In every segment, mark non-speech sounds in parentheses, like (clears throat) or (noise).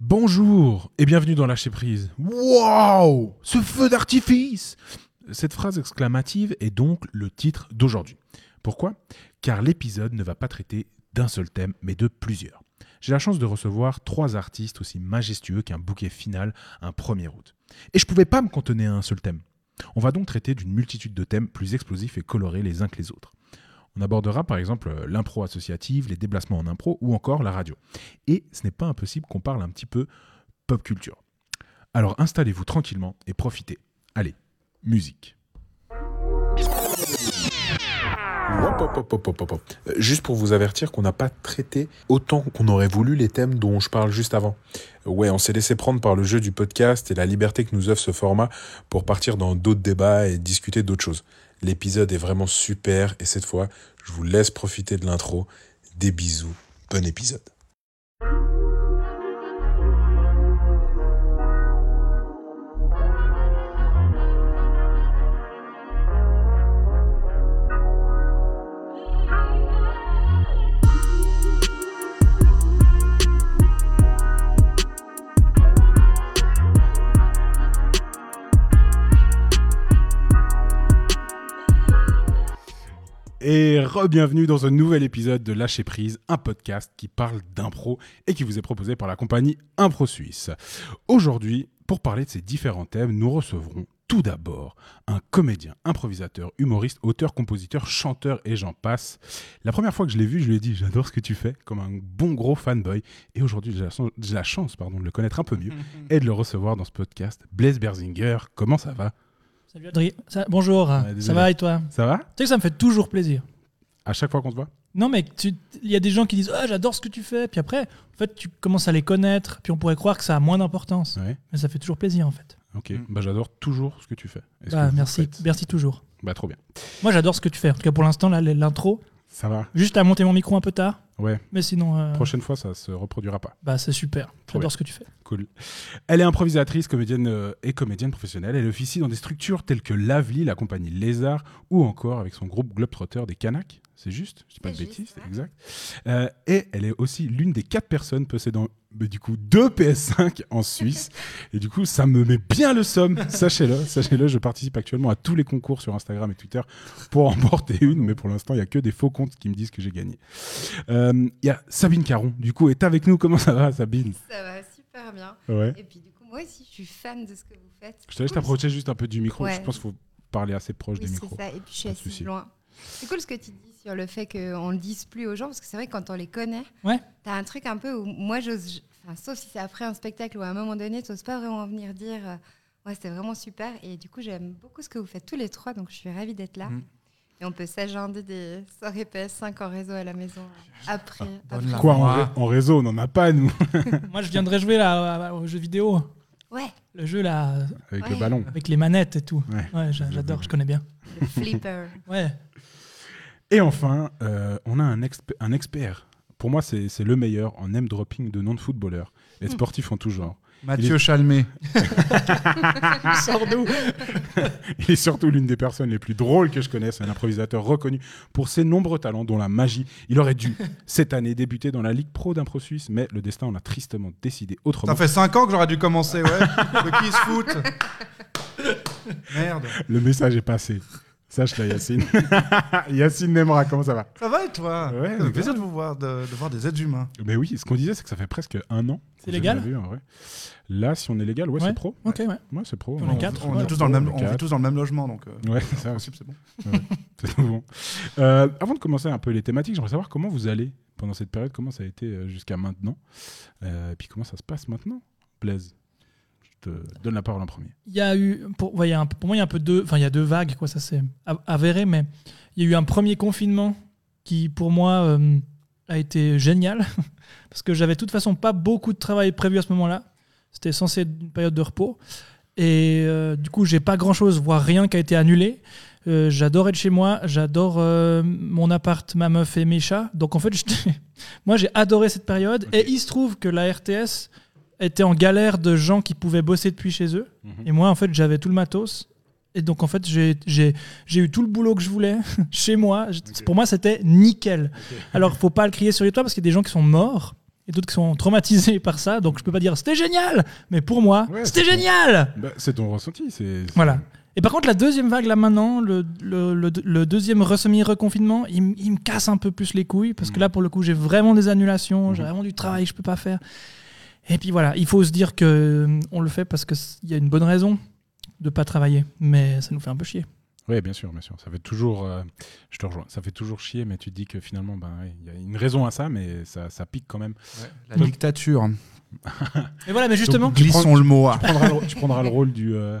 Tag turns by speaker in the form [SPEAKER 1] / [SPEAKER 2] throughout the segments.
[SPEAKER 1] Bonjour et bienvenue dans Lâcher Prise. Waouh Ce feu d'artifice Cette phrase exclamative est donc le titre d'aujourd'hui. Pourquoi Car l'épisode ne va pas traiter d'un seul thème, mais de plusieurs. J'ai la chance de recevoir trois artistes aussi majestueux qu'un bouquet final un 1er août. Et je pouvais pas me cantonner à un seul thème. On va donc traiter d'une multitude de thèmes plus explosifs et colorés les uns que les autres. On abordera par exemple euh, l'impro associative, les déplacements en impro ou encore la radio. Et ce n'est pas impossible qu'on parle un petit peu pop culture. Alors installez-vous tranquillement et profitez. Allez, musique. Hop, hop, hop, hop, hop, hop, hop. Euh, Juste pour vous avertir qu'on n'a pas traité autant qu'on aurait voulu les thèmes dont je parle juste avant. Euh, Ouais, on s'est laissé prendre par le jeu du podcast et la liberté que nous offre ce format pour partir dans d'autres débats et discuter d'autres choses. L'épisode est vraiment super et cette fois, je vous laisse profiter de l'intro. Des bisous, bon épisode. Et re-bienvenue dans un nouvel épisode de Lâcher Prise, un podcast qui parle d'impro et qui vous est proposé par la compagnie Impro Suisse. Aujourd'hui, pour parler de ces différents thèmes, nous recevrons tout d'abord un comédien, improvisateur, humoriste, auteur, compositeur, chanteur et j'en passe. La première fois que je l'ai vu, je lui ai dit j'adore ce que tu fais, comme un bon gros fanboy. Et aujourd'hui, j'ai la, chance- j'ai la chance pardon, de le connaître un peu mieux et de le recevoir dans ce podcast. Blaise Berzinger, comment ça va
[SPEAKER 2] Salut Adrien. (laughs) Ça- bonjour. Ah, ça
[SPEAKER 1] désolé.
[SPEAKER 2] va et toi
[SPEAKER 1] Ça va
[SPEAKER 2] Tu sais que ça me fait toujours plaisir.
[SPEAKER 1] À chaque fois qu'on te voit
[SPEAKER 2] Non, mais tu- il y a des gens qui disent Ah, j'adore ce que tu fais. Puis après, en fait, tu commences à les connaître. Puis on pourrait croire que ça a moins d'importance.
[SPEAKER 1] Ouais.
[SPEAKER 2] Mais ça fait toujours plaisir, en fait.
[SPEAKER 1] Ok, bah, j'adore toujours ce que tu fais. et ce
[SPEAKER 2] Bah,
[SPEAKER 1] que vous
[SPEAKER 2] merci.
[SPEAKER 1] faites.
[SPEAKER 2] Merci toujours.
[SPEAKER 1] Bah trop bien.
[SPEAKER 2] Moi, j'adore ce que tu fais. En tout cas, pour l'instant, là, l'intro.
[SPEAKER 1] Ça va.
[SPEAKER 2] Juste à monter mon micro un peu tard.
[SPEAKER 1] Ouais.
[SPEAKER 2] Mais sinon, euh,
[SPEAKER 1] Prochaine fois, ça se reproduira pas.
[SPEAKER 2] bah, c'est super.
[SPEAKER 1] Trop bien.
[SPEAKER 2] J'adore ce que tu fais.
[SPEAKER 1] Cool. Elle est improvisatrice, comédienne euh, et comédienne professionnelle. Elle officie dans des structures telles que l'Avli, la compagnie Lézard, ou encore avec son groupe Globetrotter des Kanaks. C'est juste, je dis pas de
[SPEAKER 3] C'est
[SPEAKER 1] bêtises,
[SPEAKER 3] juste,
[SPEAKER 1] c'est
[SPEAKER 3] ouais.
[SPEAKER 1] exact. Euh, et elle est aussi l'une des quatre personnes possédant bah, du coup deux PS5 en
[SPEAKER 3] (laughs)
[SPEAKER 1] Suisse. et du coup, ça me met bien le somme. Sachez-le, sachez-le. Je participe actuellement à tous les concours sur Instagram et Twitter pour emporter une, mais pour l'instant, il y a que des faux comptes qui me disent que j'ai gagné. Euh, Il y a Sabine Caron. Du coup, est avec nous. Comment ça va, Sabine
[SPEAKER 3] Ça va super bien.
[SPEAKER 1] Ouais.
[SPEAKER 3] Et puis du coup, moi aussi, je suis fan de ce que vous faites.
[SPEAKER 1] Je te laisse t'approcher juste un peu du micro.
[SPEAKER 3] Ouais.
[SPEAKER 1] Je pense qu'il faut parler assez proche
[SPEAKER 3] Oui,
[SPEAKER 1] du
[SPEAKER 3] c'est
[SPEAKER 1] micro.
[SPEAKER 3] ça. Et puis je suis
[SPEAKER 1] Pas de
[SPEAKER 3] assise
[SPEAKER 1] souci.
[SPEAKER 3] loin. C'est cool ce que tu dis sur le fait qu'on ne le dise plus aux gens, parce que c'est vrai que quand on les connaît,
[SPEAKER 2] Ouais.
[SPEAKER 3] t'as un truc un peu où moi, j'ose. Enfin, sauf si c'est après un spectacle ou à un moment donné, t'oses pas vraiment venir dire euh, Ouais, c'était vraiment super. Et du coup, j'aime beaucoup ce que vous faites tous les trois, donc je suis ravie d'être là.
[SPEAKER 1] Mhm.
[SPEAKER 3] Et on peut s'agender des soirées PS5 en réseau à la maison euh,
[SPEAKER 1] Ah,
[SPEAKER 3] après.
[SPEAKER 4] Bonne
[SPEAKER 3] après.
[SPEAKER 4] la-
[SPEAKER 1] Quoi, en,
[SPEAKER 4] Ah.
[SPEAKER 1] ré- en réseau, on n'en a pas, nous, (laughs)
[SPEAKER 2] Moi, je viendrai jouer là, à- au jeu vidéo.
[SPEAKER 3] Ouais,
[SPEAKER 2] Le jeu là,
[SPEAKER 1] avec le
[SPEAKER 3] Ouais.
[SPEAKER 1] ballon.
[SPEAKER 2] avec les manettes et tout.
[SPEAKER 1] Ouais.
[SPEAKER 2] Ouais, j'a- j'adore, je connais bien.
[SPEAKER 3] le flipper.
[SPEAKER 2] Ouais.
[SPEAKER 1] Et enfin, euh, on a un, exp- un expert. Pour moi, c'est c'est le meilleur en name dropping de noms de footballeurs et de
[SPEAKER 3] Hmm.
[SPEAKER 1] sportifs en tout genre. (laughs) Il
[SPEAKER 4] Mathieu
[SPEAKER 1] (laughs)
[SPEAKER 4] Chalmé.
[SPEAKER 2] Sors-nous.
[SPEAKER 1] Il est surtout l'une des personnes les plus drôles que je connaisse, un improvisateur reconnu pour ses nombreux talents, dont la magie. Il aurait
[SPEAKER 3] (laughs)
[SPEAKER 1] dû, cette année, débuter dans la Ligue Pro d'Impro Suisse, mais le destin en a tristement décidé autrement.
[SPEAKER 4] Ça fait 5 ans que j'aurais dû commencer, ouais.
[SPEAKER 1] (laughs)
[SPEAKER 4] De qui ils se foutent Merde.
[SPEAKER 1] Le message est passé. Sache-la, Yacine. (laughs) Yacine Nemra, comment ça va
[SPEAKER 4] Ça va et toi
[SPEAKER 1] Ouais,
[SPEAKER 4] Ça
[SPEAKER 1] ça va.
[SPEAKER 4] fait plaisir de, vous voir, de, de voir des êtres humains.
[SPEAKER 1] Mais oui, ce qu'on disait, c'est que ça fait presque un an.
[SPEAKER 2] C'est
[SPEAKER 1] que
[SPEAKER 2] légal
[SPEAKER 1] je l'avais eu, en vrai. Là, si on est légal, ouais,
[SPEAKER 2] Ouais.
[SPEAKER 1] c'est pro.
[SPEAKER 2] Ok, ouais.
[SPEAKER 1] Ouais, c'est pro.
[SPEAKER 2] On est
[SPEAKER 1] ouais.
[SPEAKER 2] quatre,
[SPEAKER 4] on,
[SPEAKER 2] ouais.
[SPEAKER 4] est tous dans le même,
[SPEAKER 1] On est
[SPEAKER 4] on vit
[SPEAKER 1] quatre.
[SPEAKER 4] tous dans le même logement, donc euh,
[SPEAKER 1] Ouais, (laughs) c'est ça
[SPEAKER 4] en
[SPEAKER 1] aussi.
[SPEAKER 4] principe, c'est bon.
[SPEAKER 1] C'est tout bon. Euh, avant de commencer un peu les thématiques, j'aimerais savoir comment vous allez pendant cette période, comment ça a été euh, jusqu'à maintenant, Euh, et puis comment ça se passe maintenant, Blaise. Je te donne la parole en premier.
[SPEAKER 2] Il y a eu, pour, ouais, il y a un- pour moi, il y a un peu deux, enfin, il y a deux vagues, quoi, ça c'est av- avéré, mais il y a eu un premier confinement qui, pour moi, euh, a été génial, (laughs) parce que j'avais de toute façon pas beaucoup de travail prévu à ce moment-là. C'était censé être une période de repos. Et euh, du coup, j'ai pas grand-chose, voire rien qui a été annulé. Euh, j'adore être chez moi, j'adore euh, mon appart, ma meuf et mes chats. Donc en fait, je- (laughs) moi j'ai adoré cette période. Et il se trouve que la RTS était en galère de gens qui pouvaient bosser depuis chez eux.
[SPEAKER 1] Mhm.
[SPEAKER 2] Et moi, en fait, j'avais tout le matos. Et donc en fait, j'ai j'ai- j'ai eu tout le boulot que je voulais (laughs) chez moi. Je- Pour moi, c'était nickel. Alors, faut pas le crier sur les toits parce qu'il y a des gens qui sont morts. et d'autres qui sont traumatisés par ça. Donc je peux pas dire c'était génial, mais pour moi,
[SPEAKER 1] Ouais,
[SPEAKER 2] c'était
[SPEAKER 1] c'est bon.
[SPEAKER 2] génial.
[SPEAKER 1] Bah, c'est ton ressenti. c'est c'est-
[SPEAKER 2] Voilà. Et par contre, la deuxième vague, là maintenant, le, le, le- le deuxième semi-reconfinement, il, m- il me casse un peu plus les couilles, parce que
[SPEAKER 1] Mhm.
[SPEAKER 2] là, pour le coup, j'ai vraiment des annulations, j'ai
[SPEAKER 1] Mhm.
[SPEAKER 2] vraiment du travail que je peux pas faire. Et puis voilà, il faut se dire que euh, on le fait parce qu'il y a une bonne raison de pas travailler, mais ça nous fait un peu chier.
[SPEAKER 1] Oui, bien sûr, bien sûr. Ça fait toujours. euh, je te rejoins. Ça fait toujours chier, mais tu te dis que finalement, ben, ouais, il y a une raison à ça, mais ça, ça pique quand même.
[SPEAKER 4] La dictature.
[SPEAKER 2] Mais voilà, mais justement,
[SPEAKER 1] Donc,
[SPEAKER 4] Glissons le mot. ah.
[SPEAKER 1] Tu prendras le, tu prendras le rôle du, euh,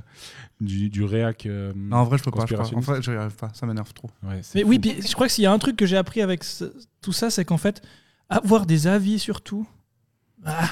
[SPEAKER 1] du, du réac. euh,
[SPEAKER 4] Non, en vrai, je peux pas. je crois. En
[SPEAKER 1] Conspirationniste.
[SPEAKER 4] vrai, j'y arrive pas. Ça m'énerve trop.
[SPEAKER 1] ouais, c'est
[SPEAKER 2] mais oui,
[SPEAKER 1] fou.
[SPEAKER 2] puis je crois que s'il y a un truc que j'ai appris avec ce- tout ça, c'est qu'en fait, avoir des avis sur tout, ah,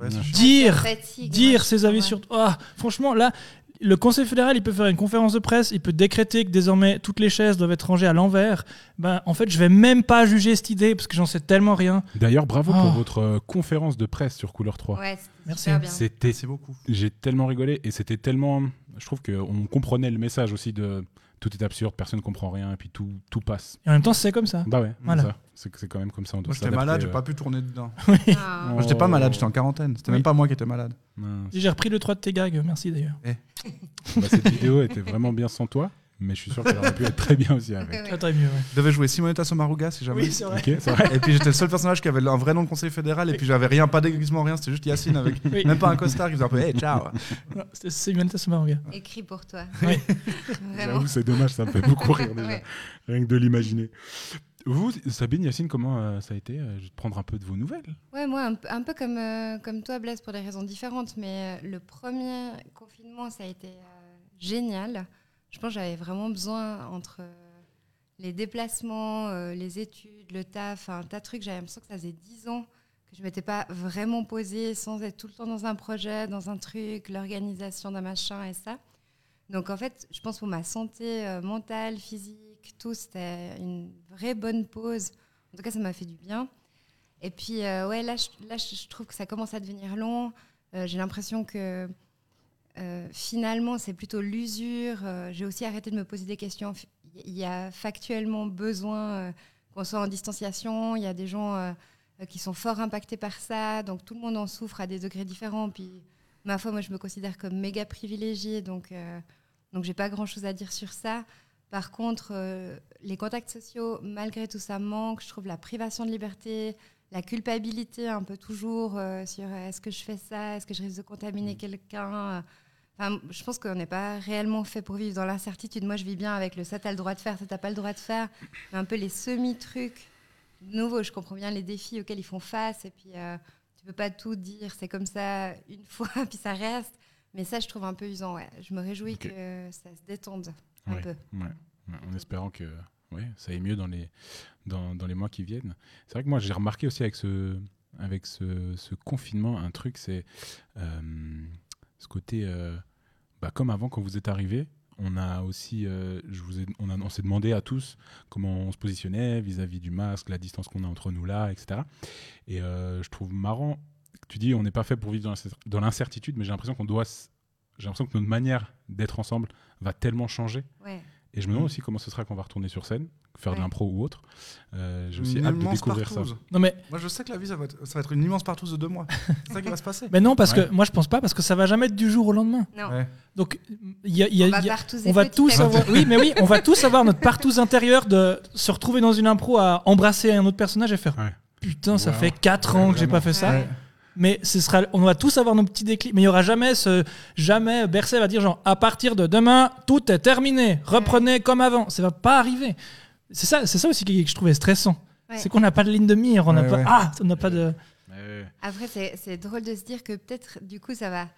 [SPEAKER 4] Ouais, c'est
[SPEAKER 1] Ouais.
[SPEAKER 4] chiant.
[SPEAKER 2] dire
[SPEAKER 3] Fatigue,
[SPEAKER 2] dire
[SPEAKER 3] ouais.
[SPEAKER 2] ses avis
[SPEAKER 3] Ouais.
[SPEAKER 2] sur. Ah, franchement, là, le Conseil fédéral, il peut faire une conférence de presse, il peut décréter que désormais toutes les chaises doivent être rangées à l'envers. Ben, en fait, je vais même pas juger cette idée parce que j'en sais tellement rien.
[SPEAKER 1] D'ailleurs, bravo
[SPEAKER 2] Oh.
[SPEAKER 1] pour votre euh, conférence de presse sur Couleur 3.
[SPEAKER 3] Ouais, c'était
[SPEAKER 2] Merci.
[SPEAKER 3] super bien.
[SPEAKER 1] C'était
[SPEAKER 4] Merci beaucoup.
[SPEAKER 1] J'ai tellement rigolé et c'était tellement. Je trouve qu'on comprenait le message aussi de tout est absurde, personne ne comprend rien et puis tout, tout passe.
[SPEAKER 2] Et en même temps, c'est comme ça.
[SPEAKER 1] Bah ouais,
[SPEAKER 2] Ah. Voilà.
[SPEAKER 1] ça. c'est c'est quand même comme ça. On doit
[SPEAKER 4] Moi, j'étais
[SPEAKER 1] s'adapter,
[SPEAKER 4] malade, j'ai
[SPEAKER 1] euh. (laughs)
[SPEAKER 4] pas pu tourner dedans.
[SPEAKER 3] Ah.
[SPEAKER 1] Oh.
[SPEAKER 4] Moi, J'étais pas malade, j'étais en quarantaine. C'était
[SPEAKER 2] Oui.
[SPEAKER 4] même pas moi qui étais malade.
[SPEAKER 1] Mince.
[SPEAKER 2] J'ai repris le 3 de tes gags, merci d'ailleurs.
[SPEAKER 1] Bah, cette vidéo était vraiment bien sans toi, mais je suis sûr qu'elle aurait pu être très bien aussi avec.
[SPEAKER 3] Ouais.
[SPEAKER 2] Ah, t'aurais mieux, ouais.
[SPEAKER 4] Je devais jouer Simonetta Sommaruga si jamais.
[SPEAKER 2] c'est
[SPEAKER 1] Ok, c'est vrai.
[SPEAKER 4] Et puis j'étais le seul personnage qui avait un vrai nom de conseiller fédéral. Et puis j'avais rien, pas déguisement, rien. C'était juste Yacine avec.
[SPEAKER 2] Oui.
[SPEAKER 4] Même pas un costard qui faisait un peu. Hey, ciao
[SPEAKER 2] C'était Simonetta Sommaruga.
[SPEAKER 3] Écrit pour toi.
[SPEAKER 2] Oui.
[SPEAKER 3] (laughs) Vraiment.
[SPEAKER 1] J'avoue, c'est dommage, ça me fait beaucoup rire déjà,
[SPEAKER 3] Ouais.
[SPEAKER 1] rien que de l'imaginer. Vous, Sabine, Yacine, comment euh, ça a été Euh, Je vais te prendre un peu de vos nouvelles.
[SPEAKER 3] Ouais, moi, un, p- un peu comme, euh, comme toi, Blaise, pour des raisons différentes, mais euh, le premier confinement, ça a été euh, génial. Je pense que j'avais vraiment besoin, entre euh, les déplacements, euh, les études, le taf, un tas de trucs, j'avais l'impression que ça faisait 10 ans que je m'étais pas vraiment posée sans être tout le temps dans un projet, dans un truc, l'organisation d'un machin et ça. Donc en fait, je pense pour ma santé euh, mentale, physique, tout, c'était une vraie bonne pause. En tout cas, ça m'a fait du bien. Et puis, euh, ouais, là, je, là, je je trouve que ça commence à devenir long. Euh, J'ai l'impression que euh, finalement, c'est plutôt l'usure. Euh, J'ai aussi arrêté de me poser des questions. F- Il y a factuellement besoin euh, qu'on soit en distanciation. Il y a des gens euh, euh, qui sont fort impactés par ça. Donc, tout le monde en souffre à des degrés différents. Puis, ma foi, moi, je me considère comme méga privilégiée. Donc, euh, donc j'ai pas grand chose à dire sur ça. Par contre, euh, les contacts sociaux, malgré tout ça, manquent. Je trouve la privation de liberté, la culpabilité un peu toujours euh, sur euh, est-ce que je fais ça, est-ce que je risque de contaminer
[SPEAKER 2] Mm.
[SPEAKER 3] quelqu'un. Euh, Enfin, je pense qu'on n'est pas réellement fait pour vivre dans l'incertitude. Moi, je vis bien avec le ça, t'as le droit de faire, ça, t'as pas le droit de faire. Mais un peu les semi-trucs. De nouveau, je comprends bien les défis auxquels ils font face. Et puis, euh, tu peux pas tout dire. C'est comme ça une (laughs) fois, puis ça reste. Mais ça, je trouve un peu usant. ouais. Je me réjouis
[SPEAKER 1] Ok.
[SPEAKER 3] que ça se détende un
[SPEAKER 1] Ouais.
[SPEAKER 3] peu.
[SPEAKER 1] Ouais, ouais, en espérant que ouais, ça aille mieux dans les, dans, dans les mois qui viennent. C'est vrai que moi, j'ai remarqué aussi avec ce, avec ce, ce confinement un truc, c'est euh, ce côté, euh, bah, comme avant, quand vous êtes arrivé, on a aussi, euh, je vous ai- on, a- on s'est demandé à tous comment on se positionnait vis-à-vis du masque, la distance qu'on a entre nous là, etc. Et euh, je trouve marrant, que tu dis, on n'est pas fait pour vivre dans l'incer- dans l'incertitude, mais j'ai l'impression qu'on doit, s- j'ai l'impression que notre manière d'être ensemble va tellement changer.
[SPEAKER 3] Ouais.
[SPEAKER 1] Et je me demande aussi comment ce sera quand on va retourner sur scène, faire de
[SPEAKER 3] Ouais.
[SPEAKER 1] l'impro ou autre. Euh, J'ai aussi
[SPEAKER 4] Une
[SPEAKER 1] hâte de
[SPEAKER 4] immense
[SPEAKER 1] découvrir
[SPEAKER 4] partouze.
[SPEAKER 2] Non, mais,
[SPEAKER 4] Moi, je sais que la vie, ça va être, ça va être une immense partouze de deux mois. C'est ça qui va se passer.
[SPEAKER 2] mais non, parce
[SPEAKER 1] Ouais.
[SPEAKER 2] que moi je pense pas, parce que ça va jamais être du jour au lendemain.
[SPEAKER 3] Non.
[SPEAKER 4] Ouais.
[SPEAKER 2] Donc, il y a. il y a-
[SPEAKER 3] On
[SPEAKER 2] il
[SPEAKER 3] va
[SPEAKER 2] y a-
[SPEAKER 3] partout
[SPEAKER 2] On va tous
[SPEAKER 3] effectivement.
[SPEAKER 2] avoir, oui, mais oui, on
[SPEAKER 3] (laughs)
[SPEAKER 2] va tous avoir notre partouze intérieur de se retrouver dans une impro à embrasser un autre personnage et faire
[SPEAKER 1] Ouais.
[SPEAKER 2] putain, ça
[SPEAKER 1] Wow.
[SPEAKER 2] fait 4 ans que j'ai pas fait ça.
[SPEAKER 3] Ouais.
[SPEAKER 2] Mais ce sera, on va tous avoir nos petits déclics. Mais il y aura jamais ce, jamais Berset va dire genre à partir de demain tout est terminé, reprenez comme avant. Ça va pas arriver. C'est ça, c'est ça aussi que je trouvais stressant.
[SPEAKER 3] Ouais.
[SPEAKER 2] C'est qu'on n'a pas de ligne de mire, on n'a
[SPEAKER 4] Ouais,
[SPEAKER 2] pas,
[SPEAKER 4] ouais.
[SPEAKER 2] ah, on n'a pas de.
[SPEAKER 3] Après, c'est c'est drôle de se dire que peut-être, du coup, ça va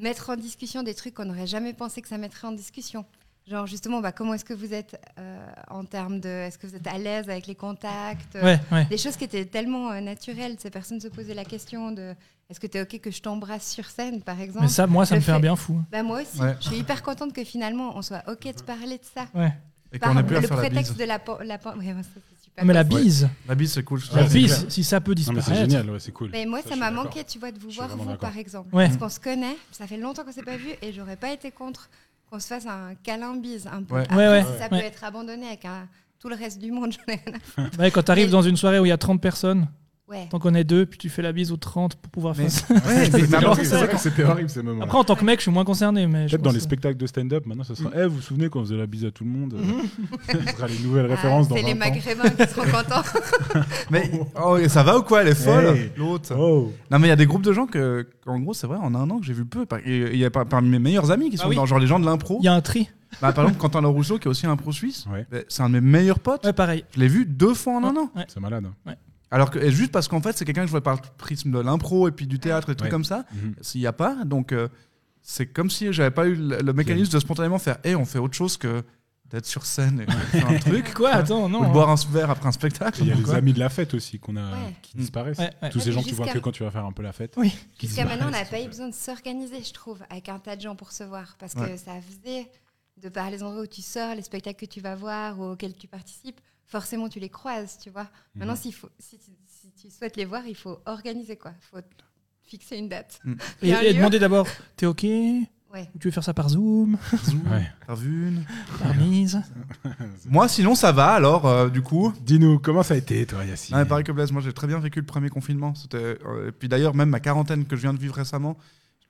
[SPEAKER 3] mettre en discussion des trucs qu'on n'aurait jamais pensé que ça mettrait en discussion. Genre, justement, bah, comment est-ce que vous êtes euh, en termes de. Est-ce que vous êtes à l'aise avec les contacts euh,
[SPEAKER 2] Ouais, ouais.
[SPEAKER 3] Des choses qui étaient tellement euh, naturelles. Ces personnes se posaient la question de est-ce que tu es OK que je t'embrasse sur scène, par exemple
[SPEAKER 2] Mais ça, moi, ça
[SPEAKER 3] euh, Le
[SPEAKER 2] me fait un
[SPEAKER 3] fait-
[SPEAKER 2] bien fou. hein.
[SPEAKER 3] bah, Moi aussi.
[SPEAKER 4] Ouais.
[SPEAKER 3] Je suis hyper contente que finalement, on soit OK de parler de ça.
[SPEAKER 2] Ouais.
[SPEAKER 4] Et
[SPEAKER 3] Par
[SPEAKER 4] qu'on ait plus à
[SPEAKER 3] le
[SPEAKER 4] faire la
[SPEAKER 3] prétexte
[SPEAKER 4] bise.
[SPEAKER 3] de la. pan- la pan- Ouais, ouais, ça, c'est super
[SPEAKER 2] Mais la
[SPEAKER 3] cool.
[SPEAKER 2] bise,
[SPEAKER 4] La bise, c'est cool. je te
[SPEAKER 2] la
[SPEAKER 4] jure.
[SPEAKER 2] bise, si ça peut
[SPEAKER 1] Non, mais
[SPEAKER 2] disparaître.
[SPEAKER 1] c'est génial, ouais, c'est cool.
[SPEAKER 3] Mais moi,
[SPEAKER 1] Ça,
[SPEAKER 3] ça,
[SPEAKER 1] je suis
[SPEAKER 3] m'a
[SPEAKER 1] d'accord.
[SPEAKER 3] manqué, tu vois, de vous
[SPEAKER 1] Je suis
[SPEAKER 3] voir,
[SPEAKER 1] vraiment
[SPEAKER 3] vous,
[SPEAKER 1] d'accord.
[SPEAKER 3] par exemple.
[SPEAKER 2] Ouais.
[SPEAKER 3] Parce qu'on se connaît, ça fait longtemps qu'on s'est pas vu, et j'aurais pas été contre qu'on se fasse un câlin bise un peu.
[SPEAKER 4] Ouais.
[SPEAKER 3] Après,
[SPEAKER 2] Ouais, ouais.
[SPEAKER 3] si ça
[SPEAKER 2] Ouais.
[SPEAKER 3] peut être abandonné avec un- tout le reste du monde, (laughs) j'en ai rien à
[SPEAKER 2] Ouais, quand t'arrives
[SPEAKER 3] Et-
[SPEAKER 2] dans une soirée où il y a 30 personnes,
[SPEAKER 3] Ouais.
[SPEAKER 2] T'en connais deux, puis tu fais la bise aux 30 pour pouvoir
[SPEAKER 4] Mais-
[SPEAKER 2] faire (laughs) ça.
[SPEAKER 4] Ouais, mais- mais
[SPEAKER 1] C'est
[SPEAKER 4] après,
[SPEAKER 1] horrible,
[SPEAKER 4] c'est
[SPEAKER 1] c'est
[SPEAKER 4] vrai
[SPEAKER 1] vrai
[SPEAKER 4] que
[SPEAKER 1] que c'était horrible ces moments.
[SPEAKER 2] Après, en tant que mec, je suis moins concerné. Mais je
[SPEAKER 1] Peut-être dans
[SPEAKER 2] pense
[SPEAKER 1] les
[SPEAKER 2] que-
[SPEAKER 1] spectacles de stand-up, maintenant, ce sera Eh, vous vous souvenez quand on faisait la bise à tout le monde (laughs) Ce sera les nouvelles
[SPEAKER 3] Mhm. Ah,
[SPEAKER 1] références dans
[SPEAKER 3] c'est
[SPEAKER 1] 20
[SPEAKER 3] les
[SPEAKER 1] ans.
[SPEAKER 3] maghrébins qui seront contents.
[SPEAKER 4] Mais oh, et ça va ou quoi Elle est folle,
[SPEAKER 1] Hey.
[SPEAKER 4] l'autre.
[SPEAKER 1] Oh.
[SPEAKER 4] Non, mais il y a des groupes de gens que, en gros, c'est vrai, en un an que j'ai vu peu. Par- et Il y a par- parmi mes meilleurs amis qui
[SPEAKER 2] Ah
[SPEAKER 4] sont
[SPEAKER 2] oui.
[SPEAKER 4] dans genre les gens de l'impro.
[SPEAKER 2] Il y a un tri.
[SPEAKER 4] Bah, par exemple, Quentin Le Rousseau, qui est aussi un pro suisse,
[SPEAKER 1] Ouais.
[SPEAKER 4] bah, c'est un de mes meilleurs potes.
[SPEAKER 2] Ouais, (laughs) pareil.
[SPEAKER 4] Je l'ai vu deux fois en un an.
[SPEAKER 2] Ouais.
[SPEAKER 1] C'est malade. hein.
[SPEAKER 4] Alors que, et juste parce qu'en fait, c'est quelqu'un que je vois par le prisme de l'impro et puis du théâtre et des trucs
[SPEAKER 1] Ouais.
[SPEAKER 4] comme ça.
[SPEAKER 1] Mhm.
[SPEAKER 4] S'il n'y a pas, donc euh, c'est comme si j'avais pas eu le, le mécanisme de spontanément faire Eh, on fait autre chose que d'être sur scène et faire
[SPEAKER 1] (laughs)
[SPEAKER 4] un truc.
[SPEAKER 2] Quoi Attends,
[SPEAKER 4] Ou de
[SPEAKER 2] non. hein.
[SPEAKER 4] boire un verre après un
[SPEAKER 1] hein. Et
[SPEAKER 4] spectacle.
[SPEAKER 1] Il y a
[SPEAKER 4] ou
[SPEAKER 1] les
[SPEAKER 4] quoi.
[SPEAKER 1] amis de la fête aussi qu'on a,
[SPEAKER 3] Ouais.
[SPEAKER 1] qui disparaissent.
[SPEAKER 2] Ouais, ouais.
[SPEAKER 1] Tous ces
[SPEAKER 3] Ouais,
[SPEAKER 1] gens
[SPEAKER 3] mais
[SPEAKER 1] que tu vois
[SPEAKER 3] jusqu'à-
[SPEAKER 1] que quand tu vas faire un peu la fête.
[SPEAKER 2] Oui.
[SPEAKER 1] (laughs) qui
[SPEAKER 3] Jusqu'à maintenant, on n'a
[SPEAKER 1] disparaissent.
[SPEAKER 3] pas eu besoin de s'organiser, je trouve, avec un tas de gens pour se voir. Parce
[SPEAKER 4] Ouais.
[SPEAKER 3] que ça faisait, de par les endroits où tu sors, les spectacles que tu vas voir ou auxquels tu participes, forcément, tu les croises, tu vois. Maintenant,
[SPEAKER 1] Mhm.
[SPEAKER 3] s'il faut, si, tu, si tu souhaites les voir, il faut organiser, quoi. Il faut fixer une date.
[SPEAKER 4] Mhm.
[SPEAKER 2] Et,
[SPEAKER 3] Il y a un
[SPEAKER 2] et
[SPEAKER 3] lieu.
[SPEAKER 2] demander d'abord T'es OK Ou
[SPEAKER 3] Ouais.
[SPEAKER 2] tu veux faire ça par Zoom
[SPEAKER 4] Zoom,
[SPEAKER 1] Ouais.
[SPEAKER 4] faire une.
[SPEAKER 2] Par Mise
[SPEAKER 4] Moi, sinon, ça va alors, euh, du coup.
[SPEAKER 1] Dis-nous, comment ça a été, toi, Yacine
[SPEAKER 4] Ah, mais pareil que Blaise, moi j'ai très bien vécu le premier confinement. C'était, euh, et puis d'ailleurs, même ma quarantaine que je viens de vivre récemment,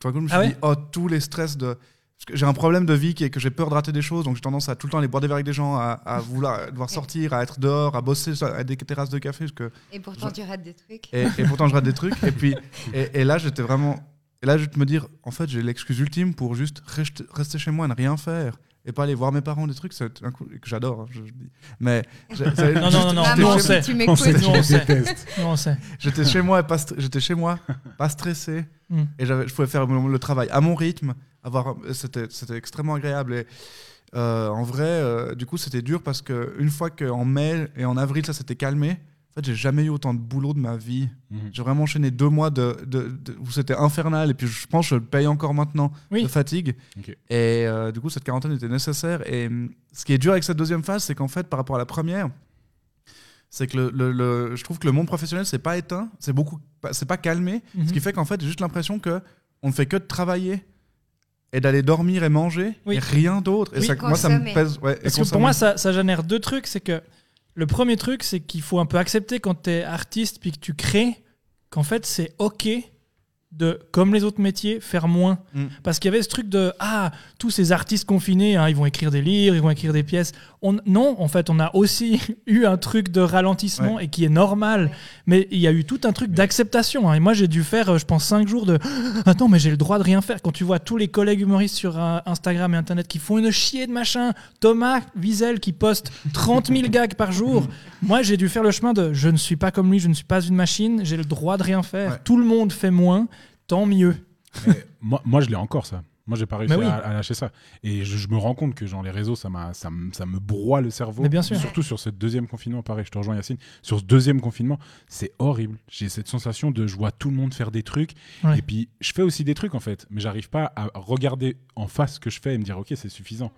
[SPEAKER 4] tout à coup, je me suis
[SPEAKER 2] Ah
[SPEAKER 4] dit, oh, tous les stress de. Parce que j'ai un problème de vie qui est que j'ai peur de rater des choses, donc j'ai tendance à tout le temps aller boire des verres avec des gens, à, à vouloir à devoir sortir, à être dehors, à bosser sur- à des terrasses de café. parce que-
[SPEAKER 3] Et pourtant, tu rates des trucs.
[SPEAKER 4] et, et pourtant, je rate des trucs. Et puis, et, et là, j'étais vraiment. Et là, je te me dire, en fait, j'ai l'excuse ultime pour juste rest- rester chez moi, et ne rien faire. Et pas aller voir mes parents, des trucs c'est un coup, que j'adore. hein, je, je dis.
[SPEAKER 2] (laughs)
[SPEAKER 4] Mais. j'ai- c'est
[SPEAKER 2] Non,
[SPEAKER 4] juste-
[SPEAKER 2] non, non,
[SPEAKER 4] j'étais
[SPEAKER 2] nous, on
[SPEAKER 4] chez-
[SPEAKER 3] si
[SPEAKER 2] sait.
[SPEAKER 3] Ah, tu
[SPEAKER 1] On
[SPEAKER 3] m'écoutes,
[SPEAKER 1] sait que
[SPEAKER 2] Nous, on
[SPEAKER 1] je
[SPEAKER 2] sait.
[SPEAKER 1] déteste.
[SPEAKER 2] Non, on sait.
[SPEAKER 4] J'étais chez moi, et pas stre- j'étais chez moi, pas stressé,
[SPEAKER 2] Mm.
[SPEAKER 4] et j'avais, je pouvais faire mon- le travail à mon rythme. Avoir, c'était, c'était extrêmement agréable. Et euh, en vrai, euh, du coup, c'était dur parce que une fois qu'en mai et en avril, ça s'était calmé. En fait, j'ai jamais eu autant de boulot de ma vie.
[SPEAKER 1] Mhm.
[SPEAKER 4] J'ai vraiment enchaîné deux mois de, de- de- où c'était infernal, et puis je pense que je le paye encore maintenant
[SPEAKER 2] Oui.
[SPEAKER 4] de fatigue.
[SPEAKER 1] Ok.
[SPEAKER 4] Et euh, du coup, cette quarantaine était nécessaire. Et hum, ce qui est dur avec cette deuxième phase, c'est qu'en fait, par rapport à la première, c'est que le, le- le- je trouve que le monde professionnel, c'est pas éteint, c'est beaucoup, pas- c'est pas calmé,
[SPEAKER 2] Mhm.
[SPEAKER 4] ce qui fait qu'en fait, j'ai juste l'impression que on ne fait que de travailler et d'aller dormir et manger
[SPEAKER 2] Oui.
[SPEAKER 4] et rien d'autre. Et
[SPEAKER 2] Oui.
[SPEAKER 4] ça, moi, ça me
[SPEAKER 3] Consommer.
[SPEAKER 4] pèse. ouais, et
[SPEAKER 2] Parce que
[SPEAKER 4] consommer.
[SPEAKER 2] pour moi, ça, ça génère deux trucs. C'est que le premier truc, c'est qu'il faut un peu accepter quand tu es artiste puis que tu crées qu'en fait, c'est OK de, comme les autres métiers, faire moins.
[SPEAKER 4] Mm.
[SPEAKER 2] Parce qu'il y avait ce truc de Ah, tous ces artistes confinés, hein, ils vont écrire des livres, ils vont écrire des pièces. On, non, en fait, on a aussi (laughs) eu un truc de ralentissement et qui est normal.
[SPEAKER 3] Ouais.
[SPEAKER 2] Mais il y a eu tout un truc d'acceptation. hein. Et moi, j'ai dû faire, euh, je pense, cinq jours de Attends, mais j'ai le droit de rien faire. Quand tu vois tous les collègues humoristes sur euh, Instagram et Internet qui font une chier de machin, Thomas Wiesel qui poste 30 000 gags par jour, moi j'ai dû faire le chemin de je ne suis pas comme lui, je ne suis pas une machine, j'ai le droit de rien faire.
[SPEAKER 4] Ouais.
[SPEAKER 2] Tout le monde fait moins, tant mieux.
[SPEAKER 1] Mais moi, moi, je l'ai encore, ça. Moi, j'ai pas réussi
[SPEAKER 2] Mais Bah oui.
[SPEAKER 1] à, à lâcher ça. Et je, je me rends compte que genre, les réseaux, ça, m'a- ça, me- ça me broie le cerveau.
[SPEAKER 2] Mais bien sûr.
[SPEAKER 1] Surtout sur ce deuxième confinement, pareil, je te rejoins, Yacine. Sur ce deuxième confinement, c'est horrible. J'ai cette sensation de je vois tout le monde faire des trucs.
[SPEAKER 2] Ouais.
[SPEAKER 1] Et puis, je fais aussi des trucs, en fait. Mais j'arrive pas à regarder en face ce que je fais et me dire, OK, c'est suffisant.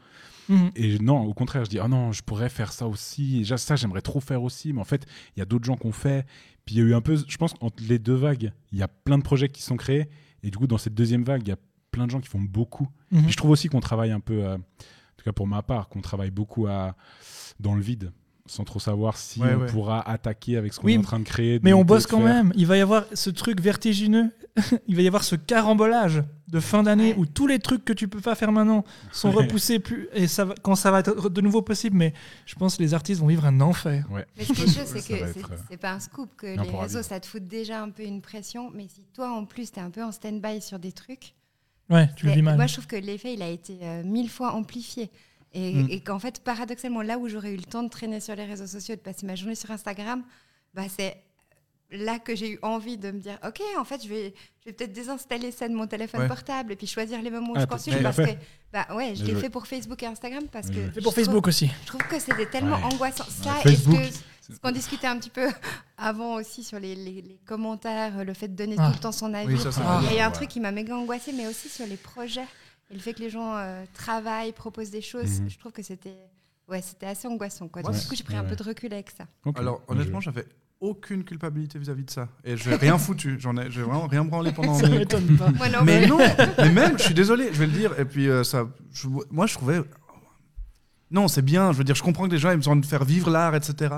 [SPEAKER 2] Mhm.
[SPEAKER 1] Et non, au contraire, je dis, ah non, je pourrais faire ça aussi, et ja- ça, j'aimerais trop faire aussi, mais en fait, il y a d'autres gens qu'on fait. Puis il y a eu un peu, je pense qu'entre les deux vagues, il y a plein de projets qui sont créés, et du coup, dans cette deuxième vague, il y a plein de gens qui font beaucoup.
[SPEAKER 2] Mhm.
[SPEAKER 1] Puis je trouve aussi qu'on travaille un peu, euh, en tout cas pour ma part, qu'on travaille beaucoup à, dans le vide, sans trop savoir si
[SPEAKER 4] Ouais,
[SPEAKER 1] on
[SPEAKER 4] ouais.
[SPEAKER 1] pourra attaquer avec ce qu'on
[SPEAKER 2] Oui,
[SPEAKER 1] est en train de créer.
[SPEAKER 2] Mais
[SPEAKER 1] de
[SPEAKER 2] on
[SPEAKER 1] monter,
[SPEAKER 2] bosse
[SPEAKER 1] de
[SPEAKER 2] quand
[SPEAKER 1] faire.
[SPEAKER 2] même. Il va y avoir ce truc vertigineux. (laughs) Il va y avoir ce carambolage de fin d'année où tous les trucs que tu peux pas faire maintenant sont
[SPEAKER 1] Ouais.
[SPEAKER 2] repoussés plus et ça va- quand ça va être de nouveau possible. Mais je pense que les artistes vont vivre un enfer.
[SPEAKER 3] Mais ce qui est chaud, c'est
[SPEAKER 1] Ça va
[SPEAKER 3] que
[SPEAKER 1] être,
[SPEAKER 3] c'est-
[SPEAKER 1] euh,
[SPEAKER 3] c'est pas un scoop, que
[SPEAKER 1] on
[SPEAKER 3] les
[SPEAKER 1] pourra
[SPEAKER 3] réseaux,
[SPEAKER 1] vivre.
[SPEAKER 3] ça te fout déjà un peu une pression. Mais si toi, en plus, t'es un peu en stand-by sur des trucs,
[SPEAKER 2] Ouais, tu le
[SPEAKER 3] Mais
[SPEAKER 2] vis mal.
[SPEAKER 3] Moi, je trouve que l'effet, il a été euh, mille fois amplifié. Et,
[SPEAKER 4] Mm.
[SPEAKER 3] et qu'en fait, paradoxalement, là où j'aurais eu le temps de traîner sur les réseaux sociaux, de passer ma journée sur Instagram, bah, c'est là que j'ai eu envie de me dire Ok, en fait, je vais, je vais peut-être désinstaller ça de mon téléphone
[SPEAKER 4] Ouais.
[SPEAKER 3] portable et puis choisir les moments où
[SPEAKER 1] Ah,
[SPEAKER 3] je
[SPEAKER 1] parce que
[SPEAKER 3] consulte.
[SPEAKER 1] tu l'as
[SPEAKER 3] Parce que,
[SPEAKER 1] fait.
[SPEAKER 3] bah, ouais, je
[SPEAKER 1] Mais
[SPEAKER 3] l'ai
[SPEAKER 1] je-
[SPEAKER 3] fait pour Facebook et Instagram parce
[SPEAKER 1] Mais
[SPEAKER 3] que.
[SPEAKER 1] je-
[SPEAKER 2] Et pour
[SPEAKER 3] je trouve-
[SPEAKER 2] Facebook aussi.
[SPEAKER 3] je trouve que c'était tellement
[SPEAKER 1] Ouais.
[SPEAKER 3] angoissant. Ça,
[SPEAKER 1] Ouais,
[SPEAKER 3] et ce que-
[SPEAKER 1] Facebook,
[SPEAKER 3] ce qu'on discutait un petit peu (laughs) avant aussi sur les, les- les commentaires, le fait de donner
[SPEAKER 2] Ah.
[SPEAKER 3] tout le temps son avis.
[SPEAKER 4] Oui, ça, c'est
[SPEAKER 2] Ah.
[SPEAKER 4] vrai.
[SPEAKER 3] Il y a un
[SPEAKER 1] Ouais.
[SPEAKER 3] truc qui m'a méga angoissée, mais aussi sur les projets. Et le fait que les gens euh, travaillent, proposent des choses,
[SPEAKER 1] Mhm.
[SPEAKER 3] je trouve que c'était ouais, c'était assez angoissant. Quoi.
[SPEAKER 4] Ouais,
[SPEAKER 3] Donc, du coup, j'ai pris
[SPEAKER 1] ouais,
[SPEAKER 3] un
[SPEAKER 1] ouais.
[SPEAKER 3] peu de recul avec
[SPEAKER 1] (laughs)
[SPEAKER 3] ça.
[SPEAKER 1] Ok.
[SPEAKER 4] Alors
[SPEAKER 1] Je-
[SPEAKER 4] honnêtement, j'avais aucune culpabilité vis-à-vis de ça. Et j'ai rien foutu. J'en ai, j'ai vraiment rien
[SPEAKER 2] (laughs)
[SPEAKER 4] branlé pendant
[SPEAKER 2] (laughs) Ça
[SPEAKER 4] mes-
[SPEAKER 2] m'étonne pas.
[SPEAKER 3] Moi, non,
[SPEAKER 4] Mais
[SPEAKER 3] mais-
[SPEAKER 4] non, mais même, je suis désolé, je vais le dire. Et puis, euh, ça, je- moi, je trouvais. Non, c'est bien. Je veux dire, je comprends que les gens, ils ont besoin de faire vivre l'art, etc.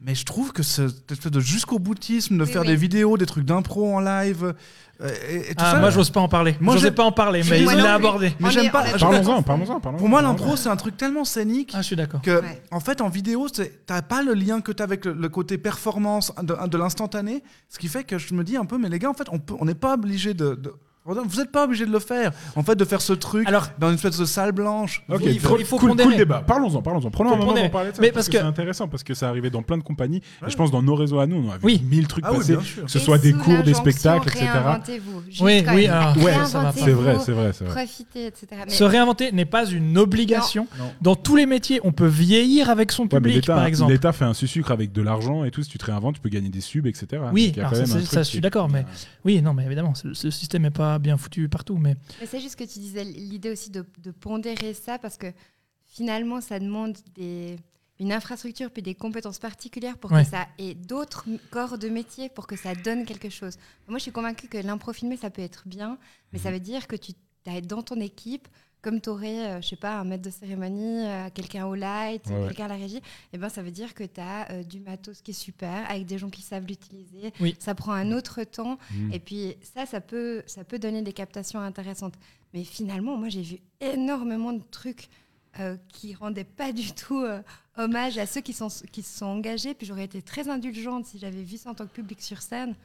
[SPEAKER 4] Mais je trouve que ce- cette espèce de jusqu'au boutisme, de
[SPEAKER 3] Oui,
[SPEAKER 4] faire
[SPEAKER 3] oui.
[SPEAKER 4] des vidéos, des trucs d'impro en live, euh, et, et tout
[SPEAKER 2] Ah,
[SPEAKER 4] ça.
[SPEAKER 2] moi, j'ose pas en parler.
[SPEAKER 4] Moi,
[SPEAKER 2] J'osais
[SPEAKER 4] j'ai-
[SPEAKER 2] pas en parler, mais
[SPEAKER 4] Moi
[SPEAKER 2] il
[SPEAKER 4] non
[SPEAKER 2] l'a
[SPEAKER 3] plus.
[SPEAKER 2] abordé.
[SPEAKER 4] Mais
[SPEAKER 3] On
[SPEAKER 4] j'aime
[SPEAKER 3] est-
[SPEAKER 4] pas-
[SPEAKER 3] on est-
[SPEAKER 1] Parlons-en, parlons-en, parlons-en.
[SPEAKER 4] Pour moi,
[SPEAKER 1] parlons-en.
[SPEAKER 4] l'impro, c'est un truc tellement scénique
[SPEAKER 2] Ah, je suis d'accord.
[SPEAKER 4] que,
[SPEAKER 3] Ouais.
[SPEAKER 4] en fait, en vidéo, c'est- t'as pas le lien que t'as avec le, le côté performance de, de l'instantané, ce qui fait que je me dis un peu, mais les gars, en fait, on peut- on n'est pas obligé de, de- vous n'êtes pas obligé de le faire, en fait, de faire ce truc
[SPEAKER 2] Alors-
[SPEAKER 4] dans une espèce de salle blanche.
[SPEAKER 1] Ok,
[SPEAKER 2] Il faut-
[SPEAKER 1] cool-
[SPEAKER 2] il faut
[SPEAKER 1] cool,
[SPEAKER 2] pondérer.
[SPEAKER 1] cool débat. Parlons-en, parlons-en. Prenons
[SPEAKER 2] Faut
[SPEAKER 1] un moment
[SPEAKER 2] pondérer.
[SPEAKER 1] pour parler de ça.
[SPEAKER 2] Mais
[SPEAKER 1] parce
[SPEAKER 2] parce
[SPEAKER 1] que,
[SPEAKER 2] que-
[SPEAKER 1] c'est intéressant parce que ça arrivait dans plein de compagnies. Et je pense dans nos réseaux à nous, on a vu
[SPEAKER 2] Oui.
[SPEAKER 1] mille trucs
[SPEAKER 4] Ah oui,
[SPEAKER 1] passer,
[SPEAKER 4] bien sûr.
[SPEAKER 1] que ce soit
[SPEAKER 3] Et
[SPEAKER 1] des
[SPEAKER 3] sous
[SPEAKER 1] cours, des
[SPEAKER 3] l'injonction,
[SPEAKER 1] spectacles, etc.
[SPEAKER 3] Réinventez-vous. Juste
[SPEAKER 2] Oui,
[SPEAKER 3] quand
[SPEAKER 2] oui,
[SPEAKER 3] même.
[SPEAKER 2] alors,
[SPEAKER 1] ah, Ouais,
[SPEAKER 2] ça va pas.
[SPEAKER 1] C'est vrai, c'est vrai, c'est vrai.
[SPEAKER 3] Profitez, etc. Mais
[SPEAKER 2] Se réinventer n'est pas une obligation.
[SPEAKER 4] Non. Non.
[SPEAKER 2] Dans tous les métiers, on peut vieillir avec son
[SPEAKER 1] Ouais, mais
[SPEAKER 2] public,
[SPEAKER 1] l'État-
[SPEAKER 2] par exemple.
[SPEAKER 1] L'État fait un sucre avec de l'argent et tout. Si tu te réinventes, tu peux gagner des subs, etc.
[SPEAKER 2] Oui,
[SPEAKER 1] Donc, il y a
[SPEAKER 2] alors
[SPEAKER 1] quand
[SPEAKER 2] ça,
[SPEAKER 1] même un
[SPEAKER 2] c'est-
[SPEAKER 1] truc
[SPEAKER 2] ça, je
[SPEAKER 1] qui
[SPEAKER 2] suis
[SPEAKER 1] est-
[SPEAKER 2] d'accord, mais oui, non, mais évidemment, ce, ce système n'est pas bien foutu partout, mais
[SPEAKER 3] Mais c'est juste que tu disais l'idée aussi de, de pondérer ça parce que finalement, ça demande des, une infrastructure puis des compétences particulières pour
[SPEAKER 2] Ouais.
[SPEAKER 3] que ça ait d'autres m- corps de métier pour que ça donne quelque chose. Moi, je suis convaincue que l'impro filmé, ça peut être bien, mais ça veut dire que tu as dans ton équipe. Comme tu aurais, je sais pas, un maître de cérémonie, euh, quelqu'un au light,
[SPEAKER 1] Ouais, ouais.
[SPEAKER 3] quelqu'un à la régie, et ben ça veut dire que tu as du matos qui est super, avec des gens qui savent l'utiliser.
[SPEAKER 2] Oui.
[SPEAKER 3] Ça prend un autre temps.
[SPEAKER 1] Mm.
[SPEAKER 3] Et puis ça, ça peut, ça peut donner des captations intéressantes. Mais finalement, moi, j'ai vu énormément de trucs euh, qui rendaient pas du tout euh, hommage à ceux qui, sont, qui se sont engagés. Puis j'aurais été très indulgente si j'avais vu ça en tant que public sur scène.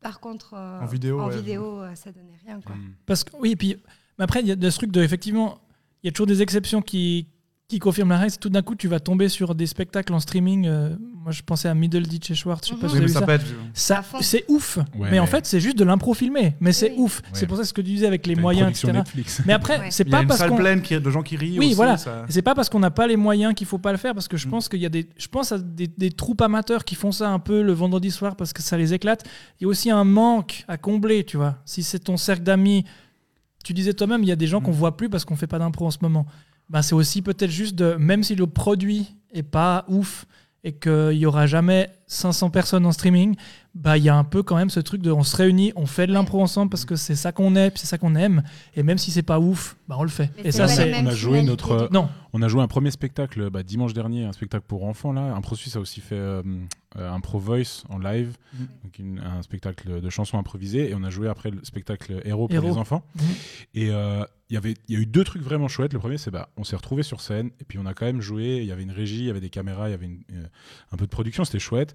[SPEAKER 3] Par contre, euh,
[SPEAKER 4] En vidéo, ouais.
[SPEAKER 3] vidéo, euh, ça donnait rien. Quoi.
[SPEAKER 1] Mm.
[SPEAKER 2] parce que oui, et puis mais après, il y a de ce truc de effectivement, il y a toujours des exceptions qui qui confirment la règle. Tout d'un coup, tu vas tomber sur des spectacles en streaming. euh, moi, je pensais à Middle Ditch et Schwartz. Je sais pas
[SPEAKER 3] Mhm.
[SPEAKER 2] si vous avez
[SPEAKER 4] Oui, mais
[SPEAKER 2] vu
[SPEAKER 4] ça
[SPEAKER 2] ça.
[SPEAKER 4] peut être.
[SPEAKER 2] Ça,
[SPEAKER 3] À fond.
[SPEAKER 2] c'est ouf. mais,
[SPEAKER 1] mais-
[SPEAKER 2] en fait, c'est juste de l'impro filmé. Mais c'est
[SPEAKER 3] Oui.
[SPEAKER 2] ouf. C'est pour ça ce que tu disais avec les
[SPEAKER 1] T'as une
[SPEAKER 2] moyens,
[SPEAKER 1] production
[SPEAKER 2] etc.
[SPEAKER 1] Netflix.
[SPEAKER 2] Mais après,
[SPEAKER 3] Ouais.
[SPEAKER 2] c'est
[SPEAKER 4] Il y a
[SPEAKER 2] pas
[SPEAKER 4] une
[SPEAKER 2] parce
[SPEAKER 4] salle
[SPEAKER 2] qu'on
[SPEAKER 4] pleine qui- de gens qui rient.
[SPEAKER 2] Oui,
[SPEAKER 4] aussi,
[SPEAKER 2] voilà.
[SPEAKER 4] ça-
[SPEAKER 2] Et C'est pas parce qu'on n'a pas les moyens qu'il faut pas le faire, parce que je
[SPEAKER 4] Ah. Mm.
[SPEAKER 2] pense qu'il y a des, je pense à des, des troupes amateurs qui font ça un peu le vendredi soir parce que ça les éclate. Il y a aussi un manque à combler, tu vois. Si c'est ton cercle d'amis, tu disais toi-même, il y a des gens
[SPEAKER 4] Mm.
[SPEAKER 2] qu'on voit plus parce qu'on fait pas d'impro en ce moment. Ben, c'est aussi peut-être juste de, même si le produit est pas ouf et qu'il y aura jamais 500 personnes en streaming, bah il y a un peu quand même ce truc de, on se réunit, on fait de l'impro ensemble
[SPEAKER 4] Mm.
[SPEAKER 2] parce que c'est ça qu'on est, puis c'est ça qu'on aime, et même si c'est pas ouf, bah on le fait.
[SPEAKER 3] Mais
[SPEAKER 2] et
[SPEAKER 3] c'est
[SPEAKER 2] ça
[SPEAKER 3] pas la
[SPEAKER 2] c'est,
[SPEAKER 3] même
[SPEAKER 1] On a joué
[SPEAKER 3] finalité.
[SPEAKER 1] notre. euh,
[SPEAKER 2] non.
[SPEAKER 1] On a joué un premier spectacle bah, dimanche dernier, un spectacle pour enfants là. Impro Suisse a aussi fait euh, euh, Impro Voice en live,
[SPEAKER 4] Mhm.
[SPEAKER 1] donc une- un spectacle de chansons improvisées. Et on a joué après le spectacle Héros pour
[SPEAKER 2] Héros.
[SPEAKER 1] les enfants.
[SPEAKER 2] Mhm.
[SPEAKER 1] Et euh, il y avait- il y a eu deux trucs vraiment chouettes. Le premier, c'est bah, on s'est retrouvés sur scène et puis on a quand même joué. Il y avait une régie, il y avait des caméras, il y avait une- euh, un peu de production, c'était chouette.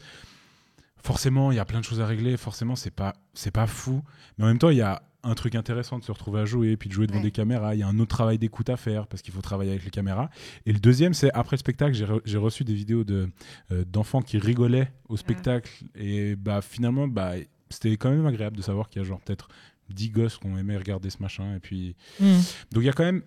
[SPEAKER 1] Forcément, il y a plein de choses à régler. Forcément, c'est pas, c'est pas fou. Mais en même temps, il y a un truc intéressant de se retrouver à jouer, puis de jouer devant
[SPEAKER 3] Ouais.
[SPEAKER 1] des caméras. Il y a un autre travail d'écoute à faire parce qu'il faut travailler avec les caméras. Et le deuxième, c'est après le spectacle, j'ai re- j'ai reçu des vidéos de euh, d'enfants qui rigolaient au spectacle. Et bah finalement, bah c'était quand même agréable de savoir qu'il y a genre peut-être 10 gosses qui ont aimé regarder ce machin. Et puis
[SPEAKER 4] Euh,
[SPEAKER 2] Mm.
[SPEAKER 1] donc il y a quand même.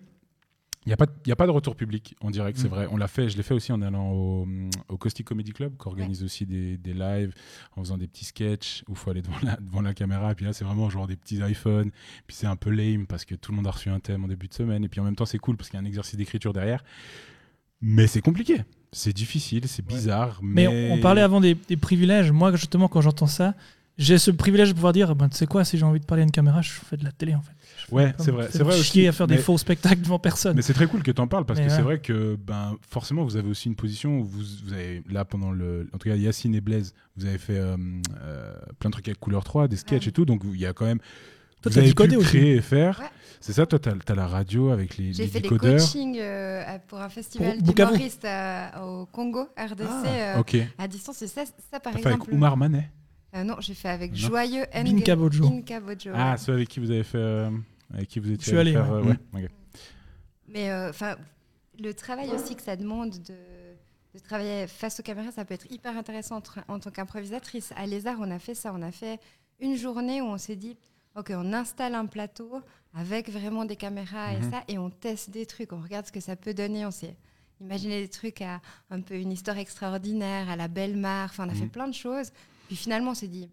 [SPEAKER 1] Il n'y a, pas de- il y a pas de retour public en direct, c'est
[SPEAKER 4] Mm.
[SPEAKER 1] vrai. On l'a fait, je l'ai fait aussi en allant au, hum, au Caustic Comedy Club, qui organise aussi des, des lives, en faisant des petits sketchs, où il faut aller devant la, devant la caméra. Et puis là, c'est vraiment genre des petits iPhones. Puis c'est un peu lame, parce que tout le monde a reçu un thème en début de semaine. Et puis en même temps, c'est cool, parce qu'il y a un exercice d'écriture derrière. Mais c'est compliqué. C'est difficile, c'est
[SPEAKER 4] Ouais.
[SPEAKER 1] bizarre.
[SPEAKER 2] Mais
[SPEAKER 1] Mais,
[SPEAKER 2] on on parlait avant des, des privilèges. Moi, justement, quand j'entends ça, j'ai ce privilège de pouvoir dire ben, tu sais quoi, si j'ai envie de parler à une caméra, je fais de la télé en fait. Je fais
[SPEAKER 1] Ouais,
[SPEAKER 2] pas
[SPEAKER 1] c'est
[SPEAKER 2] me
[SPEAKER 1] vrai.
[SPEAKER 2] faire
[SPEAKER 1] C'est vrai
[SPEAKER 2] chier
[SPEAKER 1] aussi.
[SPEAKER 2] à faire
[SPEAKER 1] Mais-
[SPEAKER 2] des faux spectacles devant personne.
[SPEAKER 1] Mais c'est très cool que tu en parles parce
[SPEAKER 2] Mais
[SPEAKER 1] que c'est
[SPEAKER 2] ouais.
[SPEAKER 1] vrai que ben, forcément vous avez aussi une position où vous, vous avez là pendant le. En tout cas, Yacine et Blaise, vous avez fait euh, euh, plein de trucs avec couleur 3, des sketchs
[SPEAKER 3] Ouais.
[SPEAKER 1] et tout. Donc il y a quand même.
[SPEAKER 2] Toi,
[SPEAKER 1] vous
[SPEAKER 2] t'as
[SPEAKER 1] avez pu
[SPEAKER 2] décodé aussi.
[SPEAKER 1] créer et faire.
[SPEAKER 3] Ouais.
[SPEAKER 1] C'est ça, toi, tu as, la radio avec les,
[SPEAKER 3] J'ai
[SPEAKER 1] les
[SPEAKER 3] fait des
[SPEAKER 1] décodeurs.
[SPEAKER 3] coachings euh, à- pour un festival
[SPEAKER 2] Pour Bukavu.
[SPEAKER 3] d'humoristes à- au Congo, RDC,
[SPEAKER 4] Ah,
[SPEAKER 3] euh,
[SPEAKER 1] ok. T'as
[SPEAKER 3] à distance. Et ça, ça par
[SPEAKER 1] fait avec
[SPEAKER 3] exemple.
[SPEAKER 1] Oumar Manet.
[SPEAKER 3] Euh, non, j'ai fait avec
[SPEAKER 1] Non.
[SPEAKER 3] Joyeux
[SPEAKER 2] Binka Bojo.
[SPEAKER 3] Binka Bojo, euh, ouais.
[SPEAKER 1] Ah, ceux avec qui vous avez fait. euh, avec qui vous étiez
[SPEAKER 2] Je suis allé,
[SPEAKER 1] faire,
[SPEAKER 2] ouais. Mm.
[SPEAKER 1] euh, ouais, ok.
[SPEAKER 3] Mais euh, enfin, le travail aussi que ça demande de, de travailler face aux caméras, ça peut être hyper intéressant entre- en tant qu'improvisatrice. À Les Arts, on a fait ça. On a fait une journée où on s'est dit, OK, on installe un plateau avec vraiment des caméras
[SPEAKER 1] Mhm.
[SPEAKER 3] et ça, et on teste des trucs. On regarde ce que ça peut donner. On s'est imaginé des trucs à un peu une histoire extraordinaire, à la belle-mare. Enfin, on a fait
[SPEAKER 1] Mhm.
[SPEAKER 3] plein de choses. Puis finalement, on s'est dit,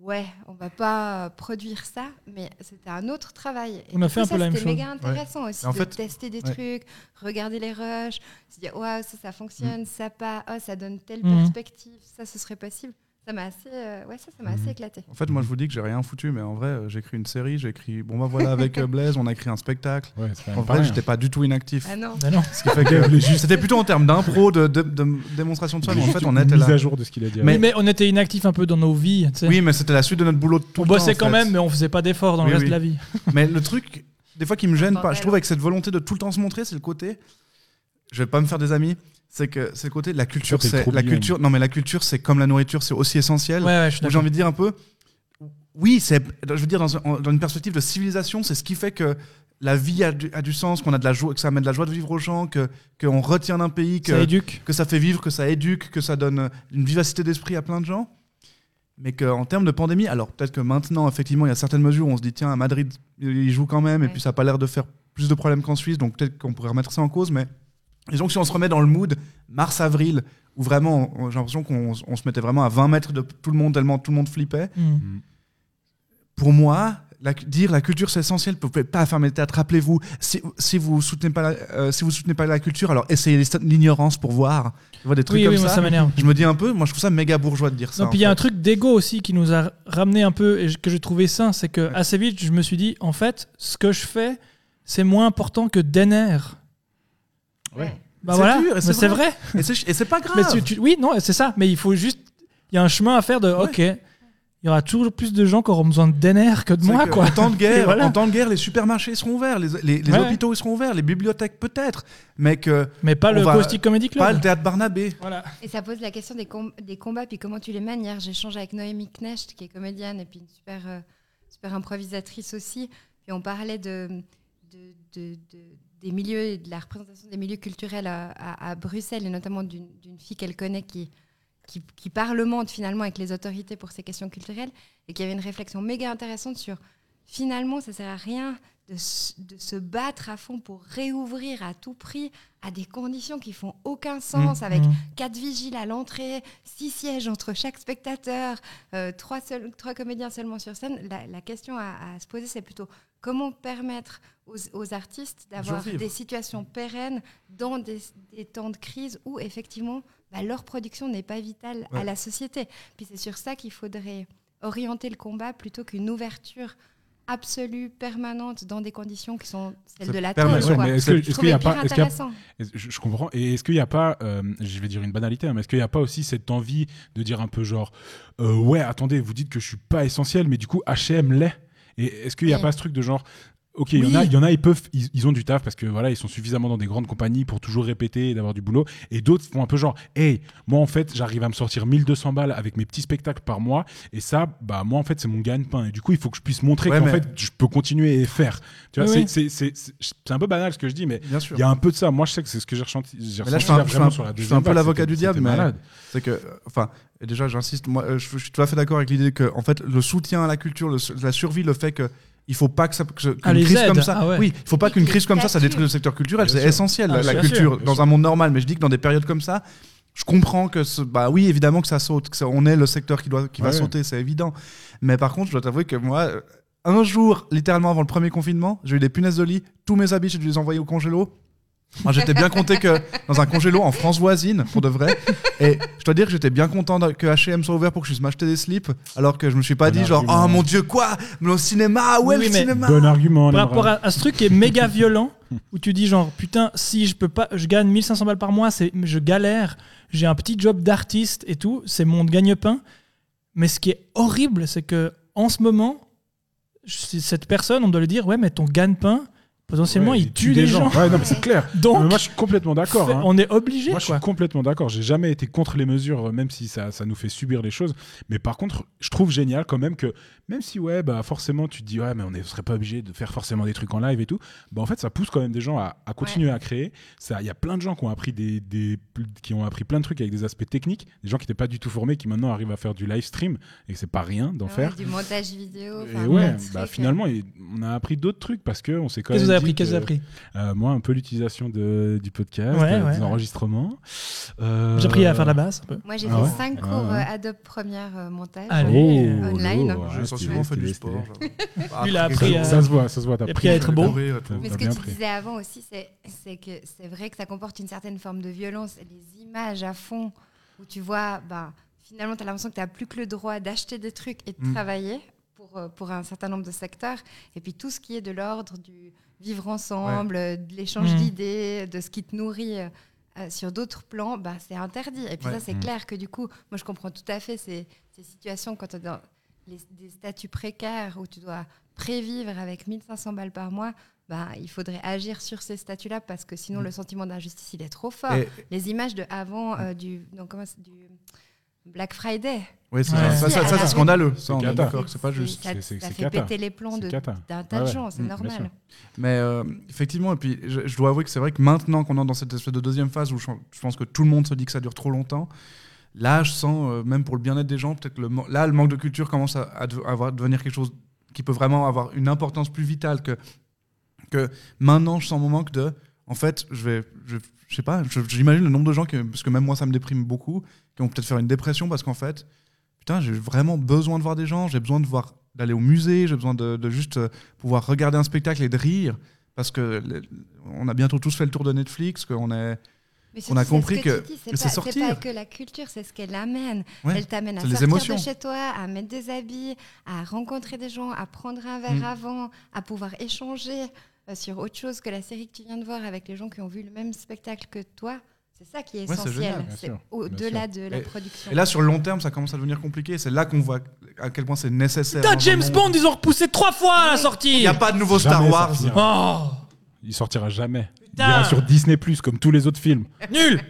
[SPEAKER 3] ouais, on va pas euh, produire ça, mais c'était un autre travail. Et
[SPEAKER 2] On a
[SPEAKER 3] du
[SPEAKER 2] fait
[SPEAKER 3] coup,
[SPEAKER 2] un
[SPEAKER 3] ça,
[SPEAKER 2] peu la même
[SPEAKER 3] C'était
[SPEAKER 2] chose.
[SPEAKER 3] méga intéressant aussi
[SPEAKER 4] Et en
[SPEAKER 3] de
[SPEAKER 4] fait-
[SPEAKER 3] tester des
[SPEAKER 4] ouais.
[SPEAKER 3] trucs, regarder les
[SPEAKER 4] Mm.
[SPEAKER 3] rushs, se dire, waouh, ça, ça fonctionne, ça pas, oh, ça donne telle
[SPEAKER 2] Mhm.
[SPEAKER 3] perspective, ça, ce serait possible. Ça m'a assez, euh, ouais, ça, ça m'a assez
[SPEAKER 1] Mhm.
[SPEAKER 3] éclaté.
[SPEAKER 4] En fait, moi, je vous dis que j'ai rien foutu, mais en vrai, euh, j'ai écrit une série, j'ai écrit. Bon, bah voilà, avec euh, Blaise, on a écrit un spectacle.
[SPEAKER 1] Ouais, c'est quand
[SPEAKER 4] En
[SPEAKER 1] même pas
[SPEAKER 4] vrai,
[SPEAKER 1] rien.
[SPEAKER 4] j'étais pas du tout inactif.
[SPEAKER 3] Ah non.
[SPEAKER 2] Bah non.
[SPEAKER 4] Ce qui fait
[SPEAKER 2] (laughs)
[SPEAKER 4] que-
[SPEAKER 1] Il voulait juste-
[SPEAKER 4] C'était plutôt en termes d'impro, de, de- de démonstration de soi, mais en
[SPEAKER 1] Juste
[SPEAKER 4] fait, on
[SPEAKER 1] une
[SPEAKER 4] était
[SPEAKER 1] mise
[SPEAKER 4] là.
[SPEAKER 1] à jour de ce qu'il a dit.
[SPEAKER 2] Mais,
[SPEAKER 1] avant.
[SPEAKER 2] mais on était inactifs un peu dans nos vies. tu sais.
[SPEAKER 4] Oui, mais c'était la suite de notre boulot de tout
[SPEAKER 2] on
[SPEAKER 4] le temps,
[SPEAKER 2] bossait
[SPEAKER 4] en
[SPEAKER 2] quand
[SPEAKER 4] fait.
[SPEAKER 2] même, mais on faisait pas d'efforts dans
[SPEAKER 4] Oui,
[SPEAKER 2] le reste
[SPEAKER 4] oui.
[SPEAKER 2] de la vie.
[SPEAKER 4] Mais le truc, des fois, qui me gêne pas, je
[SPEAKER 3] bordel.
[SPEAKER 4] trouve avec cette volonté de tout le temps se montrer, c'est le côté. Je vais pas me faire des amis. C'est que c'est le côté de la culture.
[SPEAKER 1] Ah, t'es le
[SPEAKER 4] C'est
[SPEAKER 1] trop
[SPEAKER 4] la
[SPEAKER 1] mignon.
[SPEAKER 4] culture. Non, mais la culture, c'est comme la nourriture, c'est aussi essentiel.
[SPEAKER 2] Ouais, ouais, je suis
[SPEAKER 4] Où J'ai
[SPEAKER 2] d'accord.
[SPEAKER 4] envie de dire un peu. Oui, c'est. Je veux dire dans, un- dans une perspective de civilisation, c'est ce qui fait que la vie a du, a du sens, qu'on a de la joie, que ça amène de la joie de vivre aux gens, que qu'on retient d'un pays,
[SPEAKER 2] Ça
[SPEAKER 4] que
[SPEAKER 2] éduque.
[SPEAKER 4] que ça fait vivre, que ça éduque, que ça donne une vivacité d'esprit à plein de gens. Mais qu'en termes de pandémie, alors peut-être que maintenant, effectivement, il y a certaines mesures où on se dit, tiens, à Madrid, ils jouent quand même, et
[SPEAKER 3] Ouais.
[SPEAKER 4] puis ça n'a pas l'air de faire plus de problèmes qu'en Suisse, donc peut-être qu'on pourrait remettre ça en cause. Mais disons que si on se remet dans le mood mars-avril, où vraiment, on- j'ai l'impression qu'on s- on se mettait vraiment à 20 mètres de tout le monde, tellement tout le monde flippait.
[SPEAKER 2] Hmm.
[SPEAKER 1] Mm.
[SPEAKER 4] Pour moi, la cu- dire la culture c'est essentiel, vous pouvez pas fermer le théâtre, rappelez-vous, si, si vous soutenez pas la, euh, si vous soutenez pas la culture, alors essayez les- l'ignorance pour voir, Tu vois, des trucs
[SPEAKER 2] Oui,
[SPEAKER 4] comme
[SPEAKER 2] oui, moi,
[SPEAKER 4] ça.
[SPEAKER 2] ça m'énerve.
[SPEAKER 4] Je me dis un peu, moi je trouve ça méga bourgeois de dire ça.
[SPEAKER 2] Non,
[SPEAKER 4] en
[SPEAKER 2] puis il y a
[SPEAKER 4] fait.
[SPEAKER 2] un truc d'ego aussi qui nous a ramené un peu et que j'ai trouvé sain, c'est que assez vite je me suis dit en fait ce que je fais c'est moins important que Denner.
[SPEAKER 1] Ouais.
[SPEAKER 2] Bah
[SPEAKER 4] C'est
[SPEAKER 2] voilà,
[SPEAKER 4] dur, et
[SPEAKER 2] mais
[SPEAKER 4] c'est
[SPEAKER 2] c'est vrai.
[SPEAKER 4] Et c'est- Et c'est pas grave.
[SPEAKER 2] Mais tu- tu- oui, non, c'est ça. Mais il faut juste, il y a un chemin à faire de ok, il y aura toujours plus de gens qui auront besoin de Denner que de
[SPEAKER 4] C'est
[SPEAKER 2] moi
[SPEAKER 4] que
[SPEAKER 2] quoi.
[SPEAKER 4] En
[SPEAKER 2] (laughs)
[SPEAKER 4] temps de guerre,
[SPEAKER 2] Et voilà.
[SPEAKER 4] en temps de guerre, les supermarchés seront ouverts, les, les- les
[SPEAKER 2] Ouais.
[SPEAKER 4] hôpitaux ils seront ouverts, les bibliothèques peut-être, mais que
[SPEAKER 2] Mais pas
[SPEAKER 4] On
[SPEAKER 2] le
[SPEAKER 4] va-
[SPEAKER 2] Caustic Comedy Club.
[SPEAKER 4] pas le théâtre Barnabé.
[SPEAKER 2] Voilà.
[SPEAKER 3] Et ça pose la question des, com- des combats, puis comment tu les mènes. Hier, j'échange avec Noémie Knecht, qui est comédienne et puis une super, euh, super improvisatrice aussi. Puis on parlait de, de- de- de- des milieux, et de la représentation des milieux culturels à, à- à Bruxelles, et notamment d'une d'une fille qu'elle connaît qui, qui, qui parlemente finalement avec les autorités pour ces questions culturelles, et qui avait une réflexion méga intéressante sur finalement, ça sert à rien de, s- de se battre à fond pour réouvrir à tout prix à des conditions qui font aucun sens avec
[SPEAKER 2] Mm.
[SPEAKER 3] quatre vigiles à l'entrée, six sièges entre chaque spectateur, euh, trois, seuls- trois comédiens seulement sur scène. La, la question à, à se poser, c'est plutôt comment permettre aux, aux artistes d'avoir
[SPEAKER 4] vivre.
[SPEAKER 3] des situations pérennes dans des, des temps de crise où effectivement bah, leur production n'est pas vitale à
[SPEAKER 4] Ouais.
[SPEAKER 3] la société. Puis c'est sur ça qu'il faudrait orienter le combat plutôt qu'une ouverture absolue, permanente, dans des conditions qui sont celles
[SPEAKER 4] C'est
[SPEAKER 3] de la
[SPEAKER 4] permanent.
[SPEAKER 3] terre.
[SPEAKER 4] Ouais,
[SPEAKER 3] quoi.
[SPEAKER 1] mais est-ce
[SPEAKER 4] Je
[SPEAKER 1] que-
[SPEAKER 3] Je
[SPEAKER 1] est-ce
[SPEAKER 3] trouve
[SPEAKER 1] qu'il y a
[SPEAKER 3] hyper
[SPEAKER 1] pas, est-ce qu'il y a-
[SPEAKER 3] intéressant.
[SPEAKER 1] est-ce- je je comprends. Et est-ce qu'il n'y a pas, euh, je vais dire une banalité, hein, mais est-ce qu'il n'y a pas aussi cette envie de dire un peu genre, euh, ouais, attendez, vous dites que je suis pas essentiel, mais du coup H&M l'est. Et est-ce qu'il n'y a
[SPEAKER 3] Oui.
[SPEAKER 1] pas ce truc de genre, ok, il y en
[SPEAKER 2] Oui.
[SPEAKER 1] a, il y en a, ils peuvent, ils, ils ont du taf parce que voilà, ils sont suffisamment dans des grandes compagnies pour toujours répéter et d'avoir du boulot. Et d'autres font un peu genre, hey, moi en fait, j'arrive à me sortir 1200 balles avec mes petits spectacles par mois. Et ça, bah moi en fait, c'est mon gagne-pain. Et du coup, il faut que je puisse montrer
[SPEAKER 4] Ouais,
[SPEAKER 1] qu'en
[SPEAKER 4] mais-
[SPEAKER 1] fait, je peux continuer et faire. Tu vois,
[SPEAKER 2] Oui,
[SPEAKER 1] c'est- c'est- c'est c'est- c'est un peu banal ce que je dis, mais
[SPEAKER 4] Bien sûr.
[SPEAKER 1] il y a un peu de ça. Moi, je sais que c'est ce que j'ai ressenti. j'ai
[SPEAKER 4] Mais là,
[SPEAKER 1] ressenti
[SPEAKER 4] je fais un- je fais
[SPEAKER 1] vraiment
[SPEAKER 4] un-
[SPEAKER 1] sur la
[SPEAKER 4] je fais
[SPEAKER 1] deuxième
[SPEAKER 4] un peu
[SPEAKER 1] vague,
[SPEAKER 4] l'avocat
[SPEAKER 1] c'était-
[SPEAKER 4] du diable,
[SPEAKER 1] c'était
[SPEAKER 4] mais-
[SPEAKER 1] malade.
[SPEAKER 4] C'est que, euh, enfin, et déjà, j'insiste, moi, euh, je, je suis tout à fait d'accord avec l'idée que, en fait, le soutien à la culture, le su- la survie, le fait que il faut pas que ça, que- qu'une
[SPEAKER 2] Ah, les
[SPEAKER 4] crise
[SPEAKER 2] aides,
[SPEAKER 4] comme ça,
[SPEAKER 2] ah ouais.
[SPEAKER 4] oui, il faut pas
[SPEAKER 3] Oui,
[SPEAKER 4] qu'une
[SPEAKER 3] qui
[SPEAKER 4] crise comme ça, ça
[SPEAKER 3] statue.
[SPEAKER 4] détruise le secteur culturel,
[SPEAKER 1] Bien
[SPEAKER 4] c'est
[SPEAKER 1] sûr.
[SPEAKER 4] essentiel,
[SPEAKER 2] Ah,
[SPEAKER 4] la, la
[SPEAKER 2] bien sûr,
[SPEAKER 4] culture,
[SPEAKER 1] bien
[SPEAKER 4] dans
[SPEAKER 1] sûr.
[SPEAKER 4] un monde normal. Mais je dis que dans des périodes comme ça, je comprends que, ce- bah oui, évidemment que ça saute, que ça- on est le secteur qui doit, qui va
[SPEAKER 1] Ouais.
[SPEAKER 4] sauter, c'est évident. Mais par contre, je dois t'avouer que moi, euh, un jour, littéralement avant le premier confinement, j'ai eu des punaises de lit, tous mes habits, j'ai dû les envoyer au congélo. Moi, J'étais bien content que dans un congélo en France voisine, pour de vrai. Et je dois dire que j'étais bien content de- que H&M soit ouvert pour que je puisse m'acheter des slips, alors que je me suis pas
[SPEAKER 1] Bon
[SPEAKER 4] dit genre
[SPEAKER 1] argument.
[SPEAKER 4] oh mon dieu quoi, mais au cinéma, ouais
[SPEAKER 2] Oui,
[SPEAKER 4] le
[SPEAKER 2] mais-
[SPEAKER 4] cinéma.
[SPEAKER 1] Bon argument.
[SPEAKER 2] Par
[SPEAKER 1] Lemra.
[SPEAKER 2] rapport à, à ce truc qui est
[SPEAKER 1] (laughs)
[SPEAKER 2] méga violent, où tu dis genre putain si je peux pas, je gagne 1500 balles par mois, c'est je galère, j'ai un petit job d'artiste et tout, c'est mon gagne-pain. Mais ce qui est horrible, c'est que en ce moment, je- cette personne, on doit lui dire ouais mais ton gagne-pain potentiellement
[SPEAKER 1] Ouais,
[SPEAKER 2] il tue les gens.
[SPEAKER 1] Ouais, non, mais c'est clair.
[SPEAKER 2] Donc
[SPEAKER 1] Mais moi, je suis complètement d'accord.
[SPEAKER 2] fait-
[SPEAKER 1] hein.
[SPEAKER 2] on est obligé
[SPEAKER 1] Moi, je
[SPEAKER 2] quoi.
[SPEAKER 1] suis complètement d'accord. J'ai jamais été contre les mesures, euh, même si ça, ça nous fait subir les choses. Mais par contre, je trouve génial quand même que, même si, ouais, bah, forcément, tu te dis, ouais, mais on ne serait pas obligé de faire forcément des trucs en live et tout, bah, en fait, ça pousse quand même des gens à, à continuer à créer. Ça- Il y a plein de gens qui ont, appris des, des- qui ont appris plein de trucs avec des aspects techniques, des gens qui n'étaient pas du tout formés, qui maintenant arrivent à faire du live stream, et que c'est pas rien d'en
[SPEAKER 2] Ah
[SPEAKER 3] Ouais,
[SPEAKER 1] faire.
[SPEAKER 3] Du montage vidéo.
[SPEAKER 1] Et
[SPEAKER 3] enfin,
[SPEAKER 1] ouais,
[SPEAKER 3] plein de
[SPEAKER 1] bah,
[SPEAKER 3] trucs, euh.
[SPEAKER 1] finalement, il- on a appris d'autres trucs parce que on s'est quand même.
[SPEAKER 2] Qu'est-ce que vous avez
[SPEAKER 1] dit
[SPEAKER 2] appris Qu'est-ce que vous
[SPEAKER 1] que-
[SPEAKER 2] avez appris
[SPEAKER 1] euh, Moi, un peu l'utilisation de- du podcast,
[SPEAKER 2] Ouais,
[SPEAKER 1] euh,
[SPEAKER 2] ouais,
[SPEAKER 1] des
[SPEAKER 2] ouais. enregistrements. Euh, J'ai appris à faire de la basse un peu.
[SPEAKER 3] Moi, j'ai
[SPEAKER 1] Ah
[SPEAKER 3] fait
[SPEAKER 1] ouais
[SPEAKER 3] 5
[SPEAKER 1] Ah
[SPEAKER 3] cours
[SPEAKER 1] ouais.
[SPEAKER 3] euh, Adobe Premiere euh, montage.
[SPEAKER 2] Allez.
[SPEAKER 3] Online. hein.
[SPEAKER 1] lourd,
[SPEAKER 4] J'ai
[SPEAKER 1] oh, ouais,
[SPEAKER 4] essentiellement fait
[SPEAKER 1] stylé,
[SPEAKER 4] du
[SPEAKER 1] stylé,
[SPEAKER 4] sport.
[SPEAKER 1] stylé.
[SPEAKER 4] genre.
[SPEAKER 2] Lui, il a
[SPEAKER 4] Après,
[SPEAKER 2] appris
[SPEAKER 4] ça-
[SPEAKER 2] à-
[SPEAKER 1] Ça se voit, ça se voit. T'as
[SPEAKER 2] euh, Et
[SPEAKER 1] pris,
[SPEAKER 2] puis à être
[SPEAKER 1] euh,
[SPEAKER 2] beau.
[SPEAKER 4] courir et tout.
[SPEAKER 3] Mais
[SPEAKER 1] T'as
[SPEAKER 3] ce que
[SPEAKER 1] bien
[SPEAKER 3] tu
[SPEAKER 1] pris.
[SPEAKER 3] disais avant aussi, c'est c'est que c'est vrai que ça comporte une certaine forme de violence. Les images à fond où tu vois bah, finalement, tu as l'impression que tu n'as plus que le droit d'acheter des trucs et de
[SPEAKER 1] Hmm.
[SPEAKER 4] Mm.
[SPEAKER 3] travailler pour, euh, pour un certain nombre de secteurs. Et puis tout ce qui est de l'ordre du vivre ensemble, euh, de l'échange
[SPEAKER 2] Mm.
[SPEAKER 3] d'idées, de ce qui te nourrit euh, euh, sur d'autres plans, bah, c'est interdit. Et puis
[SPEAKER 4] Ouais.
[SPEAKER 3] ça, c'est
[SPEAKER 1] Mm.
[SPEAKER 3] clair que du coup, moi, je comprends tout à fait ces, ces situations quand tu dans les- des statuts précaires où tu dois prévivre avec 1500 balles par mois. Bah, il faudrait agir sur ces statuts-là parce que sinon
[SPEAKER 4] Mm.
[SPEAKER 3] le sentiment d'injustice il est trop fort.
[SPEAKER 4] Et-
[SPEAKER 3] Les images de
[SPEAKER 1] Mm.
[SPEAKER 3] avant euh, du, non, comment c'est- du Black Friday.
[SPEAKER 4] ouais, c'est
[SPEAKER 2] Ouais.
[SPEAKER 4] ça, ça,
[SPEAKER 3] Si,
[SPEAKER 4] ça,
[SPEAKER 3] à
[SPEAKER 4] ça,
[SPEAKER 3] la
[SPEAKER 4] c'est
[SPEAKER 3] rue-
[SPEAKER 4] scandaleux. Ça, on est
[SPEAKER 1] cata.
[SPEAKER 4] d'accord, que c'est pas
[SPEAKER 3] C'est-
[SPEAKER 4] juste.
[SPEAKER 3] Ça,
[SPEAKER 1] C'est- c'est-
[SPEAKER 3] ça
[SPEAKER 1] c'est
[SPEAKER 3] fait
[SPEAKER 1] cata.
[SPEAKER 3] péter les plans
[SPEAKER 1] C'est
[SPEAKER 3] de-
[SPEAKER 1] cata.
[SPEAKER 3] d'un tas
[SPEAKER 1] Ouais,
[SPEAKER 3] de
[SPEAKER 1] ouais.
[SPEAKER 3] gens, c'est
[SPEAKER 1] Mm, bien sûr.
[SPEAKER 3] normal.
[SPEAKER 4] Mais euh, effectivement, et puis je, je dois avouer que c'est vrai que maintenant qu'on est dans cette espèce de deuxième phase où je, je pense que tout le monde se dit que ça dure trop longtemps, là je sens, euh, même pour le bien-être des gens, peut-être que le, man- là le manque de culture commence à, à de- à avoir- devenir quelque chose qui peut vraiment avoir une importance plus vitale que, que maintenant je sens mon manque de. En fait, je vais. Je, je sais pas, je- j'imagine le nombre de gens, qui, parce que même moi ça me déprime beaucoup, qui vont peut-être faire une dépression parce qu'en fait, putain, j'ai vraiment besoin de voir des gens, j'ai besoin de voir d'aller au musée, j'ai besoin de, de juste euh, pouvoir regarder un spectacle et de rire parce que le- on a bientôt tous fait le tour de Netflix, qu'on est
[SPEAKER 3] Mais
[SPEAKER 4] On a
[SPEAKER 3] surtout,
[SPEAKER 4] compris
[SPEAKER 3] c'est ce
[SPEAKER 4] que
[SPEAKER 3] tu dis,
[SPEAKER 4] c'est
[SPEAKER 3] c'est pas- C'est
[SPEAKER 4] sortir.
[SPEAKER 3] pas que la culture, c'est ce qu'elle amène.
[SPEAKER 4] Ouais,
[SPEAKER 3] Elle t'amène à
[SPEAKER 4] c'est les
[SPEAKER 3] sortir
[SPEAKER 4] émotions.
[SPEAKER 3] de chez toi, à mettre des habits, à rencontrer des gens, à prendre un verre
[SPEAKER 4] Mm.
[SPEAKER 3] avant, à pouvoir échanger euh, sur autre chose que la série que tu viens de voir avec les gens qui ont vu le même spectacle que toi. C'est ça qui est
[SPEAKER 4] Ouais, c'est génial,
[SPEAKER 3] essentiel.
[SPEAKER 1] bien
[SPEAKER 3] C'est
[SPEAKER 1] sûr, bien
[SPEAKER 3] au-delà de la
[SPEAKER 4] Et-
[SPEAKER 3] production.
[SPEAKER 4] Et là, sur le long terme, ça commence à devenir compliqué. C'est là qu'on voit à quel point c'est nécessaire.
[SPEAKER 2] Putain,
[SPEAKER 4] dans un
[SPEAKER 2] James
[SPEAKER 4] monde-
[SPEAKER 2] Bond, ils ont repoussé trois fois à la
[SPEAKER 4] Il
[SPEAKER 2] sortie
[SPEAKER 4] n'y a pas de nouveau
[SPEAKER 1] Jamais
[SPEAKER 4] Star
[SPEAKER 1] ça
[SPEAKER 4] Wars.
[SPEAKER 1] finira.
[SPEAKER 2] Oh
[SPEAKER 1] Il sortira jamais. Il
[SPEAKER 2] Putain.
[SPEAKER 1] ira sur Disney Plus comme tous les autres films.
[SPEAKER 2] Nul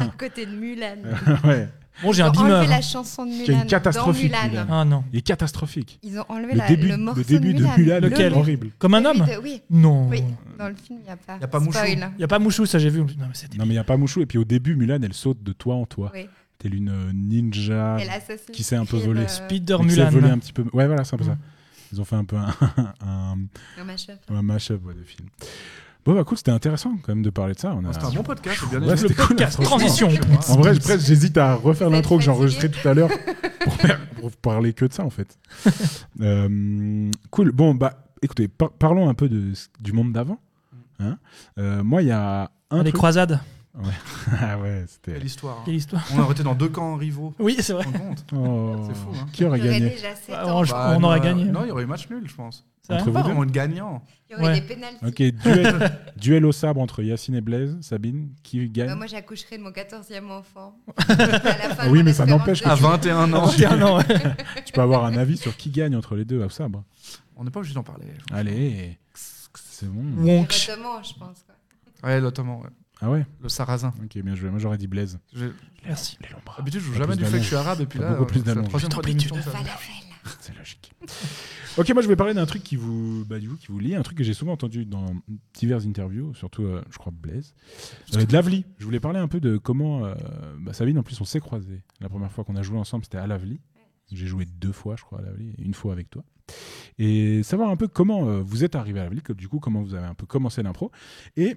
[SPEAKER 3] à côté de Mulan.
[SPEAKER 1] euh, (laughs) ouais.
[SPEAKER 2] Bon, j'ai un hein.
[SPEAKER 3] Ils ont enlevé
[SPEAKER 2] dimmer.
[SPEAKER 3] la chanson de Mulan.
[SPEAKER 1] y a une catastrophique,
[SPEAKER 3] dans Mulan.
[SPEAKER 1] Mulan.
[SPEAKER 2] Ah non.
[SPEAKER 1] Il est catastrophique.
[SPEAKER 3] Ils ont enlevé
[SPEAKER 1] Le
[SPEAKER 3] la-
[SPEAKER 1] début,
[SPEAKER 3] le morceau
[SPEAKER 1] le début
[SPEAKER 3] de Mulan.
[SPEAKER 1] de Mulan,
[SPEAKER 2] Lequel
[SPEAKER 1] est horrible.
[SPEAKER 2] Comme un
[SPEAKER 3] Celui
[SPEAKER 2] homme
[SPEAKER 3] de- Eh oui,
[SPEAKER 2] Non.
[SPEAKER 3] oui,
[SPEAKER 2] Il
[SPEAKER 3] dans le film, il n'y a pas.
[SPEAKER 4] Y a pas Mouchou.
[SPEAKER 3] Spoil.
[SPEAKER 2] n'y a pas Mouchou, ça j'ai vu. Non, mais c'était...
[SPEAKER 1] Non, mais il n'y a pas Mouchou. Et puis au début, Mulan, elle saute de toi en toi.
[SPEAKER 3] Oui.
[SPEAKER 1] T'es une euh, ninja.
[SPEAKER 3] Et l'Assassin's
[SPEAKER 1] Qui s'est un peu
[SPEAKER 3] Creed,
[SPEAKER 1] volé.
[SPEAKER 3] euh,
[SPEAKER 2] Peter
[SPEAKER 1] qui s'est
[SPEAKER 2] Mulan.
[SPEAKER 1] volée un petit peu. Ouais, voilà, c'est un peu
[SPEAKER 2] Mm.
[SPEAKER 1] ça. Ils ont fait un (laughs) peu un, un,
[SPEAKER 3] le mashup.
[SPEAKER 1] un mash-up ouais, de films. Bon, bah cool, c'était intéressant quand même de parler de ça. On a...
[SPEAKER 4] Oh, C'était un bon podcast. c'est bien
[SPEAKER 1] Ouais,
[SPEAKER 4] écouté.
[SPEAKER 1] c'était cool,
[SPEAKER 2] podcast,
[SPEAKER 1] franchement.
[SPEAKER 2] transition.
[SPEAKER 1] En vrai, je- presque, j'hésite à refaire
[SPEAKER 3] Vous
[SPEAKER 1] l'intro
[SPEAKER 3] êtes
[SPEAKER 1] que j'ai enregistrée
[SPEAKER 3] fatigué
[SPEAKER 1] tout
[SPEAKER 3] (laughs)
[SPEAKER 1] à l'heure pour, faire- pour parler que de ça, en fait. Euh, cool. Bon, bah, écoutez, par- parlons un peu de, ce- du monde d'avant. Hein Euh, moi, il y a un.
[SPEAKER 2] Les
[SPEAKER 1] truc-
[SPEAKER 2] croisades.
[SPEAKER 1] (laughs) ah ouais, c'était.
[SPEAKER 4] Quelle histoire. hein.
[SPEAKER 2] Quelle histoire.
[SPEAKER 4] On aurait été dans deux camps rivaux.
[SPEAKER 2] Oui, c'est vrai.
[SPEAKER 4] Tu te rends
[SPEAKER 1] (laughs)
[SPEAKER 4] compte
[SPEAKER 1] Oh.
[SPEAKER 4] C'est fou, hein.
[SPEAKER 1] Qui aurait
[SPEAKER 3] J'aurais
[SPEAKER 1] gagné
[SPEAKER 3] déjà sept
[SPEAKER 2] Bah,
[SPEAKER 3] ans.
[SPEAKER 2] on- on
[SPEAKER 4] non,
[SPEAKER 2] aurait
[SPEAKER 4] euh,
[SPEAKER 2] gagné.
[SPEAKER 4] Non, il y aurait eu match nul, je pense.
[SPEAKER 2] C'est vrai. (laughs)
[SPEAKER 1] Entre
[SPEAKER 4] Pas
[SPEAKER 1] vous deux
[SPEAKER 4] vraiment de gagnant.
[SPEAKER 3] Il y aurait
[SPEAKER 2] Ouais.
[SPEAKER 3] des pénaltys.
[SPEAKER 1] Ok, duel, (laughs) duel au sabre entre Yacine et Blaise. Sabine, qui
[SPEAKER 3] Bah,
[SPEAKER 1] gagne
[SPEAKER 3] moi, j'accoucherai de mon
[SPEAKER 2] (laughs)
[SPEAKER 3] 14e enfant. À la fin de
[SPEAKER 1] Ah Oui,
[SPEAKER 3] mon
[SPEAKER 1] mais ça
[SPEAKER 3] espérance
[SPEAKER 1] n'empêche
[SPEAKER 3] de
[SPEAKER 1] que
[SPEAKER 4] À
[SPEAKER 3] vie.
[SPEAKER 4] 21 ans.
[SPEAKER 2] Ah
[SPEAKER 1] (laughs)
[SPEAKER 2] non, ouais.
[SPEAKER 1] Tu peux avoir un avis sur qui gagne entre les deux au sabre.
[SPEAKER 4] On n'est pas obligé d'en parler.
[SPEAKER 1] Allez, c'est bon.
[SPEAKER 2] Wonk.
[SPEAKER 3] Ottoman, je pense. quoi.
[SPEAKER 4] Ouais, l'Ottoman, ouais.
[SPEAKER 1] Ah ouais
[SPEAKER 4] le sarrasin.
[SPEAKER 1] Ok, bien joué. Moi, j'aurais dit Blaise.
[SPEAKER 4] J'ai-
[SPEAKER 2] Merci.
[SPEAKER 1] Les lombards.
[SPEAKER 4] D'habitude, je joue
[SPEAKER 1] Pas
[SPEAKER 4] jamais
[SPEAKER 1] plus
[SPEAKER 4] du fait que
[SPEAKER 1] d'allemand.
[SPEAKER 4] je suis arabe et puis
[SPEAKER 1] Pas
[SPEAKER 4] là,
[SPEAKER 1] beaucoup plus
[SPEAKER 4] euh, c'est la
[SPEAKER 1] d'allemand.
[SPEAKER 4] troisième
[SPEAKER 2] Tant
[SPEAKER 4] fois
[SPEAKER 2] pis,
[SPEAKER 4] d'émission
[SPEAKER 2] tu
[SPEAKER 4] que ça-
[SPEAKER 3] Falafel.
[SPEAKER 1] (laughs) C'est logique. ok, moi je vais parler d'un truc qui vous, bah, du coup, qui vous lie, un truc que j'ai souvent entendu dans diverses interviews, surtout euh, je crois Blaise, euh, de l'Avli. Je voulais parler un peu de comment euh, bah, Sabine, en plus on s'est croisés. La première fois qu'on a joué ensemble, c'était à l'Avli. J'ai joué deux fois, je crois, à l'Avli, et une fois avec toi. Et savoir un peu comment euh, vous êtes arrivé à l'Avli, que- du coup comment vous avez un peu commencé l'impro, et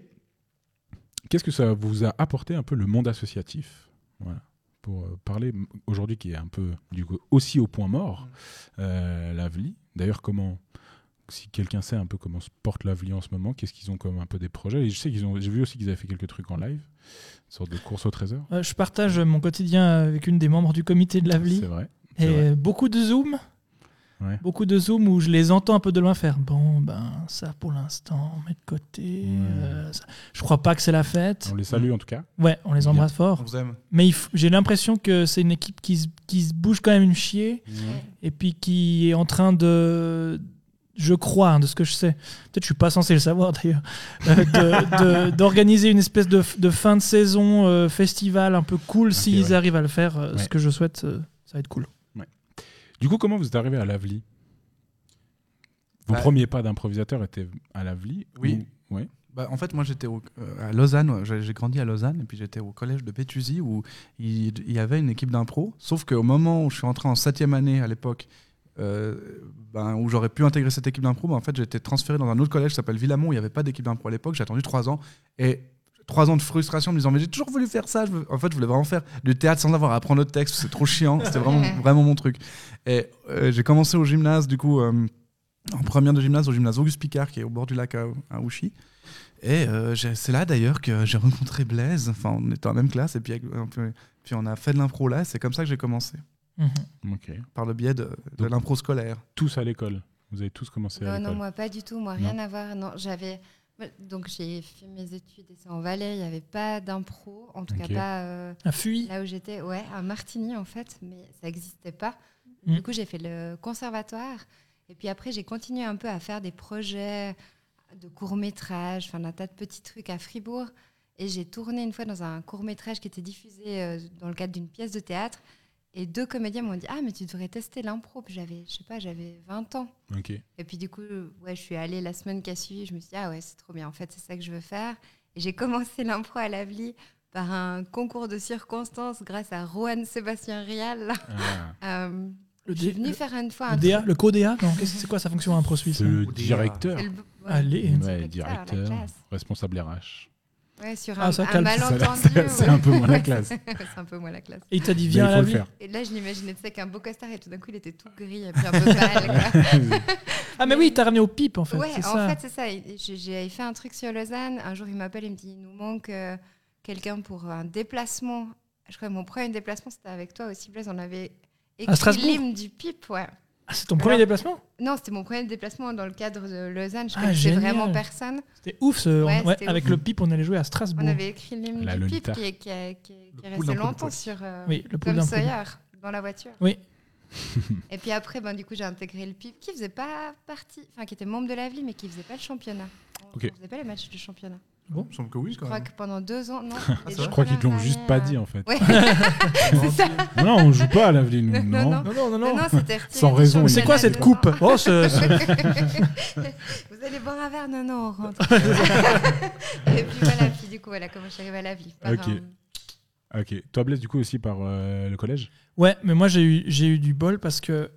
[SPEAKER 1] qu'est-ce que ça vous a apporté un peu le monde associatif. Voilà. Pour euh, parler m- aujourd'hui qui est un peu du coup, aussi au point mort, euh, l'Avli. D'ailleurs, comment si quelqu'un sait un peu comment se porte l'Avli en ce moment, qu'est-ce qu'ils ont comme un peu des projets Et je sais qu'ils ont, j'ai vu aussi qu'ils avaient fait quelques trucs en live, une sorte de course au trésor.
[SPEAKER 2] Euh, Je partage mon quotidien avec une des membres du comité de l'Avli.
[SPEAKER 1] C'est vrai. c'est
[SPEAKER 2] Et
[SPEAKER 1] vrai.
[SPEAKER 2] beaucoup de zoom.
[SPEAKER 1] Ouais.
[SPEAKER 2] Beaucoup de zoom où je les entends un peu de loin faire bon ben ça pour l'instant on met de côté.
[SPEAKER 1] Mmh.
[SPEAKER 2] euh, ça- Je crois pas que c'est la fête.
[SPEAKER 1] On les salue en tout cas.
[SPEAKER 2] Ouais, on les
[SPEAKER 1] Bien.
[SPEAKER 2] embrasse
[SPEAKER 4] On
[SPEAKER 2] fort.
[SPEAKER 4] vous aime.
[SPEAKER 2] Mais il f- j'ai l'impression que c'est une équipe qui se, qui se bouge quand même une chier et puis qui est en train de, je crois, hein, de ce que je sais, peut-être je suis pas censé le savoir d'ailleurs, euh, (laughs) de- de- d'organiser une espèce de, f- de fin de saison euh, festival un peu cool s'ils
[SPEAKER 1] ouais.
[SPEAKER 2] arrivent à le faire. euh,
[SPEAKER 1] Ouais.
[SPEAKER 2] Ce que je souhaite, euh, ça va être cool.
[SPEAKER 1] Du coup, comment vous êtes arrivé à l'Avli Vos
[SPEAKER 4] Bah-
[SPEAKER 1] premiers pas d'improvisateur étaient à l'Avli
[SPEAKER 4] Oui.
[SPEAKER 1] ou- ouais.
[SPEAKER 4] Bah, en fait, moi, j'étais au- euh, à Lausanne. ouais, J'ai j'ai grandi à Lausanne et puis j'étais au collège de Béthusy où il, il y avait une équipe d'impro. Sauf qu'au moment où je suis entré en septième année à l'époque, euh, ben, où j'aurais pu intégrer cette équipe d'impro, ben, en fait, j'ai été transféré dans un autre collège qui s'appelle Villamont. où Il n'y avait pas d'équipe d'impro à l'époque. J'ai attendu trois ans et trois ans de frustration en me disant mais j'ai toujours voulu faire ça. Je veux- En fait, je voulais vraiment faire du théâtre sans avoir à apprendre le texte. C'est trop chiant. C'était vraiment, vraiment mon truc. Et euh, j'ai commencé au gymnase du coup. euh, en première de gymnase au gymnase Auguste Picard qui est au bord du lac à, à Ouchy. Et euh, j'ai- c'est là d'ailleurs que j'ai rencontré Blaise. Enfin, on était en même classe et puis, euh, puis- puis on a fait de l'impro là. et C'est comme ça que j'ai commencé
[SPEAKER 2] Mhm.
[SPEAKER 1] Ok.
[SPEAKER 4] par le biais de, de
[SPEAKER 1] Donc-
[SPEAKER 4] l'impro scolaire.
[SPEAKER 1] Tous à l'école. Vous avez tous commencé à
[SPEAKER 3] Non, non,
[SPEAKER 1] l'école.
[SPEAKER 3] moi pas du tout, moi rien à voir. Non, j'avais donc j'ai fait mes études et c'est en Valais, il n'y avait pas d'impro, en tout
[SPEAKER 1] Ok.
[SPEAKER 3] cas pas euh,
[SPEAKER 2] Un fuit.
[SPEAKER 3] là où j'étais, ouais, à Martigny en fait, mais ça n'existait pas.
[SPEAKER 2] Mm.
[SPEAKER 3] Du coup, j'ai fait le conservatoire et puis après j'ai continué un peu à faire des projets de courts-métrages, enfin un tas de petits trucs à Fribourg et j'ai tourné une fois dans un court-métrage qui était diffusé euh, dans le cadre d'une pièce de théâtre et deux comédiens m'ont dit "Ah, mais tu devrais tester l'impro." Puis j'avais je sais pas, j'avais 20 ans.
[SPEAKER 1] Ok.
[SPEAKER 3] Et puis du coup, ouais, je suis allée la semaine qui a suivi, je me suis dit, ah ouais, c'est trop bien, en fait, c'est ça que je veux faire. Et j'ai commencé l'impro à l'Avely par un concours de circonstances grâce à Rohan Sébastien Rial.
[SPEAKER 1] Ah.
[SPEAKER 3] Euh,
[SPEAKER 2] Le,
[SPEAKER 3] je suis
[SPEAKER 2] D-
[SPEAKER 3] venue
[SPEAKER 2] le-
[SPEAKER 3] faire une fois
[SPEAKER 2] le
[SPEAKER 3] un
[SPEAKER 2] DA,
[SPEAKER 3] truc-
[SPEAKER 2] le co-DA Non, qu'est-ce que c'est quoi sa fonction impro suisse hein
[SPEAKER 1] C'est le
[SPEAKER 4] Ou des-
[SPEAKER 1] directeur.
[SPEAKER 3] c'est le- ouais,
[SPEAKER 2] Allez.
[SPEAKER 3] le
[SPEAKER 1] Ouais,
[SPEAKER 3] la
[SPEAKER 1] directeur,
[SPEAKER 3] classe.
[SPEAKER 1] responsable RH.
[SPEAKER 3] Ouais, sur
[SPEAKER 2] Ah,
[SPEAKER 3] un,
[SPEAKER 2] ça,
[SPEAKER 3] un
[SPEAKER 2] calme.
[SPEAKER 3] malentendu.
[SPEAKER 1] C'est- (laughs) c'est un peu moins la
[SPEAKER 3] Ah, ouais.
[SPEAKER 1] classe.
[SPEAKER 3] (laughs) c'est un peu moins la classe.
[SPEAKER 2] Et il t'a dit,
[SPEAKER 1] Mais
[SPEAKER 2] viens à la
[SPEAKER 1] il faut le
[SPEAKER 2] ville.
[SPEAKER 1] faire.
[SPEAKER 3] Et là, je l'imaginais, tu sais, qu'un beau costard et tout d'un coup, il était tout gris et puis un peu pâle. quoi.
[SPEAKER 2] Ah, mais oui, il t'a ramené au pipe en fait.
[SPEAKER 3] ouais,
[SPEAKER 2] c'est
[SPEAKER 3] en
[SPEAKER 2] ça.
[SPEAKER 3] fait, c'est ça. Et J'ai j'ai fait un truc sur Lausanne. Un jour, il m'appelle, il me dit, il nous manque euh, quelqu'un pour un déplacement. Je crois que mon premier déplacement, c'était avec toi aussi, Blaise. On avait écrit
[SPEAKER 2] Strasbourg
[SPEAKER 3] l'hymne du pipe, ouais.
[SPEAKER 2] Ah, c'est ton premier
[SPEAKER 3] Alors-
[SPEAKER 2] déplacement
[SPEAKER 3] Non, c'était mon premier déplacement dans le cadre de Lausanne. Je
[SPEAKER 2] Ah,
[SPEAKER 3] connaissais
[SPEAKER 2] génial.
[SPEAKER 3] vraiment personne.
[SPEAKER 2] C'était ouf ce.
[SPEAKER 3] Ouais,
[SPEAKER 2] on- ouais,
[SPEAKER 3] c'était
[SPEAKER 2] avec
[SPEAKER 1] ouf.
[SPEAKER 2] le pipe, on allait jouer à Strasbourg.
[SPEAKER 3] On avait écrit l'hymne
[SPEAKER 1] La
[SPEAKER 3] du
[SPEAKER 1] Lolita.
[SPEAKER 3] pipe qui, est- qui est- qui est- qui est
[SPEAKER 4] Le poule
[SPEAKER 3] resté
[SPEAKER 4] d'un poule
[SPEAKER 3] longtemps
[SPEAKER 4] poule.
[SPEAKER 3] sur euh,
[SPEAKER 2] Oui, le poule
[SPEAKER 3] Tom
[SPEAKER 2] d'un poule.
[SPEAKER 3] Sawyer dans la voiture.
[SPEAKER 2] Oui.
[SPEAKER 3] (laughs) Et puis après, ben, du coup, j'ai intégré le PIP qui faisait pas partie, enfin qui était membre de l'AVLI, mais qui faisait pas le championnat. On,
[SPEAKER 1] Ok.
[SPEAKER 3] on faisait pas les matchs du championnat.
[SPEAKER 4] Il me semble que oui,
[SPEAKER 3] Je
[SPEAKER 4] quand
[SPEAKER 3] crois
[SPEAKER 4] même.
[SPEAKER 3] que pendant deux ans, non. les
[SPEAKER 4] Je
[SPEAKER 3] deux
[SPEAKER 1] Je crois qu'ils
[SPEAKER 3] premières
[SPEAKER 1] l'ont juste pas
[SPEAKER 3] années,
[SPEAKER 1] dit
[SPEAKER 3] euh,
[SPEAKER 1] en fait.
[SPEAKER 3] Ouais.
[SPEAKER 4] C'est ça.
[SPEAKER 1] Non, on joue pas à l'avenir, nous.
[SPEAKER 3] (laughs)
[SPEAKER 1] Non,
[SPEAKER 3] Non, non,
[SPEAKER 2] Non, non, non, non.
[SPEAKER 3] Non, non, c'était retiré
[SPEAKER 1] Sans
[SPEAKER 3] du
[SPEAKER 1] raison.
[SPEAKER 3] championnat
[SPEAKER 1] C'est
[SPEAKER 2] C'est quoi cette
[SPEAKER 3] deux
[SPEAKER 2] coupe
[SPEAKER 3] ans.
[SPEAKER 2] Oh, ce- ce-
[SPEAKER 3] (laughs) Vous allez boire un verre Non, non, on rentre. Et puis voilà, puis du coup, voilà comment je suis arrivée à l'AVLI. Par
[SPEAKER 1] Ok.
[SPEAKER 3] un-
[SPEAKER 1] Ok. Toi, Blaise, du coup, aussi par euh, le collège
[SPEAKER 2] Ouais, mais moi j'ai eu, j'ai eu du bol parce que,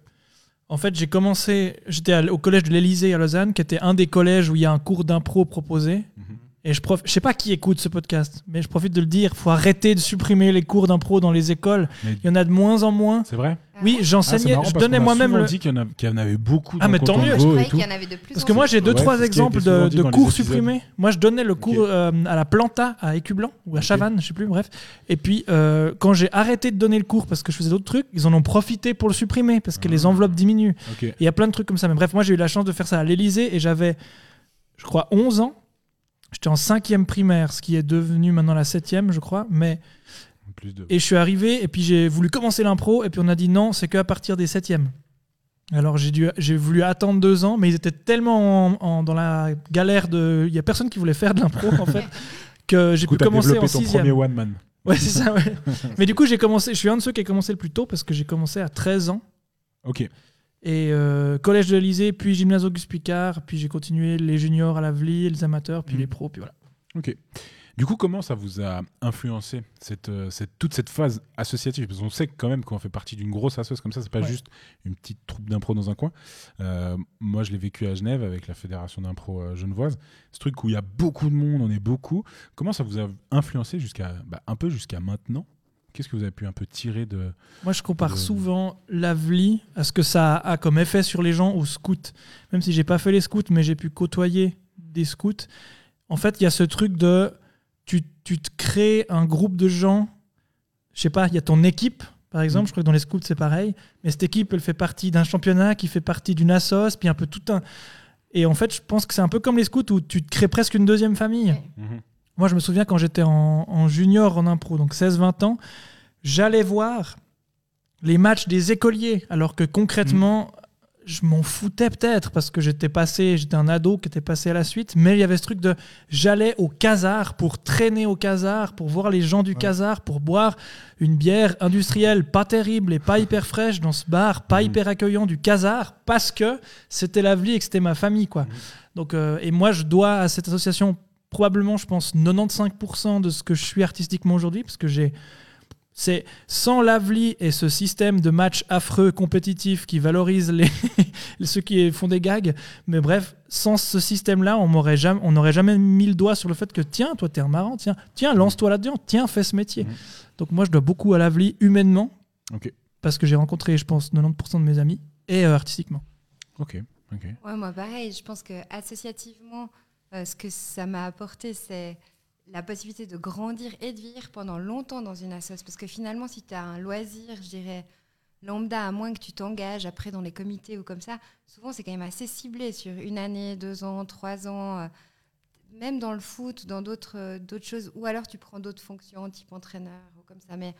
[SPEAKER 2] en fait, j'ai commencé, j'étais à l- au collège de l'Elysée à Lausanne, qui était un des collèges où il y a un cours d'impro proposé.
[SPEAKER 1] Mhm.
[SPEAKER 2] Et je, prof... je sais pas qui écoute ce podcast, mais je profite de le dire, faut arrêter de supprimer les cours d'impro dans les écoles.
[SPEAKER 1] Mais-
[SPEAKER 2] Il y en a de moins en moins.
[SPEAKER 1] C'est vrai
[SPEAKER 3] Ah
[SPEAKER 2] Oui,
[SPEAKER 1] Ah, c'est
[SPEAKER 2] j'enseignais,
[SPEAKER 1] marrant
[SPEAKER 2] je
[SPEAKER 1] parce
[SPEAKER 2] donnais
[SPEAKER 1] qu'on a
[SPEAKER 2] moi-même
[SPEAKER 1] souvent
[SPEAKER 2] le...
[SPEAKER 1] dit qu'il y en a- qu'il y en avait beaucoup
[SPEAKER 2] Ah,
[SPEAKER 1] dans
[SPEAKER 2] mais
[SPEAKER 1] le
[SPEAKER 2] tant
[SPEAKER 1] canton de
[SPEAKER 2] mieux.
[SPEAKER 3] Je
[SPEAKER 1] Vaud
[SPEAKER 3] croyais
[SPEAKER 1] et tout.
[SPEAKER 3] qu'il y en avait de plus
[SPEAKER 2] Parce
[SPEAKER 3] en
[SPEAKER 2] que moi
[SPEAKER 3] plus.
[SPEAKER 2] j'ai deux,
[SPEAKER 1] Ouais, c'est
[SPEAKER 2] trois
[SPEAKER 1] ce qui a été
[SPEAKER 2] exemples
[SPEAKER 1] souvent
[SPEAKER 2] de,
[SPEAKER 1] dit
[SPEAKER 2] de
[SPEAKER 1] dans les
[SPEAKER 2] cours
[SPEAKER 1] épisodes.
[SPEAKER 2] supprimés. Moi je donnais le cours
[SPEAKER 1] Ok.
[SPEAKER 2] euh, à la Planta à Écublanc ou à Chavannes, je sais plus, bref. Et puis euh, quand j'ai arrêté de donner le cours parce que je faisais d'autres trucs, ils en ont profité pour le supprimer parce que les
[SPEAKER 1] Ah.
[SPEAKER 2] enveloppes diminuent.
[SPEAKER 1] Ok.
[SPEAKER 2] Et Il y a plein de trucs comme ça. Mais bref, moi j'ai eu la chance de faire ça à l'Elysée et j'avais, je crois, 11 ans. J'étais en cinquième primaire, ce qui est devenu maintenant la septième, je crois. Mais
[SPEAKER 1] Plus de.
[SPEAKER 2] et je suis arrivé et puis j'ai voulu commencer l'impro et puis on a dit non, c'est qu'à partir des septièmes. Alors j'ai dû, j'ai voulu attendre deux ans, mais ils étaient tellement en- en- dans la galère de, il y a personne qui voulait faire de l'impro
[SPEAKER 1] (laughs)
[SPEAKER 2] en fait, que j'ai
[SPEAKER 1] Du coup,
[SPEAKER 2] pu
[SPEAKER 1] t'as
[SPEAKER 2] commencer en
[SPEAKER 1] développé ton
[SPEAKER 2] sixième.
[SPEAKER 1] premier one man.
[SPEAKER 2] Ouais, c'est ça. ouais. mais du coup j'ai commencé, je suis un de ceux qui a commencé le plus tôt parce que j'ai commencé à 13 ans
[SPEAKER 1] Ok.
[SPEAKER 2] et euh, collège de l'Elysée, puis gymnase Auguste Picard, puis j'ai continué les juniors à l'Avely, les amateurs, puis
[SPEAKER 1] Mhm.
[SPEAKER 2] les pros, puis voilà.
[SPEAKER 1] Ok. Du coup, comment ça vous a influencé cette, euh, cette- toute cette phase associative Parce qu'on sait quand même qu'on fait partie d'une grosse association comme ça, c'est pas
[SPEAKER 2] Ouais.
[SPEAKER 1] juste une petite troupe d'impro dans un coin. Euh, moi, je l'ai vécu à Genève avec la fédération d'impro euh, genevoise. Ce truc où il y a beaucoup de monde, on est beaucoup. Comment ça vous a influencé jusqu'à bah, un peu jusqu'à maintenant Qu'est-ce que vous avez pu un peu tirer de
[SPEAKER 2] Moi, je compare
[SPEAKER 1] Euh.
[SPEAKER 2] souvent l'Avli à ce que ça a comme effet sur les gens aux scouts. Même si j'ai pas fait les scouts, mais j'ai pu côtoyer des scouts. En fait, il y a ce truc de tu, tu te crées un groupe de gens. Je sais pas, il y a ton équipe, par exemple. Je crois que dans les scouts, c'est pareil. Mais cette équipe, elle fait partie d'un championnat qui fait partie d'une assos, puis un peu tout un. Et en fait, je pense que c'est un peu comme les scouts où tu te crées presque une deuxième famille.
[SPEAKER 3] Ouais.
[SPEAKER 2] Moi, je me souviens quand j'étais en, en junior en impro, donc 16-20 ans, j'allais voir les matchs des écoliers, alors que concrètement, je m'en foutais peut-être parce que j'étais passé, j'étais un ado qui était passé à la suite, mais il y avait ce truc de j'allais au casar pour traîner au casar, pour voir les gens du casar, pour boire une bière industrielle pas terrible et pas hyper fraîche dans ce bar, pas
[SPEAKER 1] Mhm.
[SPEAKER 2] hyper accueillant du casar, parce que c'était l'avenir et que c'était ma famille, quoi. Donc, euh, et moi, je dois à cette association probablement, je pense, 95% de ce que je suis artistiquement aujourd'hui, parce que j'ai. C'est sans l'Avli et ce système de match affreux, compétitif, qui valorise les, (laughs) ceux qui font des gags. Mais bref, sans ce système-là, on m'aurait jamais, on n'aurait jamais mis le doigt sur le fait que tiens, toi, t'es un marrant, tiens, tiens, lance-toi là-dedans, tiens, fais ce métier.
[SPEAKER 1] Mhm.
[SPEAKER 2] Donc moi, je dois beaucoup à l'Avli humainement,
[SPEAKER 1] Ok.
[SPEAKER 2] parce que j'ai rencontré, je pense, 90% de mes amis et euh, artistiquement.
[SPEAKER 1] Ok. Ok.
[SPEAKER 3] Ouais, moi pareil, je pense que associativement, euh, ce que ça m'a apporté, c'est la possibilité de grandir et de vivre pendant longtemps dans une association. Parce que finalement, si tu as un loisir, je dirais lambda, à moins que tu t'engages après dans les comités ou comme ça, souvent c'est quand même assez ciblé sur une année, deux ans, trois ans, euh, même dans le foot, dans d'autres euh, d'autres choses, ou alors tu prends d'autres fonctions, type entraîneur ou comme ça. Mais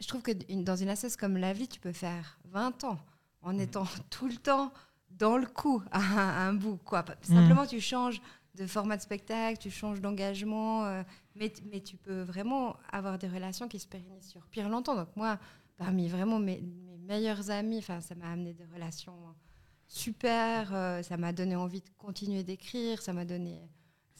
[SPEAKER 3] je trouve que d- une- dans une association comme la vie, tu peux faire 20 ans en étant (laughs) tout le temps dans le coup à un, à un bout. Quoi. Pas-
[SPEAKER 2] Mhm.
[SPEAKER 3] Simplement, tu changes de format de spectacle, tu changes d'engagement, euh, mais, t- mais tu peux vraiment avoir des relations qui se pérennisent sur pire longtemps. Donc moi, parmi vraiment mes, mes meilleurs amis, enfin, ça m'a amené des relations super, euh, ça m'a donné envie de continuer d'écrire, ça m'a donné,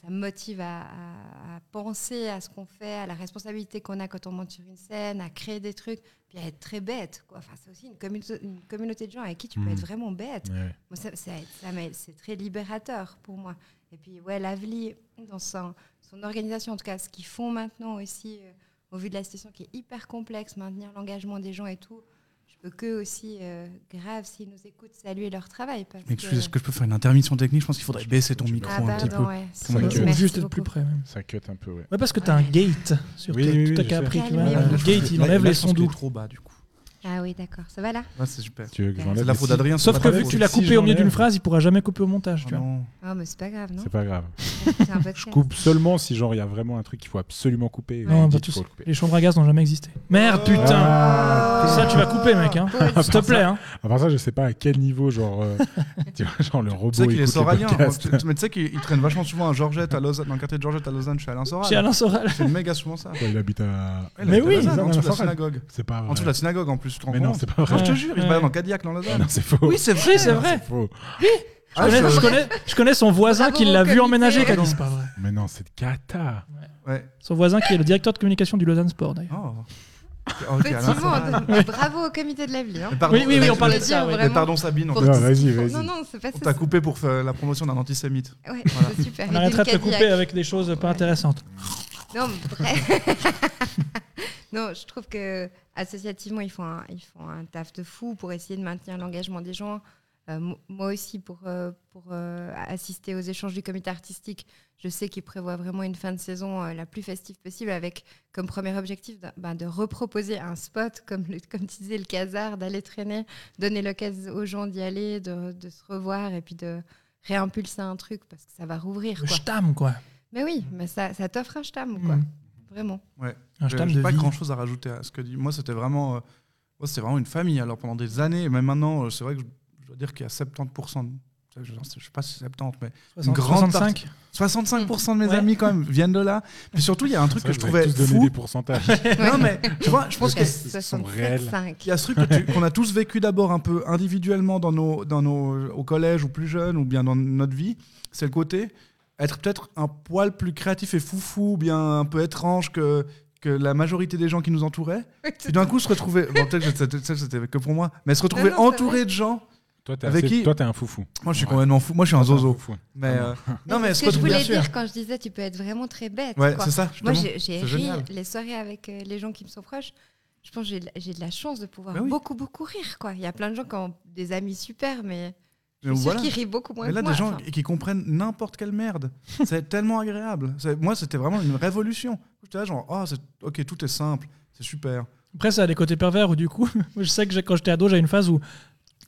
[SPEAKER 3] ça me motive à, à- à penser à ce qu'on fait, à la responsabilité qu'on a quand on monte sur une scène, à créer des trucs, puis à être très bête. Quoi. Enfin, c'est aussi une, communauté- une communauté de gens avec qui tu peux
[SPEAKER 1] Mhm.
[SPEAKER 3] être vraiment bête.
[SPEAKER 1] Ouais, ouais.
[SPEAKER 3] Moi, ça- ça- ça m'a- c'est très libérateur pour moi. Et puis, ouais, l'Avli, dans son, son organisation, en tout cas, ce qu'ils font maintenant aussi, euh, au vu de la situation qui est hyper complexe, maintenir l'engagement des gens et tout, je peux que aussi, euh, grave, s'ils nous écoutent, saluer leur travail. Parce
[SPEAKER 4] Excusez,
[SPEAKER 3] que-
[SPEAKER 4] est-ce que je peux faire une intermission technique Je pense qu'il faudrait baisser ton
[SPEAKER 1] Ah,
[SPEAKER 4] micro
[SPEAKER 3] Ah,
[SPEAKER 4] un petit peu.
[SPEAKER 3] pardon, ouais.
[SPEAKER 4] Comment
[SPEAKER 2] Ou
[SPEAKER 4] Merci
[SPEAKER 2] juste être
[SPEAKER 3] beaucoup.
[SPEAKER 2] plus près. même.
[SPEAKER 1] Ça cut un peu, ouais.
[SPEAKER 2] Ouais, parce que t'as un gate sur
[SPEAKER 1] Oui,
[SPEAKER 2] tes-
[SPEAKER 1] oui,
[SPEAKER 2] tout
[SPEAKER 1] oui,
[SPEAKER 2] à
[SPEAKER 1] je
[SPEAKER 2] cas
[SPEAKER 1] sais.
[SPEAKER 2] après. tu vois.
[SPEAKER 3] Calmez-vous.
[SPEAKER 2] le gate, il enlève les sons
[SPEAKER 4] doux.
[SPEAKER 2] doux.
[SPEAKER 4] trop bas, du coup.
[SPEAKER 3] Ah oui, d'accord. Ça va là
[SPEAKER 4] Là, Ah, c'est super.
[SPEAKER 1] Tu veux que
[SPEAKER 3] C'est
[SPEAKER 1] j'enlève
[SPEAKER 4] C'est la
[SPEAKER 1] les
[SPEAKER 4] faute
[SPEAKER 1] six
[SPEAKER 4] d'Adrien.
[SPEAKER 2] Sauf
[SPEAKER 4] c'est
[SPEAKER 2] que
[SPEAKER 4] pas la
[SPEAKER 2] vu que
[SPEAKER 4] faute.
[SPEAKER 2] tu l'as
[SPEAKER 1] Bah, Si
[SPEAKER 2] coupé au milieu
[SPEAKER 1] j'enlève.
[SPEAKER 2] d'une phrase, il pourra jamais couper au montage.
[SPEAKER 4] Ah
[SPEAKER 2] Tu vois.
[SPEAKER 4] non.
[SPEAKER 3] Ah, mais c'est pas grave, non
[SPEAKER 1] C'est pas grave.
[SPEAKER 3] C'est un podcast.
[SPEAKER 1] Je coupe seulement si genre il y a vraiment un truc qu'il faut absolument couper.
[SPEAKER 2] Non,
[SPEAKER 1] Il
[SPEAKER 2] pas
[SPEAKER 1] dit qu'il
[SPEAKER 2] tous.
[SPEAKER 1] faut le couper.
[SPEAKER 2] Les chambres à gaz n'ont jamais existé. Merde,
[SPEAKER 3] Oh.
[SPEAKER 2] putain.
[SPEAKER 1] Ah.
[SPEAKER 2] Ça, tu vas couper, mec. hein. S'il te plaît. hein.
[SPEAKER 1] À part ça, je sais pas à quel niveau genre
[SPEAKER 3] (laughs)
[SPEAKER 1] euh, tu vois genre le robot
[SPEAKER 4] Tu sais qu'il est
[SPEAKER 1] écoute le
[SPEAKER 4] soralien. hein.
[SPEAKER 1] podcast.
[SPEAKER 4] Tu- tu- Mais tu sais qu'il il traîne vachement souvent à Georgette, à Lausanne, dans le quartier de Georgette à Lausanne chez Alain
[SPEAKER 2] Chez
[SPEAKER 4] Soral.
[SPEAKER 2] Alain Soral.
[SPEAKER 4] C'est méga souvent ça.
[SPEAKER 1] Ouais, il habite à
[SPEAKER 4] Ouais, il
[SPEAKER 2] Mais
[SPEAKER 4] habite à
[SPEAKER 2] oui,
[SPEAKER 4] Lausanne,
[SPEAKER 1] Alain
[SPEAKER 4] en dessous de la
[SPEAKER 1] Soral.
[SPEAKER 4] synagogue.
[SPEAKER 1] C'est pas
[SPEAKER 4] En
[SPEAKER 1] vrai.
[SPEAKER 4] dessous de la synagogue en plus, tu te rends
[SPEAKER 1] Mais non,
[SPEAKER 4] compte
[SPEAKER 1] c'est pas
[SPEAKER 4] Moi,
[SPEAKER 1] vrai.
[SPEAKER 4] je te jure, il se
[SPEAKER 2] Ouais.
[SPEAKER 4] balade en Cadillac dans Lausanne.
[SPEAKER 1] Non, c'est faux.
[SPEAKER 2] Oui, c'est vrai, c'est vrai.
[SPEAKER 1] C'est faux.
[SPEAKER 2] Je
[SPEAKER 4] Ah,
[SPEAKER 2] connais, je, connais, je connais son voisin
[SPEAKER 3] Bravo,
[SPEAKER 2] qui l'a vu
[SPEAKER 3] comité.
[SPEAKER 2] emménager, t'as dit,
[SPEAKER 4] Non.
[SPEAKER 2] c'est pas vrai.
[SPEAKER 1] Mais non, c'est de cata.
[SPEAKER 4] Ouais.
[SPEAKER 2] Son voisin qui est le directeur de communication du Lausanne Sport, d'ailleurs.
[SPEAKER 4] Oh. Ok, Alain Ah,
[SPEAKER 3] Effectivement,
[SPEAKER 4] Soral.
[SPEAKER 3] donc, bravo au comité de la vie. hein.
[SPEAKER 4] Mais pardon,
[SPEAKER 2] Oui, oui, oui, on
[SPEAKER 4] mais-
[SPEAKER 2] parlait
[SPEAKER 3] Je
[SPEAKER 2] de
[SPEAKER 3] veux
[SPEAKER 2] ça,
[SPEAKER 3] dire,
[SPEAKER 2] oui.
[SPEAKER 4] Mais
[SPEAKER 3] vraiment,
[SPEAKER 4] pardon, Sabine, on
[SPEAKER 3] pour-
[SPEAKER 1] Non, vas-y, vas-y.
[SPEAKER 3] Non, non, c'est pas ça.
[SPEAKER 4] on t'a coupé pour faire la promotion d'un antisémite.
[SPEAKER 3] Ouais,
[SPEAKER 4] Voilà.
[SPEAKER 3] c'est super.
[SPEAKER 2] On
[SPEAKER 3] Il
[SPEAKER 2] arrêtera de
[SPEAKER 3] était
[SPEAKER 2] te
[SPEAKER 3] une
[SPEAKER 2] couper
[SPEAKER 3] Cadillac.
[SPEAKER 2] avec des choses pas
[SPEAKER 3] Ouais.
[SPEAKER 2] intéressantes.
[SPEAKER 3] Non, mais bref. (laughs) non, je trouve que associativement, ils font, un, ils font un taf de fou pour essayer de maintenir l'engagement des gens. Euh, mo- moi aussi, pour, euh, pour euh, assister aux échanges du comité artistique, je sais qu'ils prévoient vraiment une fin de saison euh, la plus festive possible avec comme premier objectif de, ben, de reproposer un spot, comme, le- comme tu disais, le casar, d'aller traîner, donner l'occasion aux gens d'y aller, de, de se revoir et puis de réimpulser un truc parce que ça va rouvrir.
[SPEAKER 2] Le
[SPEAKER 3] quoi.
[SPEAKER 2] Stam, quoi.
[SPEAKER 3] Mais oui, mais ça, ça t'offre un stam, quoi.
[SPEAKER 2] Mm.
[SPEAKER 3] Vraiment.
[SPEAKER 1] Euh,
[SPEAKER 2] Un
[SPEAKER 4] Je
[SPEAKER 2] Stam
[SPEAKER 4] n'ai
[SPEAKER 2] de
[SPEAKER 4] pas
[SPEAKER 2] vie.
[SPEAKER 4] grand chose à rajouter à ce que dit. Moi, c'était vraiment, euh, moi, c'était vraiment une famille. Alors pendant des années, et même maintenant, euh, c'est vrai que je, je dois dire qu'il y a 70%. de- Je ne sais pas si c'est 70, mais Une grande
[SPEAKER 2] 65.
[SPEAKER 4] 65% de mes
[SPEAKER 2] Ouais.
[SPEAKER 4] amis quand même viennent de là. Puis surtout, il y a un truc
[SPEAKER 1] Ça,
[SPEAKER 4] que je
[SPEAKER 1] vous avez
[SPEAKER 4] trouvais
[SPEAKER 1] tous donné
[SPEAKER 4] fou.
[SPEAKER 1] des pourcentages.
[SPEAKER 4] Non mais tu vois, je pense que
[SPEAKER 1] Parce que ce sont réels.
[SPEAKER 2] (laughs)
[SPEAKER 3] 65.
[SPEAKER 4] Il y a ce truc que tu- qu'on a tous vécu d'abord un peu individuellement dans nos, dans nos, euh, au collège ou plus jeune ou bien dans notre vie, c'est le côté être peut-être un poil plus créatif et foufou, ou bien un peu étrange que, que la majorité des gens qui nous entouraient. Puis d'un coup se retrouver, bon peut-être que c'était- ça, c'était que pour moi, mais se retrouver
[SPEAKER 3] Non, non, c'est
[SPEAKER 4] entouré de gens.
[SPEAKER 1] Toi, t'es
[SPEAKER 4] Avec
[SPEAKER 1] assez-
[SPEAKER 4] qui
[SPEAKER 1] toi, t'es un foufou.
[SPEAKER 4] Moi je suis
[SPEAKER 1] Ouais.
[SPEAKER 4] complètement fou, moi je suis un
[SPEAKER 1] Toi, t'es
[SPEAKER 4] zozo.
[SPEAKER 1] foufou.
[SPEAKER 4] Mais euh, non mais
[SPEAKER 3] Mais
[SPEAKER 4] se
[SPEAKER 3] ce que je
[SPEAKER 4] retrouver,
[SPEAKER 3] voulais
[SPEAKER 4] bien sûr.
[SPEAKER 3] dire quand je disais tu peux être vraiment très bête.
[SPEAKER 4] Ouais,
[SPEAKER 3] quoi.
[SPEAKER 4] c'est ça.
[SPEAKER 3] Moi,
[SPEAKER 4] justement.
[SPEAKER 3] j'ai j'ai
[SPEAKER 4] C'est
[SPEAKER 3] ri
[SPEAKER 4] génial.
[SPEAKER 3] les soirées avec euh, les gens qui me sont proches. Je pense que j'ai de la- j'ai de la chance de pouvoir
[SPEAKER 4] Bah oui.
[SPEAKER 3] beaucoup, beaucoup rire. quoi. Il y a plein de gens qui ont des amis super, mais je
[SPEAKER 4] Mais
[SPEAKER 3] suis
[SPEAKER 4] voilà.
[SPEAKER 3] sûre qu'ils rient beaucoup moins
[SPEAKER 4] Mais là,
[SPEAKER 3] que moi.
[SPEAKER 4] des gens
[SPEAKER 3] enfin.
[SPEAKER 4] qui comprennent n'importe quelle merde. (laughs) c'est tellement agréable. C'est- Moi, c'était vraiment une révolution. J'étais là, genre, ah, c'est- ok, tout est simple, c'est super.
[SPEAKER 2] Après, ça a des côtés pervers où, du coup, (laughs) moi, je sais que j'ai- quand j'étais ado, j'avais une phase où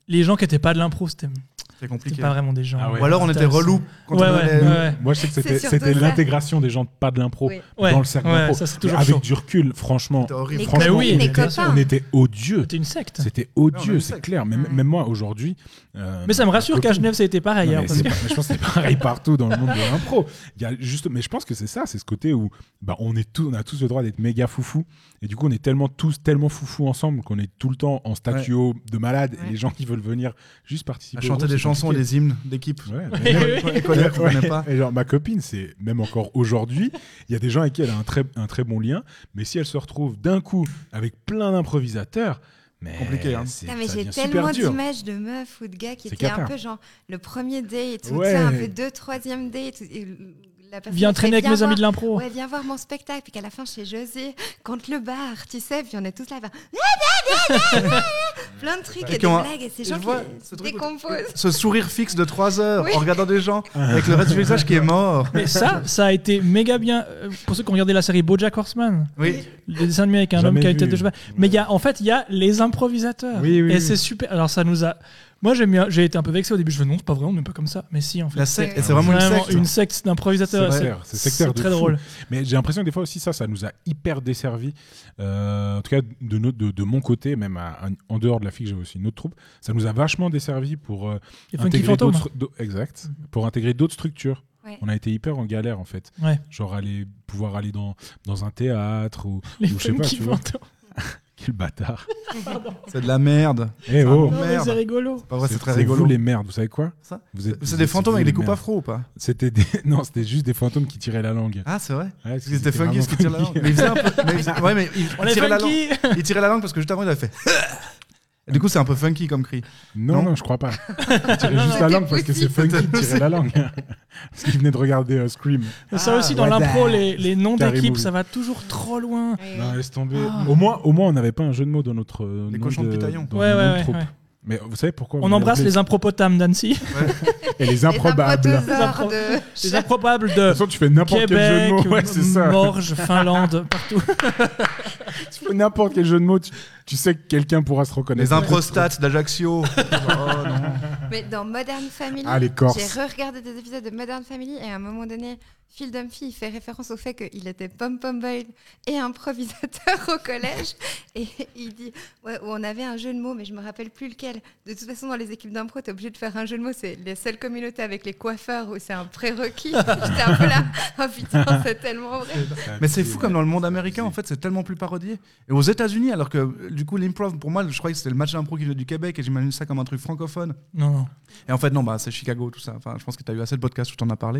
[SPEAKER 2] les gens qui étaient pas de l'impro, c'était
[SPEAKER 4] C'est
[SPEAKER 2] c'était
[SPEAKER 4] compliqué.
[SPEAKER 2] pas vraiment des gens.
[SPEAKER 1] Ah ouais.
[SPEAKER 4] Ou alors, on était
[SPEAKER 2] C'était-
[SPEAKER 4] relou quand
[SPEAKER 2] Ouais,
[SPEAKER 4] on
[SPEAKER 2] ouais,
[SPEAKER 4] allait- euh,
[SPEAKER 2] ouais.
[SPEAKER 1] Moi, je sais que
[SPEAKER 3] C'est
[SPEAKER 1] c'était-
[SPEAKER 3] surtout
[SPEAKER 1] c'était
[SPEAKER 3] ça.
[SPEAKER 1] l'intégration des gens de pas de l'impro
[SPEAKER 3] Oui.
[SPEAKER 2] Ouais,
[SPEAKER 1] dans le cercle
[SPEAKER 2] ouais,
[SPEAKER 1] d'impro.
[SPEAKER 2] ça, c'est
[SPEAKER 1] Mais
[SPEAKER 2] toujours
[SPEAKER 1] Avec
[SPEAKER 2] chaud.
[SPEAKER 1] du recul, franchement,
[SPEAKER 4] C'était horrible.
[SPEAKER 3] Les
[SPEAKER 1] Franchement,
[SPEAKER 3] copines,
[SPEAKER 2] oui,
[SPEAKER 3] les
[SPEAKER 2] bien
[SPEAKER 3] copains.
[SPEAKER 2] sûr.
[SPEAKER 1] on était odieux.
[SPEAKER 2] C'était une secte.
[SPEAKER 1] C'était
[SPEAKER 4] Ouais, on
[SPEAKER 1] odieux,
[SPEAKER 4] est
[SPEAKER 1] c'est
[SPEAKER 4] sec.
[SPEAKER 1] clair. Mais même-
[SPEAKER 3] Ah. Ouais.
[SPEAKER 1] même moi, aujourd'hui. euh,
[SPEAKER 2] Mais ça me
[SPEAKER 1] ma
[SPEAKER 2] rassure qu'à
[SPEAKER 1] copine-
[SPEAKER 2] Genève, ça a été pareil.
[SPEAKER 1] Non,
[SPEAKER 2] hein,
[SPEAKER 1] mais
[SPEAKER 2] parce
[SPEAKER 1] c'est
[SPEAKER 2] que-
[SPEAKER 1] pas- mais je pense que c'est pareil partout dans le monde de l'impro. Il y a juste, mais je pense que c'est ça, c'est ce côté où bah, on est tous, on a tous le droit d'être méga foufou. Et du coup, on est tellement tous tellement foufou ensemble qu'on est tout le temps en statuo de malade. Et
[SPEAKER 3] Ouais.
[SPEAKER 1] les gens qui veulent venir juste participer. au
[SPEAKER 4] À chanter
[SPEAKER 1] groupe,
[SPEAKER 4] des
[SPEAKER 1] c'est
[SPEAKER 4] chansons et
[SPEAKER 1] compliqué.
[SPEAKER 4] des hymnes d'équipe. (laughs)
[SPEAKER 1] Ouais,
[SPEAKER 2] Oui,
[SPEAKER 1] mais même-
[SPEAKER 2] oui.
[SPEAKER 4] Les connards qu'on
[SPEAKER 1] Ouais.
[SPEAKER 4] connaît pas.
[SPEAKER 1] Et genre, ma copine, c'est même encore aujourd'hui, il y a des gens avec qui elle a un très, un très bon lien, mais si elle se retrouve d'un coup avec plein d'improvisateurs, mais
[SPEAKER 4] Compliqué, hein.
[SPEAKER 1] c'est-
[SPEAKER 3] Putain, mais
[SPEAKER 1] ça
[SPEAKER 3] j'ai
[SPEAKER 1] devient
[SPEAKER 3] tellement
[SPEAKER 1] super dur.
[SPEAKER 3] d'images de meufs ou de gars qui
[SPEAKER 1] C'est
[SPEAKER 3] étaient un
[SPEAKER 1] cata.
[SPEAKER 3] peu genre le premier date, ou tu
[SPEAKER 1] Ouais.
[SPEAKER 3] sais, un peu deux, troisième date, ou- et la personne
[SPEAKER 2] Viens
[SPEAKER 3] me fait,
[SPEAKER 2] traîner avec
[SPEAKER 3] Viens
[SPEAKER 2] mes amis de
[SPEAKER 3] voir-
[SPEAKER 2] l'impro.
[SPEAKER 3] Ouais, viens voir mon spectacle, puis qu'à la fin chez José, contre le bar, tu sais, puis on est tous là, ben, (laughs) plein de trucs et,
[SPEAKER 4] Et
[SPEAKER 3] des
[SPEAKER 4] qu'on a-
[SPEAKER 3] blagues, et ces
[SPEAKER 4] je
[SPEAKER 3] gens
[SPEAKER 4] vois
[SPEAKER 3] qui
[SPEAKER 4] ce truc où-
[SPEAKER 3] décomposent.
[SPEAKER 4] Ce sourire fixe de 3 heures
[SPEAKER 3] Oui.
[SPEAKER 4] en regardant des gens avec le reste du visage qui est mort.
[SPEAKER 2] Mais ça, ça a été méga bien. euh, Pour ceux qui ont regardé la série Bojack Horseman,
[SPEAKER 4] Oui,
[SPEAKER 2] le dessin animé avec un
[SPEAKER 1] Jamais
[SPEAKER 2] homme qui a une
[SPEAKER 1] vu.
[SPEAKER 2] tête de cheval. Mais il y a, en fait, il y a les improvisateurs.
[SPEAKER 1] Oui, oui,
[SPEAKER 2] et
[SPEAKER 1] oui.
[SPEAKER 2] c'est super. Alors ça nous a. Moi, j'ai mis un- j'ai été un peu vexé au début. Je fais non, c'est pas vrai, on n'est pas comme ça. Mais si, en fait.
[SPEAKER 4] la secte. Et c'est
[SPEAKER 1] Ah,
[SPEAKER 4] vraiment une
[SPEAKER 2] Vraiment
[SPEAKER 4] secte.
[SPEAKER 2] une secte d'improvisateurs.
[SPEAKER 1] C'est
[SPEAKER 2] C'est
[SPEAKER 1] clair, c'est sectaire
[SPEAKER 2] c'est
[SPEAKER 1] de
[SPEAKER 2] très
[SPEAKER 1] fou.
[SPEAKER 2] drôle.
[SPEAKER 1] Mais j'ai l'impression que des fois aussi, ça, ça nous a hyper desservi. Euh, en tout cas, de, notre- de, de mon côté, même à- à- en dehors de la FIC, j'avais aussi une autre troupe. Ça nous a vachement desservi pour, euh,
[SPEAKER 2] Et Funky Mhm.
[SPEAKER 1] intégrer
[SPEAKER 2] Phantom.
[SPEAKER 1] d'autres d'au- exact pour intégrer d'autres structures
[SPEAKER 3] Ouais.
[SPEAKER 1] on a été hyper en galère en fait
[SPEAKER 2] Ouais.
[SPEAKER 1] genre aller pouvoir aller dans dans un théâtre ou
[SPEAKER 2] hein. Les
[SPEAKER 1] ou je sais pas
[SPEAKER 2] Funky
[SPEAKER 1] tu vois Oh,
[SPEAKER 2] Phantom.
[SPEAKER 1] quel bâtard
[SPEAKER 4] C'est de la merde.
[SPEAKER 1] Eh oh,
[SPEAKER 2] Non, mais (laughs)
[SPEAKER 4] Merde.
[SPEAKER 2] c'est rigolo.
[SPEAKER 4] Pas vrai, c'est très
[SPEAKER 1] c'est
[SPEAKER 4] rigolo.
[SPEAKER 1] vous les merdes vous savez quoi
[SPEAKER 4] Ça
[SPEAKER 1] Vous êtes-
[SPEAKER 4] C'est
[SPEAKER 1] vous
[SPEAKER 4] des
[SPEAKER 1] êtes-
[SPEAKER 4] fantômes
[SPEAKER 1] vous
[SPEAKER 4] avec
[SPEAKER 1] les
[SPEAKER 4] des coupes
[SPEAKER 1] merdes.
[SPEAKER 4] afro ou pas
[SPEAKER 1] c'était des (laughs) non c'était juste des fantômes qui tiraient la langue
[SPEAKER 4] Ah, c'est vrai.
[SPEAKER 1] Ouais,
[SPEAKER 4] Parce que c'était funky ce qui tire la
[SPEAKER 1] vraiment
[SPEAKER 4] langue. (laughs) Mais il faisait un peu. mais il faisait- ouais, mais il,
[SPEAKER 2] On
[SPEAKER 4] il
[SPEAKER 2] est
[SPEAKER 4] tirait la langue.
[SPEAKER 2] funky.
[SPEAKER 4] Il tirait la langue parce que juste avant, il avait fait. (laughs) Et du coup, c'est un peu funky comme cri.
[SPEAKER 1] non
[SPEAKER 4] Non.
[SPEAKER 1] non je crois pas ils tiraient juste la
[SPEAKER 3] c'était
[SPEAKER 1] langue parce que c'est funky qui tirait la langue parce qu'ils venaient de regarder euh, Scream
[SPEAKER 2] Ça aussi, dans
[SPEAKER 1] Ah,
[SPEAKER 4] voilà.
[SPEAKER 2] l'impro, les, les noms
[SPEAKER 1] Carré
[SPEAKER 2] d'équipes,
[SPEAKER 1] mouille.
[SPEAKER 2] ça va toujours trop loin.
[SPEAKER 3] Ouais.
[SPEAKER 1] non laisse tomber au moins au moins on n'avait pas un jeu de mots dans notre euh,
[SPEAKER 4] Les
[SPEAKER 1] nom
[SPEAKER 4] cochons de Pitaillon.
[SPEAKER 1] dans
[SPEAKER 2] Ouais,
[SPEAKER 1] notre
[SPEAKER 2] ouais, ouais,
[SPEAKER 1] troupe.
[SPEAKER 2] ouais.
[SPEAKER 1] mais vous savez pourquoi
[SPEAKER 2] On embrasse les
[SPEAKER 1] (laughs)
[SPEAKER 2] impropotames d'Annecy,
[SPEAKER 1] et les
[SPEAKER 3] Les
[SPEAKER 1] improbables
[SPEAKER 3] improtosaures de-
[SPEAKER 2] les improbables de
[SPEAKER 1] De toute façon, tu fais n'importe quel jeu de
[SPEAKER 2] Québec,
[SPEAKER 1] mots. Ouais, c'est ça.
[SPEAKER 2] Morges, Finlande, partout.
[SPEAKER 1] Tu fais n'importe quel jeu de mots, tu, tu sais que quelqu'un pourra se reconnaître.
[SPEAKER 4] Les improstates (laughs) d'Ajaccio. Oh non.
[SPEAKER 3] Mais dans Modern Family,
[SPEAKER 1] Ah, les Corses.
[SPEAKER 3] j'ai re-regardé des épisodes de Modern Family et à un moment donné, Phil Dunphy il fait référence au fait qu'il était pom-pom boy et improvisateur (laughs) au collège. Et il dit ouais, On avait un jeu de mots, mais je me rappelle plus lequel. De toute façon, dans les équipes d'impro, t'es obligé de faire un jeu de mots. C'est les seules communautés avec les coiffeurs où c'est un prérequis. (laughs) J'étais un peu là Oh putain, c'est tellement vrai.
[SPEAKER 4] Mais
[SPEAKER 1] (laughs)
[SPEAKER 4] c'est fou comme dans le monde américain, en fait, c'est tellement plus parodié. Et aux États-Unis, alors que euh, du coup, l'improv, pour moi, je croyais que c'était le match d'impro qui venait du Québec et j'imagine ça comme un truc francophone.
[SPEAKER 2] Non, non.
[SPEAKER 4] Et en fait, non, bah, c'est Chicago, tout ça. Enfin, je pense que tu as eu assez de podcasts où tu en as parlé.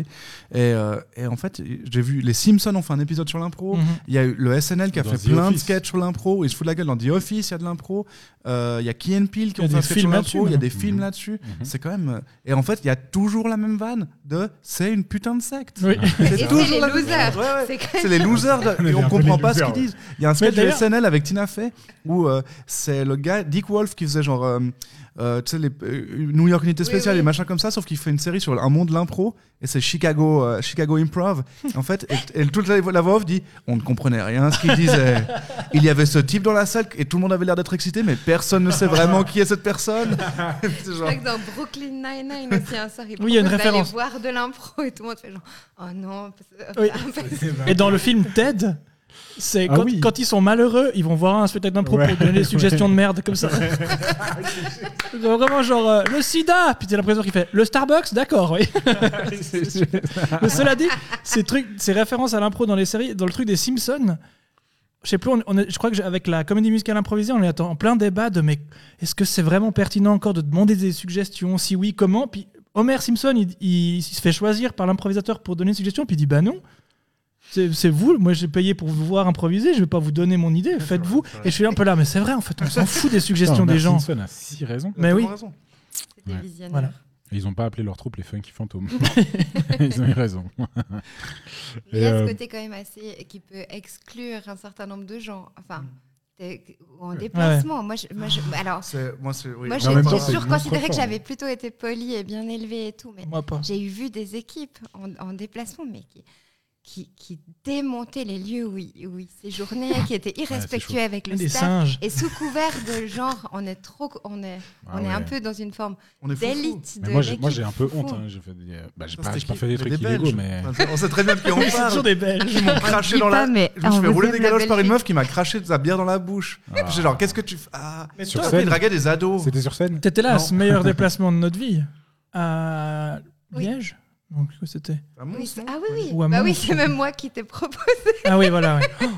[SPEAKER 4] Et, euh, et en fait, j'ai vu les Simpsons ont fait un épisode sur
[SPEAKER 1] Oh.
[SPEAKER 4] l'impro.
[SPEAKER 2] Mhm.
[SPEAKER 4] Il y a eu le SNL qui a
[SPEAKER 1] Dans
[SPEAKER 4] fait
[SPEAKER 1] The
[SPEAKER 4] plein de
[SPEAKER 1] Office.
[SPEAKER 4] sketchs sur l'impro. Ils se foutent de la gueule dans The Office, il y a de l'impro. Euh, Il y a Key and Peele
[SPEAKER 2] Il
[SPEAKER 4] qui
[SPEAKER 2] y a
[SPEAKER 4] ont fait un
[SPEAKER 2] des
[SPEAKER 4] sketch
[SPEAKER 2] films
[SPEAKER 4] sur
[SPEAKER 2] là-dessus,
[SPEAKER 4] l'impro. Il y a des
[SPEAKER 1] maintenant.
[SPEAKER 4] films
[SPEAKER 1] Mhm.
[SPEAKER 4] là-dessus.
[SPEAKER 1] Mhm.
[SPEAKER 4] C'est quand même. euh, Et en fait, il y a toujours la même vanne de c'est une putain de secte.
[SPEAKER 2] Oui.
[SPEAKER 3] Et
[SPEAKER 4] C'est
[SPEAKER 3] c'est les
[SPEAKER 4] toujours la même
[SPEAKER 3] losers.
[SPEAKER 4] Ouais, ouais.
[SPEAKER 3] C'est quand
[SPEAKER 4] C'est
[SPEAKER 3] (laughs)
[SPEAKER 4] les losers, de- et
[SPEAKER 1] est un
[SPEAKER 4] on
[SPEAKER 1] peu
[SPEAKER 4] comprend
[SPEAKER 1] des
[SPEAKER 4] pas ce
[SPEAKER 1] losers,
[SPEAKER 4] qu'ils disent. Il y a un sketch de
[SPEAKER 2] d'ailleurs-
[SPEAKER 4] SNL avec Tina Fey où euh, c'est le gars Dick Wolf qui faisait genre euh, euh, tu sais les euh, New York Unité
[SPEAKER 3] Oui,
[SPEAKER 4] spéciale
[SPEAKER 3] oui.
[SPEAKER 4] et machin comme ça, sauf qu'il fait une série sur un monde de l'impro et c'est Chicago euh, Chicago Improv en fait. Et, et toute la, la voix off dit on ne comprenait rien à ce qu'il
[SPEAKER 3] (laughs)
[SPEAKER 4] disait. Il y avait ce type dans la salle et tout le monde avait l'air d'être excité, mais personne ne sait vraiment qui est cette personne. (laughs) C'est
[SPEAKER 3] Je
[SPEAKER 4] genre-
[SPEAKER 3] crois que dans Brooklyn Nine-Nine aussi, un soir, il
[SPEAKER 2] Oui, il y a une
[SPEAKER 3] propose
[SPEAKER 2] référence.
[SPEAKER 3] d'aller voir de l'impro et tout le monde fait genre « Oh non, parce-
[SPEAKER 2] Oui.
[SPEAKER 3] (laughs) parce-
[SPEAKER 1] Eh ben,
[SPEAKER 2] Et dans le film Ted, c'est
[SPEAKER 1] Ah
[SPEAKER 2] quand,
[SPEAKER 1] oui.
[SPEAKER 2] quand ils sont malheureux, ils vont voir un spectacle d'impro
[SPEAKER 1] Ouais.
[SPEAKER 2] pour donner des suggestions de merde
[SPEAKER 1] (laughs)
[SPEAKER 2] comme ça. Vraiment genre euh, le sida, puis t'as l'impression qu'il fait le Starbucks, d'accord, oui. Mais cela dit, ces trucs, ces références à l'impro dans les séries, dans le truc des Simpsons, je sais plus, on, on est- je crois que j'ai- avec la comédie musicale improvisée, on est en plein débat de mais est-ce que c'est vraiment pertinent encore de demander des suggestions Si oui, comment Puis Homer Simpson, il, il- il se fait choisir par l'improvisateur pour donner une suggestion, puis il dit bah non. C'est c'est vous, moi j'ai payé pour vous voir improviser, je vais pas vous donner mon idée, faites-vous. Et je suis un peu là, mais c'est vrai en fait, on s'en fout des suggestions des gens.
[SPEAKER 1] Simpson a six raisons.
[SPEAKER 4] Il a
[SPEAKER 2] Mais oui.
[SPEAKER 4] tellement raison.
[SPEAKER 3] C'était
[SPEAKER 1] Ouais.
[SPEAKER 3] visionnaire.
[SPEAKER 2] Voilà.
[SPEAKER 1] Et ils n'ont pas appelé leur troupe les Funky Fantômes. (laughs) ils ont eu raison.
[SPEAKER 3] Il y a
[SPEAKER 1] Et, euh,
[SPEAKER 3] ce côté quand même assez qui peut exclure un certain nombre de gens. Enfin,
[SPEAKER 1] Mm.
[SPEAKER 3] t'es- ou en déplacement. Moi, je, moi, je-
[SPEAKER 1] Ah.
[SPEAKER 3] alors,
[SPEAKER 4] C'est- Moi, c'est- oui.
[SPEAKER 3] moi,
[SPEAKER 4] En
[SPEAKER 3] j'ai
[SPEAKER 1] même temps,
[SPEAKER 3] toujours
[SPEAKER 1] c'est une monstre
[SPEAKER 3] considéré que
[SPEAKER 1] forme.
[SPEAKER 3] j'avais plutôt été polie et bien élevée et tout,
[SPEAKER 1] Mm.
[SPEAKER 3] mais
[SPEAKER 2] Moi pas.
[SPEAKER 3] j'ai eu vu des équipes en, en déplacement, mais qui, qui, qui démontaient les lieux où ils, où ils séjournaient,
[SPEAKER 1] (laughs)
[SPEAKER 3] qui étaient irrespectueux avec le
[SPEAKER 2] Des
[SPEAKER 3] staff.
[SPEAKER 2] singes.
[SPEAKER 3] Et sous couvert de genre, on est trop, on est,
[SPEAKER 1] Ah
[SPEAKER 3] on est
[SPEAKER 1] ouais.
[SPEAKER 3] un peu dans une forme
[SPEAKER 4] On est fou, fou.
[SPEAKER 3] d'élite.
[SPEAKER 1] Mais
[SPEAKER 3] de
[SPEAKER 1] moi, j'ai-
[SPEAKER 3] l'équipe.
[SPEAKER 1] moi, j'ai un peu
[SPEAKER 3] Fou.
[SPEAKER 1] honte. hein. J'ai fait des- bah, j'ai
[SPEAKER 4] Ça,
[SPEAKER 1] pas, j'ai
[SPEAKER 4] c'était
[SPEAKER 1] pas
[SPEAKER 4] qui-
[SPEAKER 1] fait des trucs
[SPEAKER 4] Belges.
[SPEAKER 1] illégaux, mais.
[SPEAKER 4] Enfin, On sait très bien de
[SPEAKER 3] (laughs)
[SPEAKER 4] qui on
[SPEAKER 2] C'est
[SPEAKER 4] parle.
[SPEAKER 2] toujours des Belges.
[SPEAKER 4] Ils m'ont
[SPEAKER 3] On
[SPEAKER 4] craché
[SPEAKER 3] dit
[SPEAKER 4] dans
[SPEAKER 3] pas,
[SPEAKER 4] la.
[SPEAKER 3] mais
[SPEAKER 4] Je me suis
[SPEAKER 3] Ah, on
[SPEAKER 4] fait
[SPEAKER 3] vous
[SPEAKER 4] rouler
[SPEAKER 3] aime,
[SPEAKER 4] des
[SPEAKER 3] la
[SPEAKER 4] galoches par une
[SPEAKER 3] Belgique.
[SPEAKER 4] meuf qui m'a craché de sa bière dans la bouche. Et puis j'ai genre, qu'est-ce que tu. f- Ah
[SPEAKER 2] Ah. Mais
[SPEAKER 1] Sur
[SPEAKER 2] toi,
[SPEAKER 1] scène.
[SPEAKER 4] Il draguait des ados.
[SPEAKER 1] C'était sur scène
[SPEAKER 2] T'étais là,
[SPEAKER 4] Non.
[SPEAKER 2] ce meilleur déplacement de notre vie, à
[SPEAKER 3] Oui.
[SPEAKER 2] Liège. Donc quoi c'était
[SPEAKER 4] Ah, mon
[SPEAKER 3] Oui,
[SPEAKER 4] sang.
[SPEAKER 3] c'est- ah oui, oui.
[SPEAKER 2] Ou à
[SPEAKER 3] Bah oui,
[SPEAKER 2] Mons.
[SPEAKER 3] c'est même moi qui t'ai proposé.
[SPEAKER 2] Ah oui, voilà. ouais.